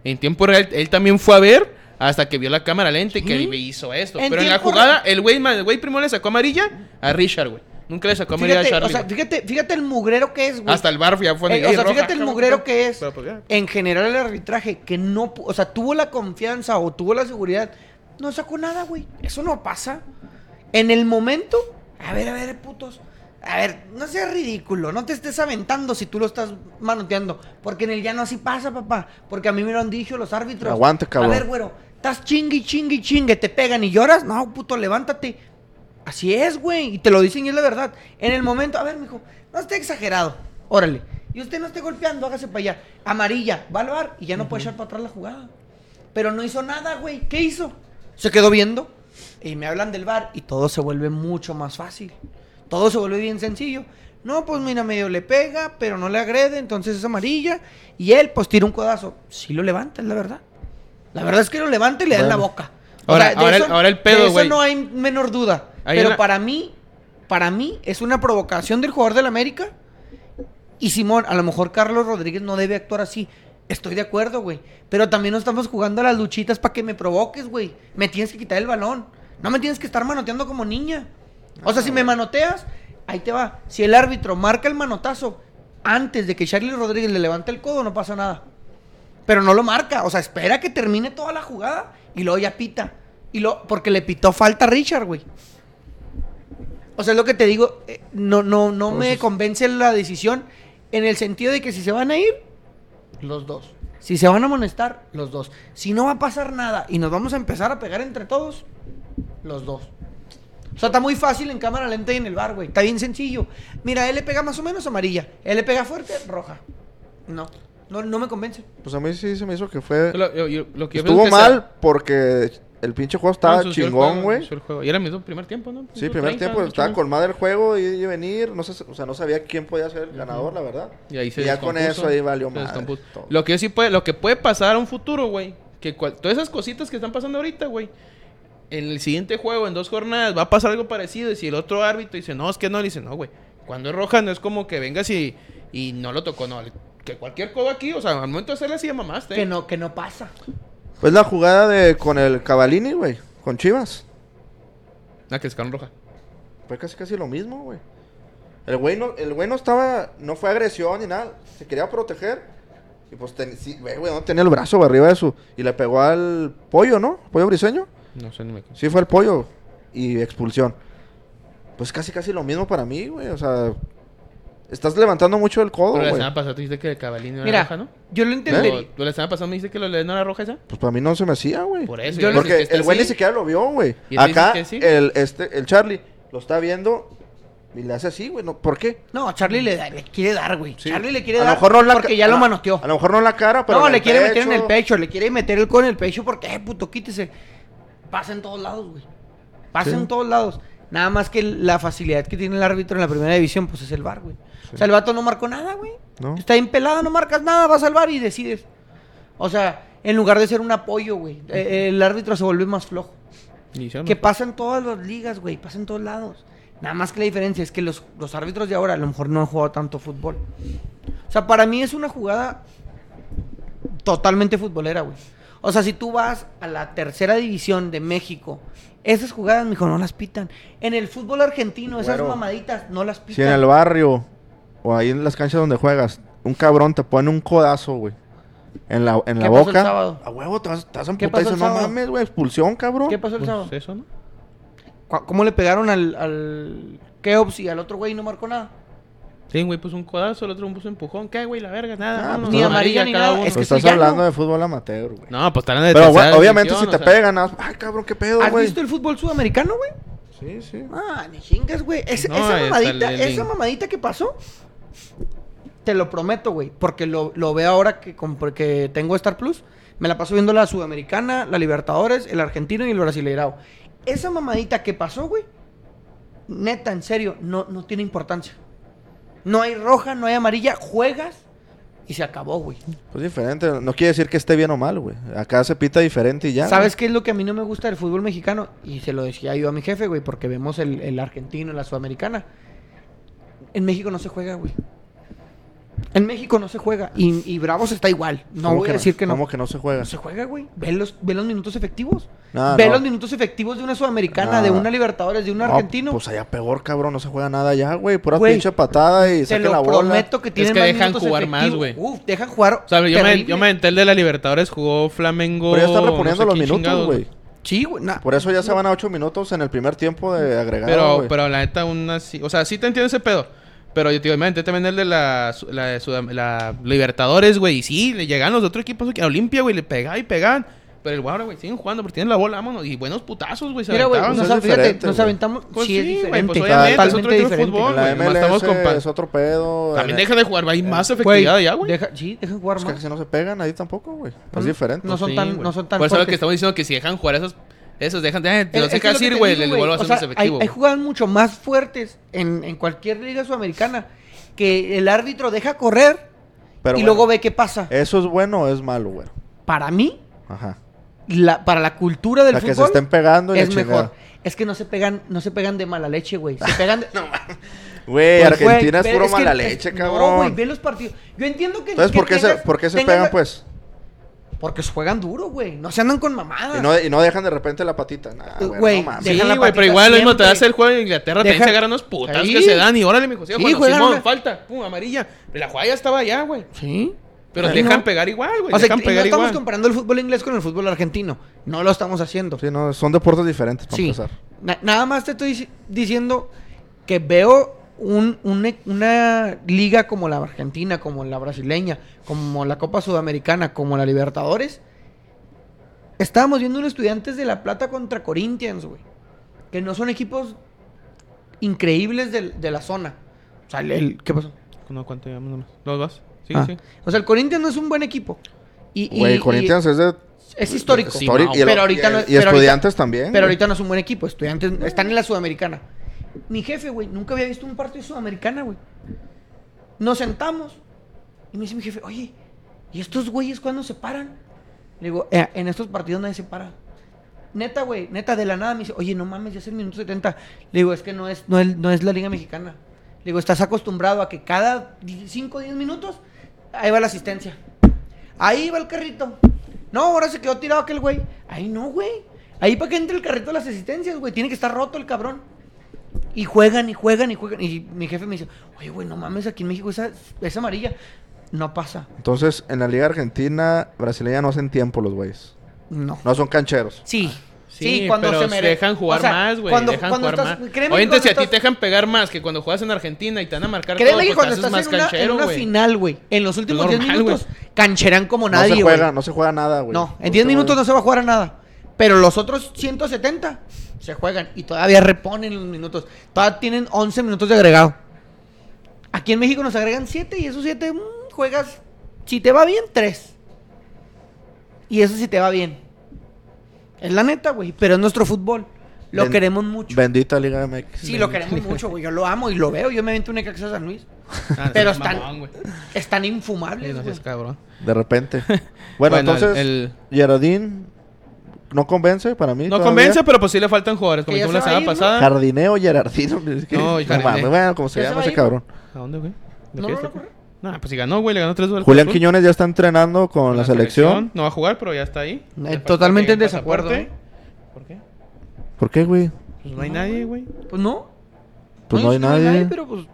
Speaker 2: En tiempo real, él también fue a ver hasta que vio la cámara lenta y que
Speaker 3: Sí.
Speaker 2: ahí hizo esto.
Speaker 3: En
Speaker 2: pero en la
Speaker 3: tiempo
Speaker 2: jugada, el güey ma- el güey primero le sacó amarilla a Richard, güey. Nunca le sacó amarilla
Speaker 3: Fíjate,
Speaker 2: a Charlie.
Speaker 3: o sea,
Speaker 2: güey.
Speaker 3: fíjate, fíjate el mugrero que es, güey.
Speaker 2: hasta el bar ya fue
Speaker 3: Eh, o
Speaker 2: "Ey,
Speaker 3: sea,
Speaker 2: roja".
Speaker 3: fíjate el
Speaker 2: Cabrón,
Speaker 3: mugrero que es
Speaker 2: pero, pues, ya.
Speaker 3: en general el arbitraje, que no, pu- o sea, tuvo la confianza o tuvo la seguridad, no sacó nada, güey. Eso no pasa. En el momento, a ver, a ver, putos. A ver, no seas ridículo, no te estés aventando si tú lo estás manoteando. Porque en el llano así pasa, papá. Porque a mí me lo han dicho los árbitros.
Speaker 4: Aguanta, cabrón.
Speaker 3: A ver, güero, estás chingue, chingue, chingue, te pegan y lloras. No, puto, levántate. Así es, güey. Y te lo dicen y es la verdad. En el momento, a ver, mijo, no esté exagerado. Órale. Y usted no esté golpeando, hágase para allá. Amarilla, va al bar y ya no puede echar para atrás la jugada. Pero no hizo nada, güey. ¿Qué hizo? Se quedó viendo. Y me hablan del bar y todo se vuelve mucho más fácil. Todo se vuelve bien sencillo. No, pues mira, medio le pega, pero no le agrede, entonces es amarilla. Y él, pues tira un codazo. Sí lo levanta, es la verdad. La verdad es que lo levanta y le da en la
Speaker 4: Bueno.
Speaker 3: boca.
Speaker 2: Ahora-
Speaker 3: de
Speaker 2: ahora el- ahora el
Speaker 3: de
Speaker 2: pedo, güey.
Speaker 3: Eso no hay menor duda.
Speaker 2: Ahí
Speaker 3: pero
Speaker 2: en la-
Speaker 3: para mí, para mí es una provocación del jugador del América. Y Simón, a lo mejor Carlos Rodríguez no debe actuar así. Estoy de acuerdo, güey. Pero también no estamos jugando a las luchitas para que me provoques, güey. Me tienes que quitar el balón. No me tienes que estar manoteando como niña. O sea, si me manoteas, ahí te va. Si el árbitro marca el manotazo antes de que Charlie Rodríguez le levante el codo, no pasa nada. Pero no lo marca. O sea, espera que termine toda la jugada y luego ya pita. Y lo, porque le pitó falta a Richard, güey. O sea, es lo que te digo. eh, No, no, no me convence la decisión en el sentido de que si se van a ir, los dos. Si se van a amonestar, los dos. Si no va a pasar nada y nos vamos a empezar a pegar entre todos, los dos. O sea, está muy fácil en cámara lenta y en el bar, güey. Está bien sencillo. Mira, él le pega más o menos amarilla. Él le pega fuerte, roja. No, no, no me convence.
Speaker 4: Pues a mí sí se me hizo que fue...
Speaker 2: Lo- yo- yo- lo que yo
Speaker 4: Estuvo
Speaker 2: pienso que se-
Speaker 4: mal porque el pinche juego
Speaker 2: no,
Speaker 4: estaba
Speaker 2: ensució el
Speaker 4: chingón,
Speaker 2: juego,
Speaker 4: güey.
Speaker 2: ensució el juego. Y era mismo primer tiempo, ¿no?
Speaker 4: Sí,
Speaker 2: Minuto
Speaker 4: primer
Speaker 2: 30,
Speaker 4: tiempo
Speaker 2: minuto
Speaker 4: estaba
Speaker 2: 30.
Speaker 4: colmada el juego y, y venir, no sé, o sea, no sabía quién podía ser el ganador, la verdad.
Speaker 2: Y ahí se
Speaker 4: ya con
Speaker 2: descompuso,
Speaker 4: eso ahí valió
Speaker 2: se
Speaker 4: más.
Speaker 2: descompuso. Lo que sí puede, lo que puede pasar a un futuro, güey, que cual- todas esas cositas que están pasando ahorita, güey, en el siguiente juego, en dos jornadas, va a pasar algo parecido. Y si el otro árbitro dice, no, es que no, le dice, no, güey. Cuando es roja, no es como que vengas y, y no lo tocó, no. Que cualquier codo aquí, o sea, al momento de hacerle así, ya mamaste.
Speaker 3: Que no, que no pasa.
Speaker 4: Pues la jugada de con el Cavalini, güey, con Chivas.
Speaker 2: Ah, que sacaron roja.
Speaker 4: Fue casi casi lo mismo, güey. El güey no, el güey no estaba, no fue agresión ni nada, se quería proteger. Y pues, ten- sí, güey, güey, no tenía el brazo güey, arriba de su. Y le pegó al pollo, ¿no? Pollo briseño.
Speaker 2: No sé, ni me
Speaker 4: Sí, fue el pollo y expulsión. Pues casi, casi lo mismo para mí, güey. O sea, estás levantando mucho el codo,
Speaker 2: Pero la
Speaker 4: Oh, güey. ¿Eh?
Speaker 2: semana pasada tú dijiste que el cabalín no era
Speaker 3: Mira,
Speaker 2: roja, ¿no?
Speaker 3: yo lo entendería.
Speaker 2: O- La semana pasada me dijiste que lo no era roja esa.
Speaker 4: Pues para mí no se me hacía, güey.
Speaker 2: Por eso.
Speaker 3: Yo
Speaker 2: y
Speaker 3: no-
Speaker 2: ahora dices
Speaker 4: Porque
Speaker 2: que está
Speaker 4: el güey ni
Speaker 2: así.
Speaker 4: siquiera lo vio, güey.
Speaker 2: ¿Y entonces
Speaker 4: Acá,
Speaker 2: dices que sí?
Speaker 4: el, este, el Charlie lo está viendo y le hace así, güey. No, ¿Por qué?
Speaker 3: No, Charlie le, da- le quiere dar, güey.
Speaker 4: Sí.
Speaker 3: Charlie le quiere
Speaker 4: A lo
Speaker 3: dar
Speaker 4: mejor no la
Speaker 3: porque
Speaker 4: ca-
Speaker 3: ya
Speaker 4: a
Speaker 3: lo
Speaker 4: la-
Speaker 3: manoteó.
Speaker 4: A lo mejor no en la cara, pero.
Speaker 3: No,
Speaker 4: en
Speaker 3: le
Speaker 4: el
Speaker 3: quiere meter en el
Speaker 4: pecho.
Speaker 3: pecho, le quiere meter el codo en el pecho porque, eh, puto, quítese. Pasa en todos lados, güey. Pasa
Speaker 4: Sí.
Speaker 3: en todos lados. Nada más que la facilidad que tiene el árbitro en la primera división, pues es el bar, güey. O sea, el vato no marcó nada, güey.
Speaker 4: No.
Speaker 3: Está bien pelada, no marcas nada, vas al bar y decides. O sea, en lugar de ser un apoyo, güey, eh, el árbitro se vuelve más flojo.
Speaker 2: Y hicieron-
Speaker 3: Que pasa en todas las ligas, güey, pasa en todos lados. Nada más que la diferencia es que los, los árbitros de ahora a lo mejor no han jugado tanto fútbol. O sea, para mí es una jugada totalmente futbolera, güey. O sea, si tú vas a la tercera división de México, esas jugadas, mijo, no las pitan. En el fútbol argentino, esas
Speaker 4: Güero.
Speaker 3: mamaditas no las pitan.
Speaker 4: Si en el barrio o ahí en las canchas donde juegas, un cabrón te pone un codazo, güey. En la, en la
Speaker 3: ¿Qué pasó el
Speaker 4: boca.
Speaker 3: sábado?
Speaker 4: A huevo, te vas, te vas a
Speaker 3: ¿Qué
Speaker 4: emputar y
Speaker 3: pasó el
Speaker 4: dices, no
Speaker 3: sábado?
Speaker 4: mames, güey, expulsión, cabrón.
Speaker 3: ¿Qué pasó el
Speaker 2: Pues
Speaker 3: sábado?
Speaker 2: eso, ¿no?
Speaker 3: Cu- ¿Cómo le pegaron al, al Keops y al otro güey y no marcó nada?
Speaker 2: Sí, güey, pues un codazo, el otro un puso empujón. ¿Qué, güey? La verga,
Speaker 4: Ah,
Speaker 2: nada. vámonos,
Speaker 4: pues, ni
Speaker 3: amarilla ni
Speaker 2: cada
Speaker 3: nada,
Speaker 2: uno.
Speaker 3: es
Speaker 4: Pues
Speaker 3: que
Speaker 4: estás
Speaker 3: soy llano.
Speaker 4: hablando de fútbol amateur, güey.
Speaker 2: No, pues están de
Speaker 4: Pero, güey,
Speaker 2: tercera
Speaker 4: obviamente, si
Speaker 2: división,
Speaker 4: te
Speaker 2: o sea,
Speaker 4: pegan, haz- ay, cabrón, qué pedo,
Speaker 3: ¿Has
Speaker 4: güey.
Speaker 3: visto el fútbol sudamericano, güey?
Speaker 4: Sí, sí.
Speaker 3: Ah, ni chingas, güey. Es-
Speaker 2: No,
Speaker 3: esa
Speaker 2: está
Speaker 3: mamadita,
Speaker 2: el- el-
Speaker 3: esa mamadita que pasó, te lo prometo, güey. Porque lo, lo veo ahora que, compré- que tengo Star Plus. Me la paso viendo la Sudamericana, la Libertadores, el Argentino y el Brasileirao. Esa mamadita que pasó, güey, neta, en serio, no, no tiene importancia. No hay roja, no hay amarilla, juegas y se acabó, güey.
Speaker 4: Pues diferente. No quiere decir que esté bien o mal, güey. Acá se pita diferente y ya.
Speaker 3: ¿Sabes
Speaker 4: güey.
Speaker 3: qué es lo que a mí no me gusta del fútbol mexicano? Y se lo decía yo a mi jefe, güey, porque vemos el, el argentino, la sudamericana. En México no se juega, güey. En México no se juega. Y, y Bravos está igual. No
Speaker 4: ¿Cómo
Speaker 3: voy a decir que no.
Speaker 4: ¿Cómo que no se juega?
Speaker 3: No se juega, güey. Ve los, ve los minutos efectivos.
Speaker 4: No,
Speaker 3: ve
Speaker 4: no.
Speaker 3: los minutos efectivos de una sudamericana,
Speaker 4: No.
Speaker 3: de una Libertadores, de un
Speaker 4: No,
Speaker 3: argentino.
Speaker 4: Pues allá peor, cabrón. No se juega nada allá, güey. Pura
Speaker 3: Güey,
Speaker 4: pinche patada y
Speaker 3: te
Speaker 4: saquen
Speaker 3: lo
Speaker 4: la bola.
Speaker 3: prometo que tienen
Speaker 2: que
Speaker 3: más
Speaker 2: dejan
Speaker 3: minutos
Speaker 2: jugar más,
Speaker 3: efectivos.
Speaker 2: güey.
Speaker 3: Uf, dejan jugar.
Speaker 2: O sea, yo me,
Speaker 3: terrible.
Speaker 2: yo me aventé el de la Libertadores, jugó Flamengo.
Speaker 4: Pero ya están
Speaker 2: no sé
Speaker 4: reponiendo
Speaker 2: quién
Speaker 4: los minutos,
Speaker 2: chingados,
Speaker 4: güey.
Speaker 3: Sí, güey. nah.
Speaker 4: Por eso ya se van a 8 minutos en el primer tiempo de agregado,
Speaker 2: Pero,
Speaker 4: güey.
Speaker 2: pero la neta, aún así. O sea, sí te entiendo ese pedo. Pero yo te digo, me aventé también el de la, su- la, de Sudam- la Libertadores, güey. Y sí, le llegaban los otros equipos aquí a Olimpia, güey. Le pegaban y pegaban. Pero el Guadalajara, güey, siguen jugando porque tienen la bola, vámonos. Y buenos putazos, güey. se
Speaker 3: Mira, güey,
Speaker 2: aventaban.
Speaker 3: nos,
Speaker 4: eso es
Speaker 3: fíjate,
Speaker 4: diferente,
Speaker 3: nos
Speaker 4: güey.
Speaker 3: aventamos.
Speaker 2: Pues
Speaker 3: sí, es
Speaker 2: sí, güey,
Speaker 3: diferente.
Speaker 2: pues obviamente es otro
Speaker 3: Totalmente
Speaker 2: tipo de
Speaker 3: diferente.
Speaker 2: fútbol, güey.
Speaker 4: la
Speaker 2: nomás
Speaker 4: MLS
Speaker 2: estamos compa-
Speaker 4: es otro pedo.
Speaker 2: También
Speaker 4: en-
Speaker 2: deja de jugar,
Speaker 4: Eh.
Speaker 2: hay más
Speaker 3: Güey,
Speaker 2: efectividad ya, güey.
Speaker 3: deja- sí, dejan jugar
Speaker 4: Pues
Speaker 3: más.
Speaker 4: que si no se pegan ahí tampoco, güey. Es
Speaker 3: Mm,
Speaker 4: diferente.
Speaker 3: no son
Speaker 2: Pues Sí,
Speaker 3: tan-
Speaker 2: güey.
Speaker 3: no son tan
Speaker 2: Por eso es lo
Speaker 3: fuertes.
Speaker 2: que estamos diciendo que si dejan jugar esos, esos dejan de. eh, te los
Speaker 3: Es- es que
Speaker 2: dejas
Speaker 3: lo
Speaker 2: ir,
Speaker 3: que
Speaker 2: güey.
Speaker 3: te
Speaker 2: El
Speaker 3: digo, güey,
Speaker 2: vuelvo a
Speaker 3: o
Speaker 2: hacer
Speaker 3: sea,
Speaker 2: más
Speaker 3: hay,
Speaker 2: efectivo.
Speaker 3: hay
Speaker 2: güey.
Speaker 3: jugadas mucho más fuertes en, en cualquier liga sudamericana que el árbitro deja correr
Speaker 4: Pero bueno,
Speaker 3: y
Speaker 4: Eh.
Speaker 3: luego ve qué pasa.
Speaker 4: ¿Eso es bueno o es malo, güey?
Speaker 3: Para mí,
Speaker 4: Ajá.
Speaker 3: la- para la cultura del
Speaker 4: O sea, que se
Speaker 3: fútbol
Speaker 4: estén pegando y la
Speaker 3: es
Speaker 4: chingada.
Speaker 3: mejor. Es que no se pegan, no se pegan de mala leche, güey. Se pegan de...
Speaker 4: Güey,
Speaker 3: Pues,
Speaker 4: Argentina
Speaker 3: güey,
Speaker 4: es puro
Speaker 3: que-
Speaker 4: mala
Speaker 3: es-
Speaker 4: leche,
Speaker 3: No, güey,
Speaker 4: cabrón.
Speaker 3: ve los partidos. Yo entiendo que.
Speaker 4: Entonces,
Speaker 3: que
Speaker 4: ¿por qué, se,
Speaker 3: tengas-
Speaker 4: ¿por qué se
Speaker 3: tengas
Speaker 4: pegan,
Speaker 3: la-
Speaker 4: pues?
Speaker 3: Porque se juegan duro, güey. No se andan con mamadas.
Speaker 4: Y no, y no dejan de repente la patita. Nah, güey,
Speaker 3: Ah. Güey,
Speaker 4: no mames.
Speaker 2: Sí,
Speaker 3: dejan la
Speaker 2: güey,
Speaker 3: patita
Speaker 2: pero igual lo mismo te
Speaker 3: siempre.
Speaker 2: hace el juego de Inglaterra, también
Speaker 3: Deja-
Speaker 2: se agarran unos putas
Speaker 3: Ahí.
Speaker 2: que se dan y órale, mijo, sí,
Speaker 3: Sí,
Speaker 2: cuando
Speaker 3: juegan
Speaker 2: Simón,
Speaker 3: una-
Speaker 2: falta, pum, amarilla. La jugada ya estaba allá, güey.
Speaker 3: Sí.
Speaker 2: Pero
Speaker 3: Sí,
Speaker 2: dejan
Speaker 3: no.
Speaker 2: pegar igual, güey.
Speaker 3: O sea,
Speaker 2: Pues dejan
Speaker 3: y no
Speaker 2: pegar
Speaker 3: estamos
Speaker 2: igual.
Speaker 3: comparando el fútbol inglés con el fútbol argentino. No lo estamos haciendo.
Speaker 4: Sí, no, son deportes diferentes, para
Speaker 3: Sí.
Speaker 4: empezar.
Speaker 3: Na- nada más te estoy dici- diciendo que veo un- un e- una liga como la argentina, como la brasileña, como la Copa Sudamericana, como la Libertadores. Estábamos viendo un Estudiantes de La Plata contra Corinthians, güey. Que no son equipos increíbles del- de, la zona. O sea, el- el- ¿qué pasó?
Speaker 2: No, ¿cuánto llevamos nomás? ¿Dos vas? Sí,
Speaker 3: Ah.
Speaker 2: sí.
Speaker 3: O sea, el Corinthians no es un buen equipo. Y, y-
Speaker 4: Güey,
Speaker 3: y-
Speaker 4: Corinthians es de...
Speaker 3: es histórico.
Speaker 2: Sí,
Speaker 4: histórico,
Speaker 2: no,
Speaker 4: y el- ¿eh?
Speaker 3: pero ahorita no-
Speaker 4: y
Speaker 3: pero ahorita-
Speaker 4: estudiantes también.
Speaker 3: Pero
Speaker 4: güey.
Speaker 3: ahorita no es un buen equipo. Estudiantes están en la Sudamericana. Mi jefe, güey, nunca había visto un partido de Sudamericana, güey. Nos sentamos. Y me dice mi jefe, oye, ¿y estos güeyes cuándo se paran? Le digo, "Eh, en estos partidos nadie se para. Neta, güey, neta, de la nada me dice, oye, no mames, ya es el minuto 70. Le digo, es que no es, no es, no es la Liga Mexicana. Le digo, estás acostumbrado a que cada 5 o 10 minutos, ahí va la asistencia. Ahí va el carrito. No, ahora se quedó tirado aquel güey. Ahí no, güey. Ahí para que entre el carrito de las asistencias, güey. Tiene que estar roto el cabrón. Y juegan, y juegan, y juegan. Y mi jefe me dice, oye, güey, no mames, aquí en México esa es amarilla. No pasa.
Speaker 4: Entonces, en la Liga Argentina, brasileña no hacen tiempo los güeyes.
Speaker 3: No.
Speaker 4: No son cancheros.
Speaker 3: Sí. Sí,
Speaker 2: Sí,
Speaker 3: cuando
Speaker 2: pero
Speaker 3: se
Speaker 2: se
Speaker 3: merece.
Speaker 2: dejan jugar
Speaker 3: O sea,
Speaker 2: más, güey.
Speaker 3: cuando-
Speaker 2: dejan
Speaker 3: cuando
Speaker 2: jugar
Speaker 3: estás-
Speaker 2: más.
Speaker 3: créeme que
Speaker 2: Obviamente,
Speaker 3: cuando
Speaker 2: si a ti
Speaker 3: estás-
Speaker 2: te dejan pegar más que cuando juegas en Argentina y te van a marcar
Speaker 3: Créeme
Speaker 2: todo,
Speaker 3: que
Speaker 2: pues,
Speaker 3: cuando
Speaker 2: te
Speaker 3: estás
Speaker 2: haces más
Speaker 3: en una, en
Speaker 2: canchero,
Speaker 3: una
Speaker 2: güey.
Speaker 3: final, güey, en los últimos 10
Speaker 2: normal,
Speaker 3: minutos, cancherán como
Speaker 4: no se
Speaker 3: nadie, güey.
Speaker 4: juega, no se juega nada, güey.
Speaker 3: No, en
Speaker 4: No
Speaker 3: 10
Speaker 4: se
Speaker 3: minutos
Speaker 4: juega.
Speaker 3: no se va a jugar a nada. Pero los otros 170 se juegan y todavía reponen los minutos. Todavía tienen 11 minutos de agregado. Aquí en México nos agregan 7 y esos 7 juegas, si te va bien, 3. Y eso si te va bien. Es la neta, güey. Pero es nuestro fútbol. Lo
Speaker 4: Ben-
Speaker 3: queremos mucho.
Speaker 4: Bendita Liga MX.
Speaker 3: sí, lo queremos mucho, güey. Yo lo amo y lo veo. Yo me vento un Necaxa San Luis.
Speaker 2: Ah,
Speaker 3: Pero
Speaker 2: sí,
Speaker 3: están-
Speaker 2: mamón, güey.
Speaker 3: Están
Speaker 2: Sí,
Speaker 3: infumables,
Speaker 2: no
Speaker 3: güey.
Speaker 2: seas cabrón.
Speaker 4: De repente. Bueno, entonces,
Speaker 2: el-
Speaker 4: Gerardín no convence para mí.
Speaker 2: No
Speaker 4: todavía.
Speaker 2: convence, pero pues sí le faltan jugadores. Como
Speaker 3: Que ya
Speaker 2: dijimos la
Speaker 3: se va a
Speaker 2: semana
Speaker 3: ir, ¿no?
Speaker 2: pasada.
Speaker 4: Jardineo Gerardín. es que-
Speaker 2: No,
Speaker 4: No,
Speaker 2: Jardineo.
Speaker 4: mames, bueno, como se
Speaker 3: ah. Ya se
Speaker 4: llama
Speaker 3: va
Speaker 4: ese
Speaker 3: a ir.
Speaker 4: cabrón.
Speaker 2: ¿A dónde, güey? ¿De
Speaker 3: No,
Speaker 2: qué
Speaker 3: no,
Speaker 2: este,
Speaker 3: no,
Speaker 2: güey? Nah, pues sí ganó, güey. Le ganó tres goles. al
Speaker 4: Julián
Speaker 2: Cruz Azul.
Speaker 4: Quiñones ya está entrenando con la, selección.
Speaker 2: No va a jugar, pero ya está ahí.
Speaker 3: Eh,
Speaker 2: Le falta
Speaker 3: totalmente
Speaker 2: que
Speaker 3: en desacuerdo,
Speaker 2: pasaporte. ¿Por qué?
Speaker 4: ¿Por qué, güey?
Speaker 2: Pues no hay nadie, güey.
Speaker 3: Pues no.
Speaker 4: Pues no, hay
Speaker 3: no
Speaker 4: nadie.
Speaker 3: pero pues.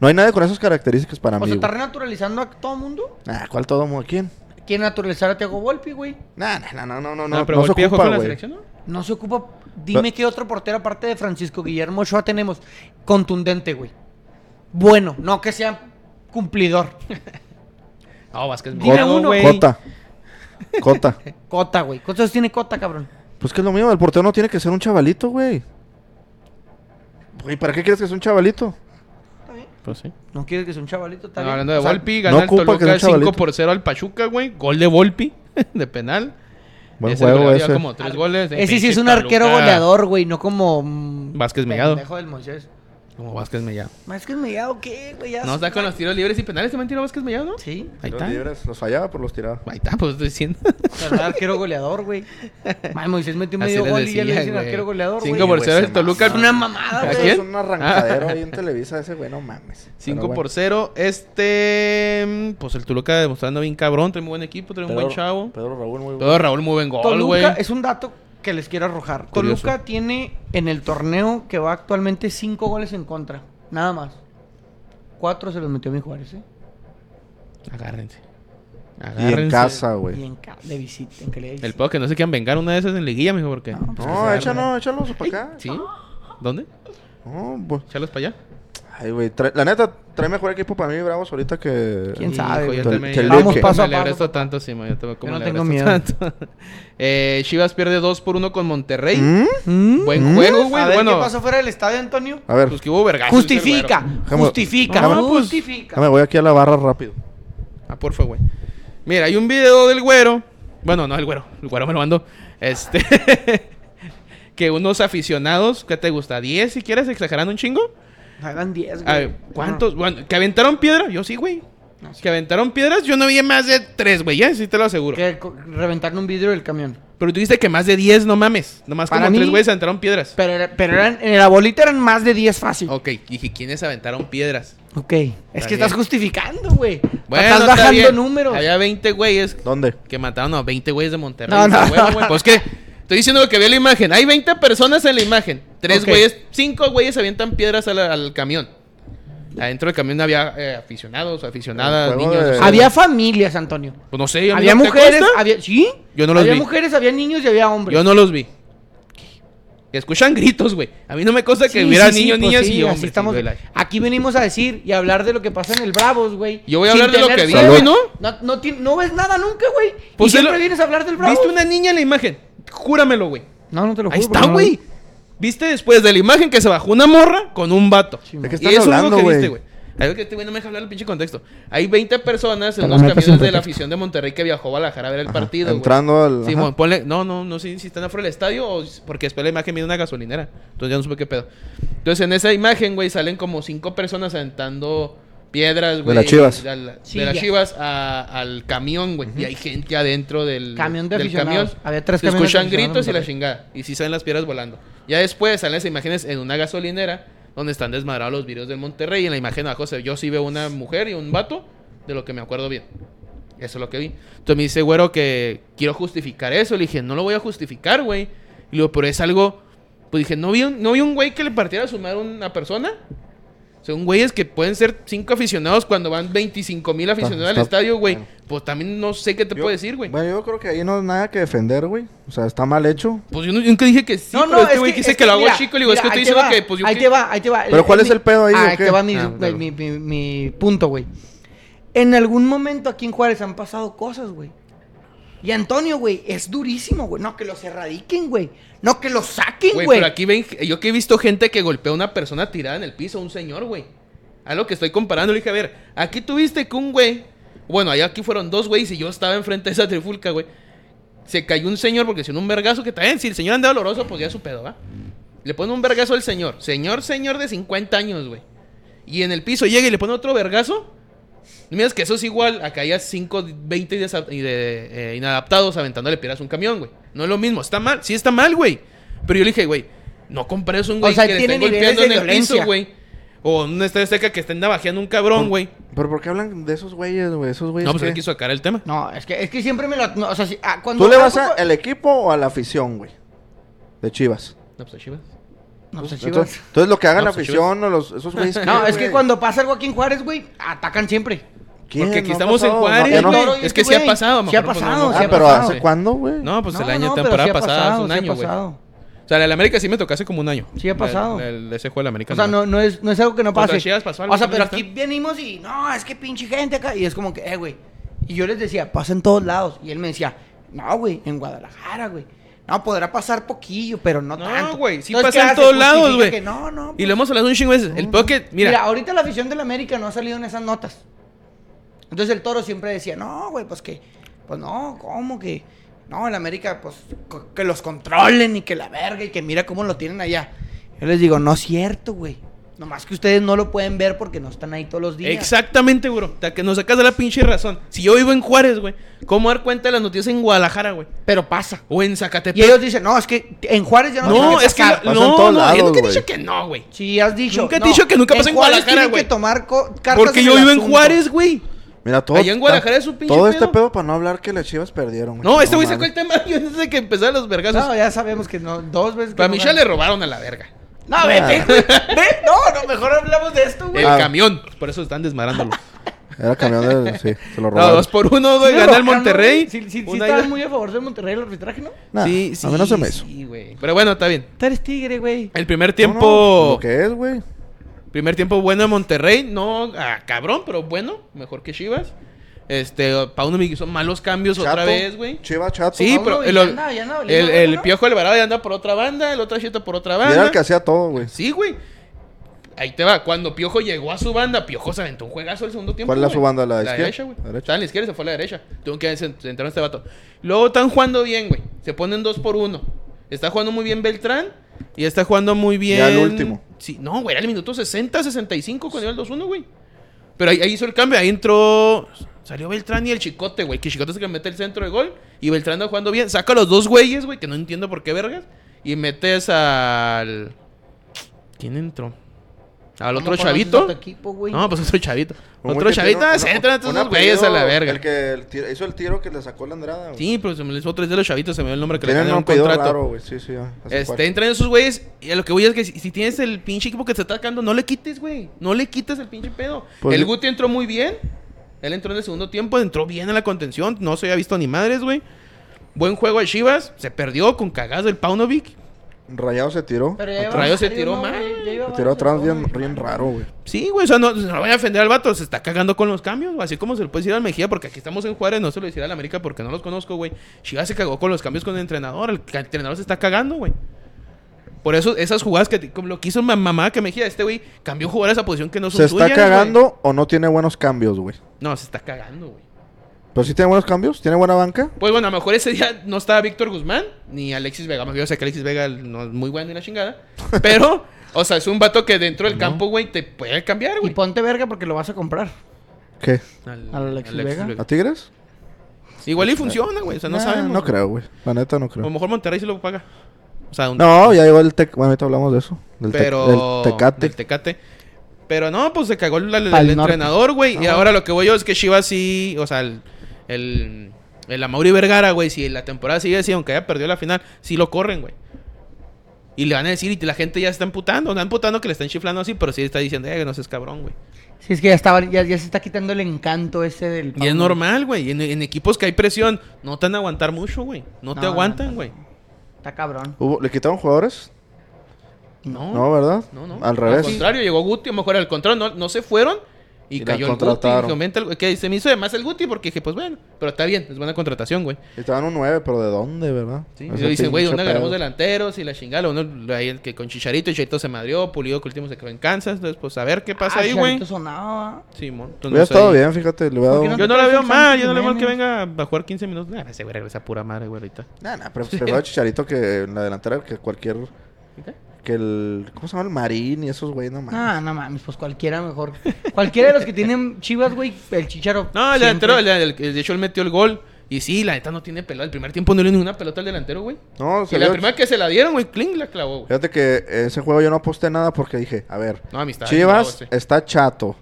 Speaker 4: No hay nadie con esas características para
Speaker 3: o
Speaker 4: mí.
Speaker 3: sea, está
Speaker 4: güey.
Speaker 3: renaturalizando a todo mundo.
Speaker 4: Ah, ¿cuál todo? mundo? ¿Quién?
Speaker 3: Quiere naturalizar a Thiago Volpi, güey.
Speaker 4: Nah, nah, nah, no, no, no,
Speaker 2: Nah,
Speaker 4: no,
Speaker 2: pero
Speaker 4: no se
Speaker 2: Volpi ya jugó
Speaker 4: ocupa,
Speaker 2: con la
Speaker 4: güey.
Speaker 2: selección, ¿no?
Speaker 3: No se ocupa. Dime
Speaker 4: Pero-
Speaker 3: qué otro portero aparte de Francisco Guillermo Ochoa tenemos. Contundente, güey. Bueno, no que sea cumplidor.
Speaker 2: No, Vázquez
Speaker 3: Dime
Speaker 2: Mejía,
Speaker 3: uno.
Speaker 2: güey.
Speaker 4: Cota. Cota.
Speaker 3: Cota, güey. ¿Cuántos tiene Cota, cabrón?
Speaker 4: Pues que es lo mismo, el portero no tiene que ser un chavalito, güey. Güey, ¿para qué crees que es un chavalito?
Speaker 3: Está bien.
Speaker 2: Pues sí.
Speaker 3: No quieres que sea un chavalito, está
Speaker 2: No,
Speaker 3: bien.
Speaker 2: hablando de
Speaker 3: O sea,
Speaker 2: Volpi, ganó
Speaker 4: no
Speaker 2: el
Speaker 4: ocupa que sea
Speaker 2: Toluca
Speaker 4: un
Speaker 2: 5
Speaker 4: chavalito.
Speaker 2: por 0 al Pachuca, güey. Gol de Volpi de penal.
Speaker 4: Buen
Speaker 2: el
Speaker 4: juego
Speaker 2: goleador lleva
Speaker 4: ese.
Speaker 2: como tres goles.
Speaker 3: Ese sí
Speaker 2: Pinche
Speaker 3: es un arquero
Speaker 2: Toluca.
Speaker 3: goleador, güey, no como. mm,
Speaker 2: Vázquez Mellado.
Speaker 3: pendejo del Moisés.
Speaker 2: Como Vázquez Mellado.
Speaker 3: Más que Mellado, ¿qué, güey? Ya
Speaker 2: No está con los tiros libres y penales. También tiró Vázquez Mellado, ¿no?
Speaker 3: Sí.
Speaker 2: Ahí
Speaker 4: Los
Speaker 2: está.
Speaker 4: libres los fallaba por los tirados.
Speaker 2: Ahí está, pues estoy diciendo.
Speaker 3: Pero era arquero goleador, güey. Man, Moisés metió
Speaker 2: Así
Speaker 3: medio
Speaker 2: les
Speaker 3: gol y ya le
Speaker 2: decía,
Speaker 3: dicen
Speaker 2: güey.
Speaker 3: arquero goleador, güey.
Speaker 2: Cinco por
Speaker 4: güey,
Speaker 2: cero
Speaker 4: se
Speaker 2: el Toluca.
Speaker 3: Es una mamada,
Speaker 2: ¿A
Speaker 3: güey.
Speaker 4: Eso
Speaker 2: quién?
Speaker 4: Es un arrancadero ahí en Televisa ese güey, no mames.
Speaker 2: 5
Speaker 4: Pero bueno.
Speaker 2: por 0. Este. mm, Pues el Toluca demostrando bien cabrón. Trae muy buen equipo, trae un buen
Speaker 4: Pedro-
Speaker 2: chavo.
Speaker 4: Pedro Raúl, muy bueno.
Speaker 2: Todo Raúl, muy buen gol, güey.
Speaker 3: Toluca es un dato que les quiero arrojar.
Speaker 2: Curioso.
Speaker 3: Toluca tiene en el torneo que va actualmente cinco goles en contra. Nada más. Cuatro se los metió mi Juárez, ¿eh?
Speaker 2: Agárrense.
Speaker 4: Y
Speaker 2: Agárrense.
Speaker 4: en casa, Ah, güey.
Speaker 3: Y en ca- de visita, en calidad de visita.
Speaker 2: El pedo que no se quieran vengar una de esas en liguilla, mijo, porque.
Speaker 3: No.
Speaker 2: pues, que se
Speaker 4: No,
Speaker 2: agarren.
Speaker 4: échalo, échalos para acá.
Speaker 2: ¿Sí? ¿Dónde?
Speaker 4: No, pues, bu-
Speaker 2: Échalos para allá.
Speaker 4: Ay, güey. trae- La neta, trae mejor equipo para mí, Bravos, ahorita que. Mm.
Speaker 3: ¿Quién sabe,
Speaker 2: Hijo,
Speaker 3: güey?
Speaker 2: yo
Speaker 4: Que-
Speaker 2: también-
Speaker 4: que
Speaker 2: yo
Speaker 4: le-
Speaker 2: también
Speaker 4: que-
Speaker 2: como
Speaker 3: paso a
Speaker 2: le abrazo
Speaker 3: paso.
Speaker 2: tanto, sí, ma, yo también como
Speaker 3: no
Speaker 2: le
Speaker 3: tengo
Speaker 2: abrazo tanto. Eh, Chivas pierde 2 por 1 con Monterrey.
Speaker 4: ¿Mm?
Speaker 3: ¿Mm?
Speaker 2: Buen juego, güey.
Speaker 3: A ver,
Speaker 2: Bueno,
Speaker 3: ¿qué pasó fuera del estadio, Antonio?
Speaker 4: A ver,
Speaker 2: pues que hubo vergas.
Speaker 3: Justifica,
Speaker 4: Déjame-
Speaker 3: justifica,
Speaker 4: déjame-
Speaker 3: justifica.
Speaker 4: me voy aquí a la barra rápido.
Speaker 2: Ah, porfa, güey. Mira, hay un video del güero. Bueno, no, el güero. El güero me lo mandó. Este. que unos aficionados, ¿qué te gusta? ¿10 si quieres? Exagerando un chingo.
Speaker 3: Hagan 10,
Speaker 2: A
Speaker 3: güey.
Speaker 2: ver, ¿cuántos? Bueno, ¿que aventaron piedra? Yo sí, güey. Que aventaron piedras, yo no vi más de 3, güey. Ya, sí te lo aseguro.
Speaker 3: Que co- reventaron un vidrio del camión.
Speaker 2: Pero tú dijiste que más de 10, no mames. Nomás
Speaker 3: Para
Speaker 2: como
Speaker 3: mí-
Speaker 2: 3 güeyes aventaron piedras.
Speaker 3: Pero, era- pero eran, en la bolita eran más de 10 fácil.
Speaker 2: Ok, dije, ¿quiénes aventaron piedras?
Speaker 3: Ok. Es que estás
Speaker 2: bien.
Speaker 3: justificando, güey.
Speaker 2: Bueno,
Speaker 3: estás
Speaker 2: está
Speaker 3: bajando
Speaker 2: bien.
Speaker 3: números.
Speaker 2: Había 20 güeyes
Speaker 4: ¿Dónde?
Speaker 2: Que mataron a 20 güeyes de Monterrey.
Speaker 3: No, no,
Speaker 2: Güey,
Speaker 3: no.
Speaker 2: güey, Pues que estoy diciendo lo que vi en la imagen. Hay 20 personas en la imagen. Tres
Speaker 3: Ok.
Speaker 2: güeyes, cinco güeyes avientan piedras al, al camión. Adentro del camión había eh, aficionados, aficionadas,
Speaker 4: El juego
Speaker 2: niños.
Speaker 4: de-
Speaker 2: o-
Speaker 3: Había familias, Antonio.
Speaker 2: pues no sé, yo
Speaker 3: había
Speaker 2: no- ¿te
Speaker 3: mujeres, Ah,
Speaker 2: consta?
Speaker 3: había. ¿Sí?
Speaker 2: Yo no los
Speaker 3: Había
Speaker 2: vi.
Speaker 3: mujeres, había niños y había hombres.
Speaker 2: Yo no los vi. Y escuchan gritos, güey. A mí no me consta que
Speaker 3: Sí,
Speaker 2: hubiera
Speaker 3: sí, sí,
Speaker 2: niños,
Speaker 3: pues
Speaker 2: niñas
Speaker 3: sí,
Speaker 2: y
Speaker 3: así
Speaker 2: hombres.
Speaker 3: estamos-
Speaker 2: güey, la-
Speaker 3: Aquí venimos a decir y a hablar de lo que pasa en el Bravos, güey.
Speaker 2: Yo voy a
Speaker 3: Sin
Speaker 2: hablar de lo
Speaker 3: tener
Speaker 2: que vi,
Speaker 3: pruebas.
Speaker 2: güey, ¿no?
Speaker 3: No, no ti- no ves nada nunca, güey.
Speaker 2: Pues
Speaker 3: y
Speaker 2: es
Speaker 3: siempre
Speaker 2: lo-
Speaker 3: vienes a hablar del Bravos.
Speaker 2: ¿Viste una niña en la imagen? Júramelo, güey.
Speaker 3: No, no te lo juro.
Speaker 2: Ahí
Speaker 3: porque
Speaker 2: está,
Speaker 3: no-
Speaker 2: güey. ¿Viste después de la imagen que se bajó una morra con un vato?
Speaker 4: ¿De qué
Speaker 2: Y
Speaker 4: estás
Speaker 2: eso es
Speaker 4: hablando,
Speaker 2: lo que viste,
Speaker 4: güey?
Speaker 2: güey. Algo que este güey no me deja hablar el pinche contexto. Hay 20 personas en
Speaker 3: Pero
Speaker 2: los
Speaker 3: la neta
Speaker 2: camiones
Speaker 3: siempre
Speaker 2: de la
Speaker 3: te-
Speaker 2: afición de Monterrey que viajó a Guadalajara a ver el
Speaker 4: Ajá,
Speaker 2: partido, güey.
Speaker 4: entrando al-
Speaker 2: Sí,
Speaker 4: ajá.
Speaker 2: mon- ponle- No, no, no sé si están afuera del estadio o... s- Porque después la imagen viene una gasolinera. Entonces ya no supe qué pedo. Entonces en esa imagen, güey, salen como cinco personas aventando piedras, güey.
Speaker 4: las Chivas.
Speaker 2: De, la- de
Speaker 3: Sí,
Speaker 2: las
Speaker 3: ya.
Speaker 2: chivas a- al camión, güey. Y hay gente adentro del...
Speaker 3: Camión de
Speaker 2: del
Speaker 3: aficionados. Había tres
Speaker 2: Se
Speaker 3: camiones de
Speaker 2: Escuchan
Speaker 3: aficionados
Speaker 2: gritos y
Speaker 3: en
Speaker 2: la
Speaker 3: Monterrey.
Speaker 2: chingada. Y sí salen las piedras volando. Ya después salen las imágenes en una gasolinera donde están desmadrados los videos del Monterrey. Y en la imagen abajo se- yo sí veo una mujer y un vato, de lo que me acuerdo bien. Eso es lo que vi. Entonces me dice, güero, que quiero justificar eso. Le dije, no lo voy a justificar, güey. Y luego, pero es algo. Pues dije, no vi un, no vi un güey que le partiera a su madre a una persona. Son güeyes que pueden ser cinco aficionados cuando van 25 mil aficionados al
Speaker 4: está-
Speaker 2: estadio, güey.
Speaker 4: bueno.
Speaker 2: Pues también no sé qué te
Speaker 4: Yo-
Speaker 2: puedo decir, güey.
Speaker 4: Bueno, yo creo que ahí no es nada que defender, güey. O sea, está mal hecho.
Speaker 2: Pues yo no- yo nunca dije que sí,
Speaker 3: No, no,
Speaker 2: pero este
Speaker 3: es
Speaker 2: güey
Speaker 3: que-
Speaker 2: dice
Speaker 3: es
Speaker 2: que, lo hago
Speaker 3: mira,
Speaker 2: chico. Le digo, es
Speaker 3: mira,
Speaker 2: que estoy
Speaker 3: ahí
Speaker 2: diciendo
Speaker 3: va,
Speaker 2: que pues yo
Speaker 3: Ahí
Speaker 2: que-
Speaker 3: te va, ahí te va.
Speaker 4: Pero ¿cuál es el pedo ahí, o
Speaker 3: Ahí
Speaker 4: qué?
Speaker 3: te va mi,
Speaker 2: Ah, dale.
Speaker 3: mi, mi- mi punto, güey. En algún momento aquí en Juárez han pasado cosas, güey. Y Antonio, güey, es durísimo, güey. No, que los erradiquen, güey. No, que los saquen,
Speaker 2: Güey,
Speaker 3: güey.
Speaker 2: pero aquí ven, yo que he visto gente que golpea a una persona tirada en el piso, un señor, güey. A lo que estoy comparando, le dije, a ver, aquí tuviste que un güey, bueno, allá aquí fueron dos güeyes y yo estaba enfrente de esa trifulca, güey. Se cayó un señor porque si no un vergazo que también, si el señor anda doloroso, pues ya su pedo, ¿va? Le pone un vergazo al señor, señor, señor de 50 años, güey. Y en el piso llega y le pone otro vergazo. No miras que eso es igual a que haya 5, 20 y desa- y de- eh, inadaptados aventándole piedras a un camión, güey. No es lo mismo, está mal, sí está mal, güey. Pero yo le dije, güey, no compres un güey
Speaker 3: sea,
Speaker 2: que le
Speaker 3: tiene
Speaker 2: estén
Speaker 3: niveles
Speaker 2: golpeando
Speaker 3: de
Speaker 2: en el piso,
Speaker 3: violencia.
Speaker 2: güey. O en una estadio seca que estén navajeando un cabrón, güey.
Speaker 4: Pero ¿por qué hablan de esos güeyes, güey? Esos güeyes.
Speaker 2: No, pues
Speaker 4: ¿qué?
Speaker 2: él quiso sacar el tema.
Speaker 3: No, es que, es que siempre me lo. no, o sea, si- ah, cuando
Speaker 4: ¿Tú le
Speaker 3: algo
Speaker 4: vas
Speaker 3: pa-
Speaker 4: al equipo o a la afición, güey? De Chivas.
Speaker 2: No, pues a Chivas.
Speaker 3: No, pues, Chivas.
Speaker 4: Entonces, entonces lo que hagan
Speaker 2: No,
Speaker 4: la
Speaker 2: pues,
Speaker 4: afición o los, esos güeyes.
Speaker 3: No,
Speaker 4: ¿qué,
Speaker 3: es que
Speaker 4: güey?
Speaker 3: cuando pasa algo aquí en Juárez, güey, atacan siempre.
Speaker 4: ¿Quién?
Speaker 2: Porque aquí
Speaker 4: No ha
Speaker 2: estamos en
Speaker 4: pasado,
Speaker 2: Juárez,
Speaker 4: ya no.
Speaker 2: güey.
Speaker 3: Toro y
Speaker 2: es
Speaker 3: este
Speaker 2: que sí ha
Speaker 3: güey.
Speaker 2: pasado, a lo
Speaker 3: Sí ha
Speaker 2: mejor, pues,
Speaker 3: pasado,
Speaker 2: no,
Speaker 3: sí
Speaker 2: no,
Speaker 4: Ah,
Speaker 3: ha
Speaker 4: pero
Speaker 3: pasado,
Speaker 4: ¿hace
Speaker 3: güey.
Speaker 4: cuándo, güey?
Speaker 2: No, pues el
Speaker 3: No,
Speaker 2: año
Speaker 3: no, pero
Speaker 2: temporada
Speaker 3: sí ha
Speaker 2: pasada,
Speaker 3: pasado,
Speaker 2: hace un
Speaker 3: sí ha
Speaker 2: año, güey.
Speaker 3: pasado.
Speaker 2: O sea, el América sí me tocó hace como un año.
Speaker 3: Sí ha pasado.
Speaker 2: El, el- ese juego del América.
Speaker 3: O sea, no, no es, no es algo que no
Speaker 2: Contra
Speaker 3: pase.
Speaker 2: Chivas pasó algo
Speaker 3: o sea, pero
Speaker 2: similar,
Speaker 3: aquí venimos y no, es que pinche gente acá. Y es como que, eh, güey. Y yo les decía, pasa en todos lados. Y él me decía, no, güey, en Guadalajara, güey. No, podrá pasar poquillo, pero no,
Speaker 2: No,
Speaker 3: tanto.
Speaker 2: güey, sí
Speaker 3: Entonces,
Speaker 2: pasa
Speaker 3: ¿qué
Speaker 2: en
Speaker 3: hace?
Speaker 2: todos lados,
Speaker 3: Justifica
Speaker 2: güey.
Speaker 3: que No, no. pues,
Speaker 2: Y lo hemos hablado un chingo de veces. El pedo que,
Speaker 3: Mira,
Speaker 2: mira,
Speaker 3: ahorita la afición del América no ha salido en esas notas. Entonces el toro siempre decía, no, güey, pues que, pues no, ¿cómo que? No, el América, pues co- que los controlen y que la verga y que mira cómo lo tienen allá. Yo les digo, no es cierto, güey. Nomás que ustedes no lo pueden ver porque no están ahí todos los días.
Speaker 2: Exactamente, güey. O sea, que nos sacas de la pinche razón. Si yo vivo en Juárez, güey, ¿cómo dar cuenta de las noticias en Guadalajara, güey?
Speaker 3: Pero pasa.
Speaker 2: O en Zacatepec.
Speaker 3: Y ellos dicen, no, es que en Juárez ya no,
Speaker 2: no,
Speaker 3: tiene
Speaker 2: es que
Speaker 3: pasar".
Speaker 4: Pasa en
Speaker 2: no,
Speaker 4: todos
Speaker 2: no,
Speaker 4: lados,
Speaker 2: yo nunca he
Speaker 4: güey.
Speaker 2: dicho que no, güey.
Speaker 3: Sí, has dicho.
Speaker 2: Nunca he dicho que nunca pasa en
Speaker 3: Juárez
Speaker 2: Guadalajara,
Speaker 3: tienen
Speaker 2: güey.
Speaker 3: que tomar co- cartas
Speaker 2: Porque
Speaker 3: en
Speaker 2: yo
Speaker 3: el
Speaker 2: vivo en
Speaker 3: asunto.
Speaker 2: Juárez, güey.
Speaker 4: Mira, todo.
Speaker 2: Allá en Guadalajara es un pinche
Speaker 4: Todo este
Speaker 2: pedo.
Speaker 4: pedo para no hablar que las chivas perdieron, güey.
Speaker 2: No, este güey sacó
Speaker 4: mames.
Speaker 2: el tema yo desde que empezaron los vergazos.
Speaker 3: No, ya sabemos que no, dos veces. que
Speaker 2: Para
Speaker 3: no
Speaker 2: mí ya
Speaker 3: ganan.
Speaker 2: le robaron a la verga.
Speaker 3: No, vete, güey. Ve, no, no, mejor hablamos de esto, güey.
Speaker 2: El
Speaker 4: Ah.
Speaker 2: camión. Por eso están desmarándolo.
Speaker 4: Era camión de. Sí, se lo
Speaker 2: No,
Speaker 4: robaron.
Speaker 2: dos por uno,
Speaker 3: Sí
Speaker 2: güey.
Speaker 3: le
Speaker 2: Gana el
Speaker 3: robaron,
Speaker 2: Monterrey.
Speaker 3: güey. Sí, sí, sí
Speaker 2: Una
Speaker 3: estaban
Speaker 2: ida-
Speaker 3: muy a favor de Monterrey el arbitraje, ¿no?
Speaker 4: Nah,
Speaker 2: Sí,
Speaker 4: A mí no se me
Speaker 2: sí,
Speaker 4: hizo.
Speaker 2: Sí, güey. Pero bueno, está bien.
Speaker 3: Tú eres tigre, güey.
Speaker 2: El primer
Speaker 4: No, pues, no,
Speaker 2: tiempo. Pues
Speaker 4: Lo que es, güey.
Speaker 2: Primer tiempo bueno de Monterrey. No, ah, cabrón, pero bueno. Mejor que Chivas. Este, Pauno Miguel son malos cambios otra
Speaker 4: Chato,
Speaker 2: vez, güey.
Speaker 4: Chiva, chato.
Speaker 2: Sí,
Speaker 3: Pauno
Speaker 2: pero
Speaker 3: ya
Speaker 2: el,
Speaker 3: anda- ya anda
Speaker 2: el,
Speaker 3: valiendo
Speaker 2: el
Speaker 3: verga, ¿no?
Speaker 2: Piojo Alvarado ya anda por otra banda, el otro Chito por otra
Speaker 4: Y era el que
Speaker 2: banda.
Speaker 4: hacía todo, güey.
Speaker 2: Sí, güey. Ahí te va. Cuando Piojo llegó a su banda, Piojo se aventó un juegazo el segundo tiempo.
Speaker 4: ¿Cuál era su
Speaker 2: güey.
Speaker 4: banda? ¿La de izquierda?
Speaker 2: derecha, güey.
Speaker 4: ¿La derecha?
Speaker 2: Estaba en la izquierda y se fue a la derecha. Tuvo que entrar este vato. Luego están jugando bien, güey. Se ponen dos por uno. Está jugando muy bien Beltrán y está jugando muy bien.
Speaker 4: Ya el último.
Speaker 2: Sí, no, güey, era el minuto 60, 65 cuando iba el 2-1, güey. Pero ahí, ahí hizo el cambio, ahí entró. Salió Beltrán y el Chicote, güey. Que Chicote es el que mete el centro de gol. Y Beltrán anda jugando bien. Saca a los dos güeyes, güey, que no entiendo por qué vergas. Y metes al. ¿Quién entró? Al otro chavito. No,
Speaker 3: No,
Speaker 2: pues otro chavito.
Speaker 4: Un güey
Speaker 2: otro
Speaker 4: que
Speaker 2: chavito.
Speaker 4: tiene un-
Speaker 2: se
Speaker 4: un-
Speaker 2: entran todos
Speaker 4: un
Speaker 2: esos güeyes a
Speaker 4: apellido,
Speaker 2: la verga.
Speaker 4: El que el tiro- hizo el tiro que le sacó la Andrada, güey.
Speaker 2: Sí, pero se me les hizo tres de los chavitos. Se me dio el nombre que le
Speaker 4: Tienen
Speaker 2: dieron
Speaker 4: un
Speaker 2: un
Speaker 4: pedido
Speaker 2: contrato.
Speaker 4: raro, güey. Sí, sí, ya. Hace
Speaker 2: Este,
Speaker 4: cuatro.
Speaker 2: entran esos güeyes. Y a lo que voy es que si, si tienes el pinche equipo que te está atacando, no le quites, güey. No le quites el pinche pedo.
Speaker 4: Pues
Speaker 2: el
Speaker 4: yo-
Speaker 2: Guti entró muy bien. Él entró en el segundo tiempo, entró bien a la contención. No se había visto ni madres, güey. Buen juego de Chivas. Se perdió con cagadas del Paunovic.
Speaker 4: Rayado se tiró.
Speaker 2: Rayo se tiró mal.
Speaker 4: Se tiró atrás bien, bien raro, güey.
Speaker 2: Sí, güey. O sea, no, no voy a ofender al vato. Se está cagando con los cambios. güey. Así como se le puede decir al Mejía, porque aquí estamos en Juárez. No se lo decir al América porque no los conozco, güey. Chivas se cagó con los cambios con el entrenador. El ca- entrenador se está cagando, güey. Por eso, esas jugadas que, como lo que hizo mi mamá que Mejía, este güey cambió jugar a esa posición que no son
Speaker 4: ¿Se está
Speaker 2: suyas, güey.
Speaker 4: cagando o no tiene buenos cambios, güey?
Speaker 2: No, se está cagando, güey.
Speaker 4: Pero sí tiene buenos cambios, tiene buena banca.
Speaker 2: Pues bueno, a lo mejor ese día no estaba Víctor Guzmán ni Alexis Vega. Más bien, Yo sé que Alexis Vega no es muy bueno y la chingada. Pero, o sea, es un vato que dentro del campo, güey, te puede cambiar,
Speaker 3: Y
Speaker 2: güey.
Speaker 3: ponte verga porque lo vas a comprar.
Speaker 4: ¿Qué?
Speaker 2: Al-
Speaker 3: ¿Al Alexis Vega?
Speaker 4: ¿A Tigres?
Speaker 2: Igual y funciona, güey. O sea, no
Speaker 4: Este, Nah,
Speaker 2: sabemos.
Speaker 4: No
Speaker 2: güey.
Speaker 4: creo, güey. La neta no
Speaker 2: A lo
Speaker 4: creo.
Speaker 2: mejor Monterrey sí lo paga. O sea, un-
Speaker 4: No, ya llegó el Tec. Bueno, ahorita hablamos de eso. Del, Tec-
Speaker 2: pero.
Speaker 4: del Tecate.
Speaker 2: del Tecate. Pero no, pues se cagó el, el- el
Speaker 3: Pa'l norte.
Speaker 2: entrenador, güey. Y ahora lo que voy yo es que Chivas sí. O sea, el. El, el Amauri Vergara, güey. Si la temporada sigue así, aunque haya perdido la final, sí lo corren, güey. Y le van a decir, y la gente ya está emputando. No emputando que le están chiflando así, pero sí está diciendo, eh, que no seas cabrón, güey.
Speaker 3: Sí, es que ya, estaba, ya, ya se está quitando el encanto ese del.
Speaker 2: Y es normal, güey. En, en equipos que hay presión, no te van a aguantar mucho, güey. No, te
Speaker 3: No,
Speaker 2: aguantan,
Speaker 3: no,
Speaker 2: güey.
Speaker 3: Está cabrón.
Speaker 4: Hubo- ¿Le quitaron jugadores?
Speaker 2: No.
Speaker 4: No, ¿verdad?
Speaker 2: No, no.
Speaker 4: Al revés.
Speaker 2: Al contrario, llegó Guti, o mejor al contrario, no, no se fueron y,
Speaker 4: Y la
Speaker 2: cayó el Guti.
Speaker 4: contrataron.
Speaker 2: Dije, "Vente al- que se me hizo de más el Guti porque dije, pues bueno, pero está bien, es buena contratación, güey.
Speaker 4: Estaban un 9, pero ¿de dónde, verdad?
Speaker 2: Sí.
Speaker 4: Ese
Speaker 2: Y dice, güey,
Speaker 4: pinche
Speaker 2: ¿dónde agarramos
Speaker 4: pedo.
Speaker 2: delanteros? Y la chingada, uno ahí el que con Chicharito y Chicharito se madrió, Pulido que último se quedó en Kansas, entonces pues a ver qué pasa
Speaker 3: Ah,
Speaker 2: ahí,
Speaker 3: sí,
Speaker 2: güey.
Speaker 3: ahorita sonaba.
Speaker 2: Sí, mon. Entonces,
Speaker 4: Hubiera
Speaker 2: no sé.
Speaker 4: estado bien, fíjate. Le hubiera dado...
Speaker 3: ¿Por qué no
Speaker 2: Yo
Speaker 4: No,
Speaker 2: no le veo mal, yo no le veo mal
Speaker 3: Santos
Speaker 2: que venga a jugar 15 minutos. Nah, ese güey regresa pura madre, güey, ahorita.
Speaker 4: no, prefiero a Chicharito que en la delantera que cualquier...
Speaker 2: ¿Qué?
Speaker 4: Que el... ¿Cómo se llama? El Marín y esos güey, no mames.
Speaker 3: Ah, no mames, pues cualquiera mejor. Cualquiera de los que tienen chivas, güey, el chicharo.
Speaker 2: No, el
Speaker 3: siempre.
Speaker 2: delantero, el- el- el- de hecho él metió el gol. Y sí, la neta no tiene pelota. El primer tiempo no le dio ninguna pelota al delantero, güey.
Speaker 4: No, se
Speaker 2: Y la
Speaker 4: vio-
Speaker 2: primera que se la dieron, güey, Kling la clavó, güey.
Speaker 4: Fíjate que ese juego yo no aposté nada porque dije, a ver,
Speaker 2: No, amistad.
Speaker 4: Chivas eh.
Speaker 2: bravo, sí.
Speaker 4: está chato,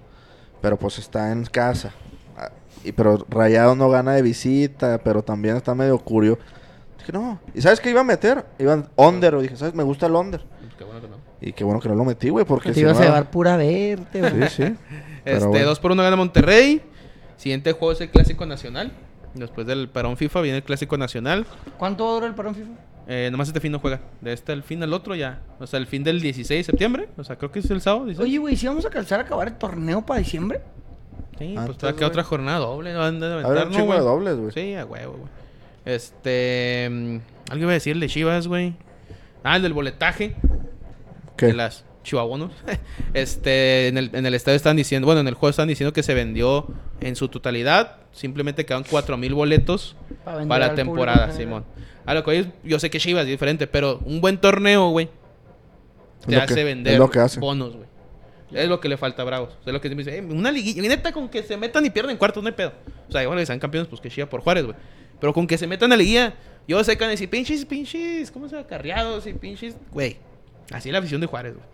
Speaker 4: pero pues está en casa. Ah, Y pero Rayado no gana de visita, pero también está medio curio. Dije, no. ¿Y sabes qué iba a meter? Iban under, dije, ¿sabes? Me gusta el under.
Speaker 2: Qué bueno que no.
Speaker 4: Y qué bueno que no lo metí, güey, porque
Speaker 3: Te
Speaker 4: si
Speaker 3: ibas
Speaker 4: no
Speaker 3: a
Speaker 4: era-
Speaker 3: llevar pura verte, güey.
Speaker 4: Sí, sí. Pero
Speaker 2: Este,
Speaker 4: bueno.
Speaker 2: 2 por 1 gana Monterrey. Siguiente juego es el Clásico Nacional. Después del parón FIFA viene el Clásico Nacional.
Speaker 3: ¿Cuánto dura el parón FIFA?
Speaker 2: Eh, nomás este fin no juega. De este al fin al otro ya. O sea, el fin del 16 de septiembre. O sea, creo que es el sábado. 16.
Speaker 3: Oye, güey, si vamos a calzar a acabar el torneo para diciembre.
Speaker 2: sí, pues todavía
Speaker 4: antes,
Speaker 2: queda
Speaker 4: Ah, güey.
Speaker 2: otra jornada doble. No andan de
Speaker 4: Habrá
Speaker 2: aventar,
Speaker 4: un
Speaker 2: ¿no,
Speaker 4: chingo de
Speaker 2: güey?
Speaker 4: dobles, güey.
Speaker 2: Sí, a huevo, güey. Este. mm, Algo iba a decir el de Chivas, güey. Ah, el del boletaje.
Speaker 4: ¿Qué?
Speaker 2: de las chihuahuanos. este, en el, en el estadio están diciendo, bueno, en el juego están diciendo que se vendió en su totalidad. Simplemente quedan cuatro mil boletos
Speaker 3: Para vender
Speaker 2: para
Speaker 3: al
Speaker 2: la
Speaker 3: público
Speaker 2: temporada,
Speaker 3: en general.
Speaker 2: Simón. A lo que hoy yo sé que Chivas es diferente, pero un buen torneo, güey,
Speaker 4: Es
Speaker 2: te
Speaker 4: lo
Speaker 2: hace
Speaker 4: que-
Speaker 2: vender
Speaker 4: es lo que hace.
Speaker 2: bonos, güey. Es lo que le falta a Bravos. Es lo que me dice, "Eh, una liguilla. Y neta, con que se metan y pierden cuartos, no hay pedo. O sea, bueno, y sean campeones, pues que chía por Juárez, güey. Pero con que se metan a liguilla, yo sé que van a decir, pinches, pinches, ¿cómo se va? Carreados y pinches, güey. Así es la afición de Juárez, güey.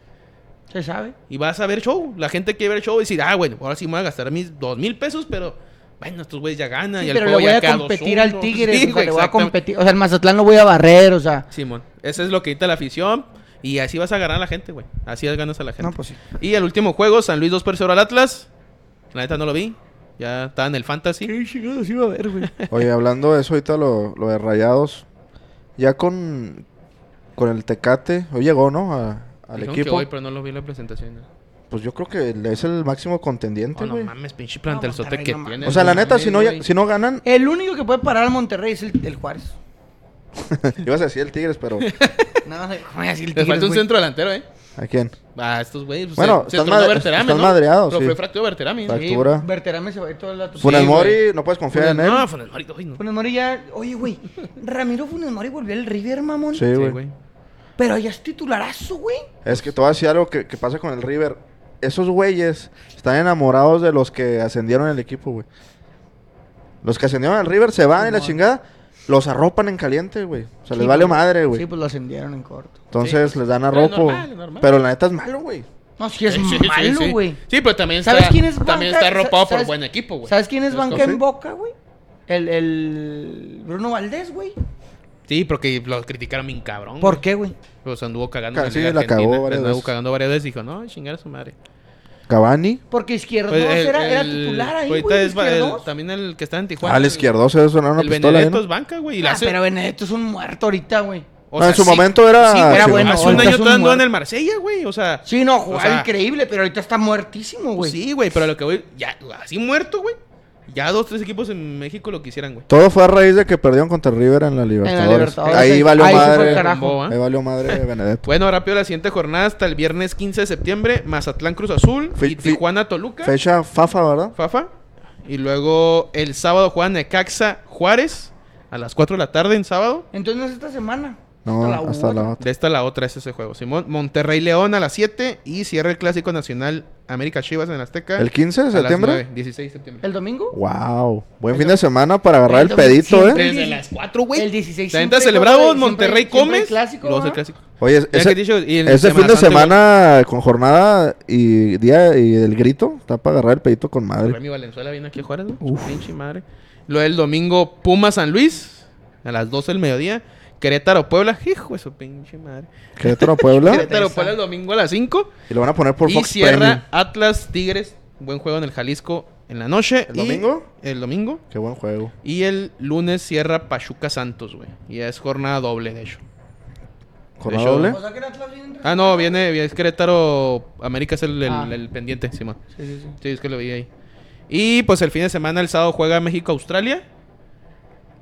Speaker 3: Se sabe.
Speaker 2: Y vas a ver show. La gente quiere ver show y decir, ah, bueno, ahora sí me voy a gastar mis dos mil pesos, pero bueno, estos güeyes ya ganan.
Speaker 3: Sí,
Speaker 2: y al
Speaker 3: pero le
Speaker 2: Cobo
Speaker 3: voy
Speaker 2: ya
Speaker 3: a
Speaker 2: queda
Speaker 3: competir
Speaker 2: 2-1".
Speaker 3: al Tigre.
Speaker 2: Sí,
Speaker 3: o sea,
Speaker 2: güey,
Speaker 3: le voy a
Speaker 2: exactamente.
Speaker 3: competir. O sea, el Mazatlán lo voy a barrer, o sea.
Speaker 2: Simón, eso es lo que quita la afición. Y así vas a ganar a la gente, güey. Así ganas a la gente.
Speaker 3: No, pues sí.
Speaker 2: Y el último juego, San Luis 2 por 0 al Atlas. La neta no lo vi. Ya estaba en el Fantasy.
Speaker 3: chingados iba a ver, güey?
Speaker 4: Oye, hablando de eso ahorita, lo, lo de Rayados, ya con, con el Tecate, hoy llegó, ¿no? A- al
Speaker 2: Dijeron que
Speaker 4: equipo.
Speaker 2: hoy, pero no lo vi en la presentación.
Speaker 4: Pues yo creo que es el máximo contendiente,
Speaker 2: Oh, no
Speaker 4: güey.
Speaker 2: mames, pinche plantel
Speaker 3: No,
Speaker 2: sote
Speaker 3: Monterrey,
Speaker 2: que
Speaker 3: no
Speaker 2: tiene.
Speaker 4: o sea, la
Speaker 2: güey.
Speaker 4: neta, si no,
Speaker 3: güey.
Speaker 4: si no ganan,
Speaker 3: El único que puede parar al Monterrey es el, el Juárez.
Speaker 4: ibas a decir el Tigres, pero
Speaker 3: No, sé cómo voy a decir el
Speaker 2: Le
Speaker 3: Tigres,
Speaker 2: falta un
Speaker 3: güey.
Speaker 2: centro delantero, ¿eh?
Speaker 4: ¿a quién?
Speaker 2: A estos güeyes. pues,
Speaker 4: Bueno, están
Speaker 2: tronó
Speaker 4: madre-
Speaker 2: Berterame,
Speaker 4: están
Speaker 2: ¿no?
Speaker 4: madreados,
Speaker 2: Pero
Speaker 4: sí.
Speaker 2: fue fractura Berterame.
Speaker 4: Exacto.
Speaker 2: ¿no?
Speaker 3: Sí,
Speaker 4: Ventura.
Speaker 3: Berterame se va a ir toda la
Speaker 4: Funes
Speaker 2: güey.
Speaker 4: Mori, no puedes confiar en él.
Speaker 2: No, Funes Mori, uy, no.
Speaker 3: Funes Mori ya. Oye, güey. Ramiro Funes Mori volvió al River, mamón.
Speaker 4: Sí,
Speaker 2: Sí,
Speaker 4: güey.
Speaker 2: güey.
Speaker 3: Pero ya es titularazo, güey.
Speaker 4: Es que te voy a decir algo que, que pasa con el River. Esos güeyes están enamorados de los que ascendieron el equipo, güey. Los que ascendieron al River se van y la
Speaker 3: Simón.
Speaker 4: chingada, los arropan en caliente, güey. O sea, les
Speaker 3: Sí,
Speaker 4: vale
Speaker 3: pues,
Speaker 4: madre, güey.
Speaker 3: Sí, pues lo ascendieron en corto.
Speaker 4: Entonces les dan
Speaker 2: Pero es
Speaker 4: arropo.
Speaker 2: normal, es normal.
Speaker 4: Pero la neta es malo, güey.
Speaker 3: No, si es
Speaker 2: Sí, sí, sí,
Speaker 3: malo,
Speaker 2: sí.
Speaker 3: güey.
Speaker 2: Sí, pero también está,
Speaker 3: ¿Sabes quién es
Speaker 2: también está
Speaker 3: banca?
Speaker 2: arropado por
Speaker 3: ¿Sabes-
Speaker 2: buen equipo, güey.
Speaker 3: ¿Sabes quién es
Speaker 2: Entonces,
Speaker 3: banca
Speaker 4: ¿cómo?
Speaker 3: en Boca, güey? El, el Bruno Valdés, güey.
Speaker 2: Sí, porque lo criticaron bien cabrón.
Speaker 3: ¿Por
Speaker 2: güey.
Speaker 3: qué, güey?
Speaker 2: Pues anduvo cagando.
Speaker 4: Ca-
Speaker 2: en
Speaker 4: sí,
Speaker 2: Liga
Speaker 4: la cagó
Speaker 2: Argentina,
Speaker 4: varias
Speaker 2: anduvo
Speaker 4: veces.
Speaker 2: cagando varias veces y dijo, no, chingar a su madre.
Speaker 4: Cavani.
Speaker 3: Porque Izquierdos
Speaker 2: Pues, el-
Speaker 3: era, era
Speaker 2: el-
Speaker 3: titular ahí,
Speaker 2: ahorita
Speaker 3: güey.
Speaker 2: es va- el-
Speaker 3: Izquierdos.
Speaker 2: también el que está en Tijuana.
Speaker 4: Al izquierdo se suena Ah, una
Speaker 2: el
Speaker 4: pistola. ¿eh,
Speaker 2: Benedetto
Speaker 4: no?
Speaker 2: es banca, güey. y la
Speaker 3: Ah,
Speaker 2: hace-
Speaker 3: pero Benedetto es un muerto ahorita, güey.
Speaker 2: o
Speaker 4: No,
Speaker 2: sea,
Speaker 4: en su
Speaker 2: sí,
Speaker 4: momento era.
Speaker 2: sí, güey,
Speaker 3: era
Speaker 4: sí,
Speaker 3: bueno,
Speaker 2: Hace un
Speaker 3: ahorita
Speaker 2: año
Speaker 3: es un
Speaker 2: todo andó en
Speaker 3: muerto.
Speaker 2: el Marsella, güey. O sea,
Speaker 3: Sí, no,
Speaker 2: o
Speaker 3: jugaba
Speaker 2: sea,
Speaker 3: increíble, pero ahorita está muertísimo, güey.
Speaker 2: Sí, güey, pero a lo que voy, ya, así muerto, güey. Ya dos, tres equipos en México lo quisieran, güey.
Speaker 4: Todo fue a raíz de que perdieron contra el River en la Libertadores.
Speaker 3: Libertadores,
Speaker 4: Ahí
Speaker 3: ahí-
Speaker 4: valió
Speaker 3: ahí se fue
Speaker 4: madre.
Speaker 3: el carajo. ¿eh?
Speaker 2: Bombó, ¿ah?
Speaker 4: Ahí valió madre Benedetto.
Speaker 2: Bueno, rápido la siguiente jornada hasta el viernes 15 de septiembre. Mazatlán Cruz Azul
Speaker 4: Fe-
Speaker 2: y
Speaker 4: fe-
Speaker 2: Tijuana Toluca.
Speaker 4: Fecha Fafa, ¿verdad?
Speaker 2: Fafa. Y luego el sábado juegan Necaxa Juárez a las 4 de la tarde en sábado.
Speaker 3: Entonces no es esta semana.
Speaker 4: No, hasta la
Speaker 3: otra.
Speaker 4: otra.
Speaker 2: De esta a la otra es ese juego. Simón, Monterrey León a las 7 y cierra el Clásico Nacional América Chivas en Azteca.
Speaker 4: ¿El 15 de
Speaker 2: a las
Speaker 4: septiembre?
Speaker 2: 9, 16 de septiembre.
Speaker 3: ¿El domingo?
Speaker 4: Wow. Buen fin de semana para agarrar el pedito,
Speaker 3: siempre-
Speaker 4: ¿eh?
Speaker 2: Desde las 4, güey.
Speaker 3: El 16
Speaker 2: La neta
Speaker 3: siempre,
Speaker 2: celebramos,
Speaker 3: güey,
Speaker 2: Monterrey
Speaker 3: siempre- siempre
Speaker 2: comes.
Speaker 3: el clásico,
Speaker 2: y luego
Speaker 3: ¿va?
Speaker 2: el clásico.
Speaker 4: Oye,
Speaker 2: Ya
Speaker 4: ese,
Speaker 2: que he dicho, y en
Speaker 4: ese fin de
Speaker 2: Santa,
Speaker 4: semana con jornada y día y el grito está para agarrar el pedito con
Speaker 2: güey,
Speaker 4: madre.
Speaker 2: Remy Valenzuela viene aquí a Juárez, güey. Su Pinche madre. Luego el domingo Puma San Luis a las 12 del mediodía. Querétaro Puebla, hijo de su pinche madre.
Speaker 4: ¿Ah? Querétaro Puebla.
Speaker 2: Querétaro
Speaker 3: Esa.
Speaker 2: Puebla el domingo a las 5.
Speaker 4: y lo van a poner por
Speaker 2: y
Speaker 4: Fox
Speaker 2: cierra
Speaker 4: Premium.
Speaker 2: Atlas Tigres. Buen juego en el Jalisco en la noche.
Speaker 4: ¿El
Speaker 2: y-
Speaker 4: domingo?
Speaker 2: El domingo.
Speaker 4: Qué buen juego.
Speaker 2: Y el lunes cierra Pachuca Santos, güey. Y ya es jornada doble, de hecho.
Speaker 4: Jornada
Speaker 2: hecho,
Speaker 4: doble.
Speaker 3: O sea que el Atlas viene-
Speaker 2: Ah, no, viene, viene- es Querétaro. América es el, el-
Speaker 3: Ah.
Speaker 2: el pendiente, Simón.
Speaker 3: Sí, sí, sí.
Speaker 2: Sí, es que lo vi ahí. Y pues el fin de semana, el sábado juega México-Australia.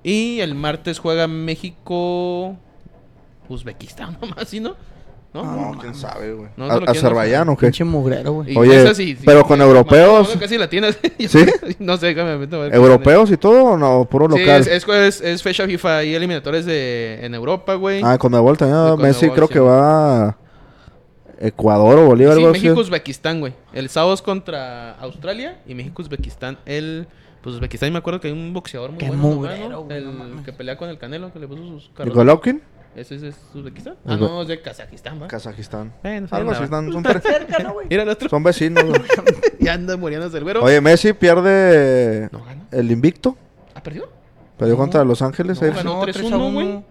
Speaker 2: Y el martes juega México-Uzbekistán, nomás, ¿sí, no? ¿No?
Speaker 3: No,
Speaker 4: Ah, No, quién sabe, güey.
Speaker 2: No,
Speaker 4: A-
Speaker 2: no lo quiero, no
Speaker 4: ¿Azerbaiyán o qué?
Speaker 3: Pinche mugrero, güey.
Speaker 2: Y
Speaker 4: Oye,
Speaker 2: esa sí- sí-
Speaker 4: pero con
Speaker 2: sí,
Speaker 4: europeos.
Speaker 2: Maradona Casi la tienes.
Speaker 4: ¿Sí?
Speaker 2: no sé, déjame meto a ver.
Speaker 4: ¿Europeos y todo o no? Puro
Speaker 2: Sí,
Speaker 4: local.
Speaker 2: es, es, es- es fecha FIFA y eliminatorias de, en Europa, güey.
Speaker 4: Ah, con también.
Speaker 2: De
Speaker 4: Messi
Speaker 2: Conmebol,
Speaker 4: creo
Speaker 2: sí.
Speaker 4: que va a Ecuador o Bolivia,
Speaker 2: Sí,
Speaker 4: algo así.
Speaker 2: México-Uzbekistán, güey. El sábado es contra Australia y México-Uzbekistán. El. Pues Uzbekistán, me acuerdo que hay un boxeador muy
Speaker 3: Qué
Speaker 2: bueno. ¿no?
Speaker 3: mugrero, güey, no
Speaker 2: El
Speaker 3: mames.
Speaker 2: que pelea con el Canelo, que le puso sus
Speaker 4: ¿Y
Speaker 2: carros.
Speaker 4: Golovkin?
Speaker 2: ¿Ese es, es Uzbekistán? Ah,
Speaker 4: Uzbe-
Speaker 2: no, es de Kazajistán, ¿va?
Speaker 4: Kazajistán.
Speaker 2: Bueno, sí,
Speaker 4: Algo así,
Speaker 2: nada.
Speaker 4: están- son, pre-
Speaker 3: Cerca, ¿no, güey?
Speaker 2: Mira el otro.
Speaker 4: son vecinos. güey.
Speaker 2: ya anda muriéndose el güero.
Speaker 4: Oye, Messi pierde
Speaker 2: No gana. ¿Ah,
Speaker 4: el invicto.
Speaker 2: ¿Ha perdido?
Speaker 4: Perdió contra Los Ángeles.
Speaker 2: No,
Speaker 4: AFC.
Speaker 2: ganó 3-1,
Speaker 3: 3-1,
Speaker 2: güey. Ganó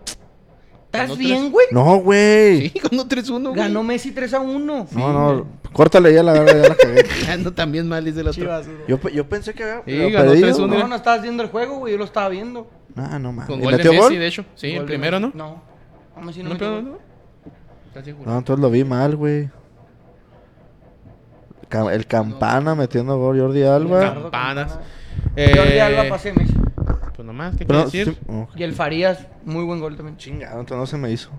Speaker 3: ¿Estás
Speaker 2: tres-
Speaker 3: bien, güey?
Speaker 4: No, güey.
Speaker 2: Sí, ganó 3-1, güey.
Speaker 3: Ganó Messi 3 a 1.
Speaker 4: No, no. Córtale ya la verga, ya la cagué.
Speaker 2: Ando también mal, dice el otro.
Speaker 4: Yo, pe- yo pensé que había
Speaker 2: Sí,
Speaker 4: había
Speaker 2: ganó
Speaker 4: perdido.
Speaker 2: 3-1.
Speaker 4: No,
Speaker 3: No, no estabas viendo el juego, güey. Yo lo estaba viendo.
Speaker 4: Ah, no mames.
Speaker 2: Con
Speaker 4: ¿Y
Speaker 2: gol de
Speaker 4: metió
Speaker 2: Messi,
Speaker 4: gol?
Speaker 2: de hecho. Sí, el
Speaker 3: Gol de
Speaker 2: primero, ¿no?
Speaker 3: Messi. No. No, Messi no,
Speaker 2: ¿No,
Speaker 3: metió
Speaker 2: pero
Speaker 3: gol.
Speaker 2: no? Casi juro.
Speaker 4: No, entonces lo vi mal, güey. Ca- El Campana metiendo gol, Jordi Alba.
Speaker 3: Ricardo
Speaker 2: Campanas.
Speaker 3: Campana.
Speaker 2: Eh,
Speaker 3: Jordi Alba pase de Messi.
Speaker 2: Pues nomás, ¿qué
Speaker 4: Pero,
Speaker 2: quiere decir?
Speaker 4: sí- oh,
Speaker 3: Y el Farías, muy buen gol también.
Speaker 4: chingado, entonces no se me hizo.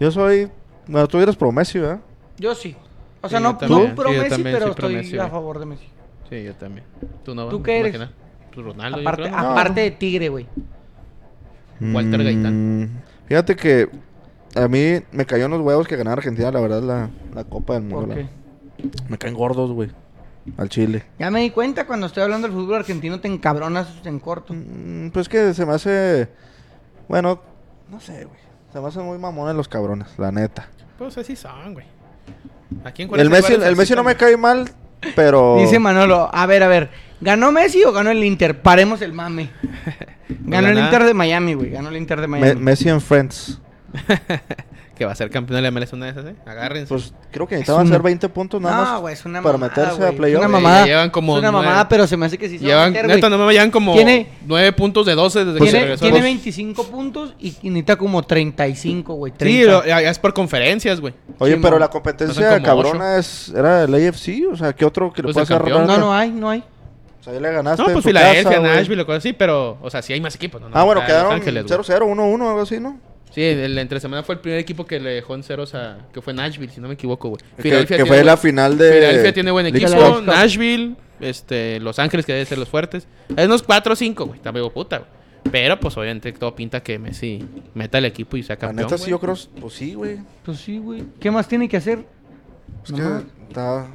Speaker 4: Yo soy... Bueno, tú eres pro Messi, ¿verdad?
Speaker 3: Yo sí. O sea,
Speaker 2: Sí, yo
Speaker 3: no,
Speaker 2: también.
Speaker 3: no pro
Speaker 2: Sí, yo
Speaker 3: Messi,
Speaker 2: también
Speaker 3: pero
Speaker 2: soy pro
Speaker 3: estoy
Speaker 2: Messi,
Speaker 3: a
Speaker 2: güey.
Speaker 3: favor de Messi.
Speaker 2: Sí, yo también. ¿Tú no
Speaker 3: ¿Tú
Speaker 2: vas
Speaker 3: qué
Speaker 2: a
Speaker 3: eres?
Speaker 2: imaginar. Pues Ronaldo, yo
Speaker 3: Aparte, ah.
Speaker 2: creo, ¿no?
Speaker 3: aparte de Tigre, güey.
Speaker 2: Walter Gaitán.
Speaker 4: Mm, Fíjate que a mí me cayó en los huevos que ganara Argentina, la verdad, la, la Copa del Mundo.
Speaker 3: ¿Por
Speaker 4: la-
Speaker 3: qué?
Speaker 4: Me caen gordos, güey. Al Chile.
Speaker 3: Ya me di cuenta cuando estoy hablando del fútbol argentino te encabronas en corto.
Speaker 4: Mm, Pues que se me hace. Bueno, no sé, güey. Se me hacen muy mamones los cabrones, la neta.
Speaker 2: Pues así son, güey. Aquí en
Speaker 4: El Messi, el Messi no me cae mal, pero.
Speaker 3: Dice Manolo, a ver, a ver, ¿ganó Messi o ganó el Inter? Paremos el mame. Ganó el
Speaker 2: Ganó.
Speaker 3: Inter de Miami, güey. Ganó el Inter de
Speaker 4: Me-
Speaker 3: Miami.
Speaker 4: Messi en Friends.
Speaker 2: Que va a ser campeón de la MLS una de esas, ¿eh? Agárrense.
Speaker 4: Pues creo que necesitaban
Speaker 3: una-
Speaker 4: hacer 20 puntos nada
Speaker 3: No,
Speaker 4: más.
Speaker 3: güey, es una
Speaker 4: para
Speaker 3: mamada,
Speaker 4: meterse
Speaker 3: güey.
Speaker 4: a
Speaker 3: Es
Speaker 4: playoff.
Speaker 3: Una
Speaker 2: Sí,
Speaker 3: mamada.
Speaker 2: ya llevan como
Speaker 3: es una
Speaker 2: nueve.
Speaker 3: mamada, pero se me hace que sí se va a
Speaker 2: llevan,
Speaker 3: meter,
Speaker 2: neta,
Speaker 3: güey.
Speaker 2: no me llevan como
Speaker 3: Tiene-
Speaker 2: 9 puntos de 12 desde que se
Speaker 3: Tiene,
Speaker 2: regresó.
Speaker 3: tiene
Speaker 2: Pues,
Speaker 3: 25 puntos y y necesita como 35, güey.
Speaker 2: Sí,
Speaker 3: 30.
Speaker 2: lo- ya- ya es por conferencias, güey.
Speaker 4: Oye,
Speaker 3: Sí,
Speaker 4: pero
Speaker 3: mon.
Speaker 4: la
Speaker 2: Pasan
Speaker 4: competencia
Speaker 2: como
Speaker 4: cabrona es, era el AFC. O sea, ¿qué otro que le
Speaker 2: Pues
Speaker 4: puede
Speaker 2: el
Speaker 4: hacer
Speaker 2: campeón.
Speaker 4: raro?
Speaker 3: No, no hay, no hay.
Speaker 4: O sea, ya le ganaste.
Speaker 2: No,
Speaker 4: en
Speaker 2: pues
Speaker 4: su casa,
Speaker 2: Filadelfia,
Speaker 4: güey.
Speaker 2: Nashville o cosas así, pero, o sea, sí hay más equipos, ¿no? No,
Speaker 4: Ah, bueno,
Speaker 2: está Los
Speaker 4: quedaron
Speaker 2: Ángeles,
Speaker 4: 0-0,
Speaker 2: güey.
Speaker 4: 1-1, algo así, ¿no?
Speaker 2: Sí, el entre semana fue el primer equipo que le dejó en ceros a. que fue Nashville, si no me equivoco, güey.
Speaker 4: Que,
Speaker 2: Filadelfia
Speaker 4: que
Speaker 2: tiene
Speaker 4: fue
Speaker 2: buen-
Speaker 4: la final de.
Speaker 2: Filadelfia tiene buen
Speaker 4: League
Speaker 2: equipo,
Speaker 4: Cup.
Speaker 3: Cup.
Speaker 2: Nashville, este, Los Ángeles, que debe ser los fuertes. Hay unos 4 o 5, güey, tampoco puta, güey. Pero, pues, obviamente, todo pinta que Messi meta el equipo y sea
Speaker 4: La
Speaker 2: campeón.
Speaker 4: neta, sí,
Speaker 2: güey.
Speaker 4: yo creo. Pues sí, güey.
Speaker 3: Pues sí, güey. ¿Qué más tiene que hacer?
Speaker 4: Es
Speaker 3: Ajá.
Speaker 4: que está.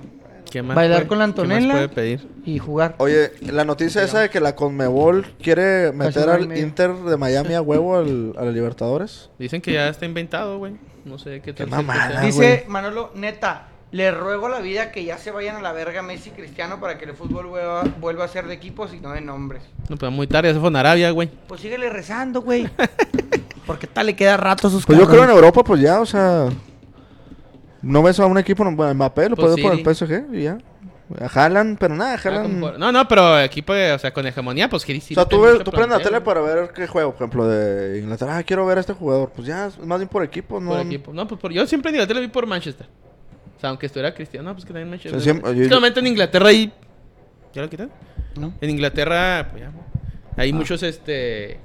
Speaker 2: ¿Qué más
Speaker 3: Bailar
Speaker 2: puede-
Speaker 3: con la
Speaker 2: ¿Qué
Speaker 3: Antonella.
Speaker 2: más puede pedir?
Speaker 3: Y jugar.
Speaker 4: Oye, la noticia esa de que la Conmebol quiere meter
Speaker 3: nueve y
Speaker 4: al
Speaker 3: media.
Speaker 4: Inter de Miami a huevo al, a la Libertadores.
Speaker 2: Dicen que ya está inventado, güey. No sé qué tal. sea
Speaker 4: mamada,
Speaker 2: que sea.
Speaker 4: Ah,
Speaker 3: Dice Manolo, neta, le ruego a la vida que ya se vayan a la verga Messi y Cristiano para que el fútbol vuelva, vuelva a ser de equipos y no de nombres.
Speaker 2: No, pues muy tarde, eso fue en Arabia, güey.
Speaker 3: Pues síguele rezando, güey. Porque tal le queda rato a sus
Speaker 4: Pues yo creo en
Speaker 3: cabrones.
Speaker 4: Europa, pues ya, o sea. No ves a un equipo, no, bueno, Mbappé lo
Speaker 2: Pues
Speaker 4: puedo
Speaker 2: sí.
Speaker 4: por el PSG y ya. A Haaland, pero nada,
Speaker 2: Ah,
Speaker 4: Haaland.
Speaker 2: como por- No, no, pero equipo, de- o sea, con hegemonía, pues Giri sí
Speaker 4: o sea,
Speaker 2: tiene
Speaker 4: tú, ves-
Speaker 2: mucho
Speaker 4: tú prendes la
Speaker 2: plantel,
Speaker 4: tele para ver qué juego, por ejemplo, de Inglaterra. Ah, quiero ver a este jugador. Pues ya, es más bien por equipo, ¿no?
Speaker 2: Por equipo. No, pues por- yo siempre en Inglaterra vi por Manchester. O sea, aunque estuviera Cristiano, no, pues que también Manchester.
Speaker 4: O sea, siempre-
Speaker 2: Es
Speaker 4: yo-
Speaker 2: que normalmente en Inglaterra ahí. ¿Ya lo quitan?
Speaker 3: ¿No? Ah.
Speaker 2: En Inglaterra, pues ya, güey. Hay muchos, este.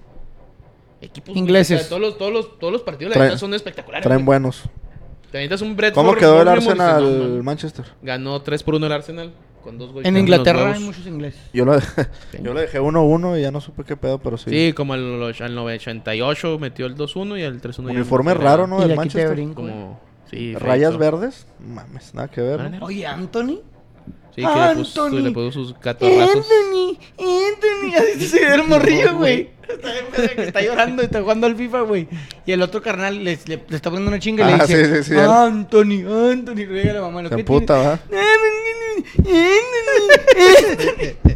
Speaker 2: Equipos. güey,
Speaker 3: Ingleses.
Speaker 2: o sea, todos, los, todos, los, todos los partidos, la
Speaker 4: Traen-
Speaker 2: neta, son espectaculares.
Speaker 4: Traen
Speaker 2: güey.
Speaker 4: buenos.
Speaker 2: Te avientas un Brentford.
Speaker 4: ¿Cómo quedó el
Speaker 2: Bournemouth y dices,
Speaker 4: Arsenal
Speaker 2: no, mames.
Speaker 4: Manchester?
Speaker 2: Ganó 3 por 1 el Arsenal. Con dos goles.
Speaker 3: En Inglaterra hay muchos ingleses.
Speaker 4: Yo lo, yo lo dejé 1-1 y ya no supe qué pedo, pero sí.
Speaker 2: Sí, como al, och- al 88 metió el 2-1 y el 3-1. ya
Speaker 4: Uniforme
Speaker 2: no fue
Speaker 4: raro, ¿no?
Speaker 3: y
Speaker 4: Del
Speaker 3: aquí te
Speaker 4: Manchester.
Speaker 3: brinco. güey.
Speaker 2: Como. Sí,
Speaker 4: Rayas
Speaker 2: feito.
Speaker 4: verdes. Mames, nada que ver. ¿no?
Speaker 2: Ah,
Speaker 3: Oye, Anthony.
Speaker 2: Sí, que le puso,
Speaker 3: Anthony.
Speaker 2: le puso sus catorrazos.
Speaker 3: Anthony, Anthony, así se ve el morrillo, güey. Está bien, verga, que Está llorando y está jugando al FIFA, güey. Y el otro carnal le, le- le está poniendo una chinga y
Speaker 4: Ah,
Speaker 3: le
Speaker 4: sí,
Speaker 3: dice:
Speaker 4: sí, sí, el-
Speaker 3: Anthony, Anthony, le llega la mamá. lo
Speaker 4: Se
Speaker 3: que
Speaker 4: emputa, ¿verdad?
Speaker 3: tiene- Anthony, Anthony, Anthony.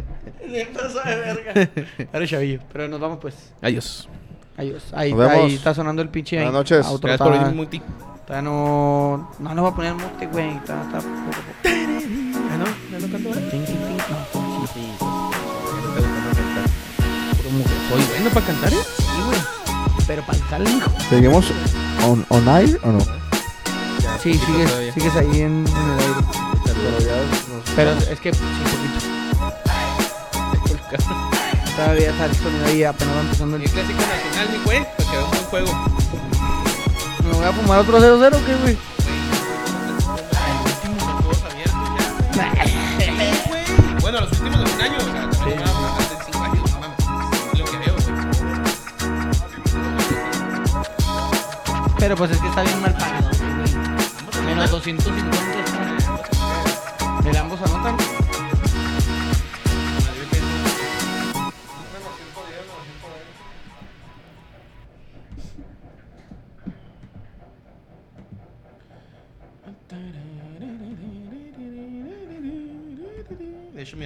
Speaker 3: Le pasó de verga. Ahora chavillo. Pero nos vamos, pues.
Speaker 2: Adiós.
Speaker 3: Adiós. Ahí,
Speaker 4: Nos vemos.
Speaker 3: ahí está sonando el pinche.
Speaker 4: Buenas noches.
Speaker 3: auto,
Speaker 2: Gracias por
Speaker 3: está-
Speaker 2: venir, Muti.
Speaker 3: está no. No lo voy a poner mute, güey. Está, está.
Speaker 2: Ah, no, ya no canto.
Speaker 3: Ting, ting, ting. No, sí, sí.
Speaker 2: Soy bueno para cantar, ¿eh?
Speaker 3: Sí, güey. Pero para el caldo, hijo.
Speaker 4: ¿Seguimos on, on air o no?
Speaker 3: Sí, sigues,
Speaker 2: todavía.
Speaker 3: sigues ahí en, en el aire. Pero es que sí, poquito. Todavía está el sonido ahí, apenas va empezando el...
Speaker 2: El clásico nacional, pues mi güey, para que veamos un juego.
Speaker 3: ¿Me voy a fumar otro 0-0 o qué, güey?
Speaker 2: Todos abiertos ya. Bueno, los últimos de un año, o sea, también llevaba bastante, cinco años, no mames. Lo que veo, güey.
Speaker 3: Pero pues es que está bien mal pagado, güey. Menos 250. está. ¿El ambos anotan?
Speaker 2: De hecho, mira.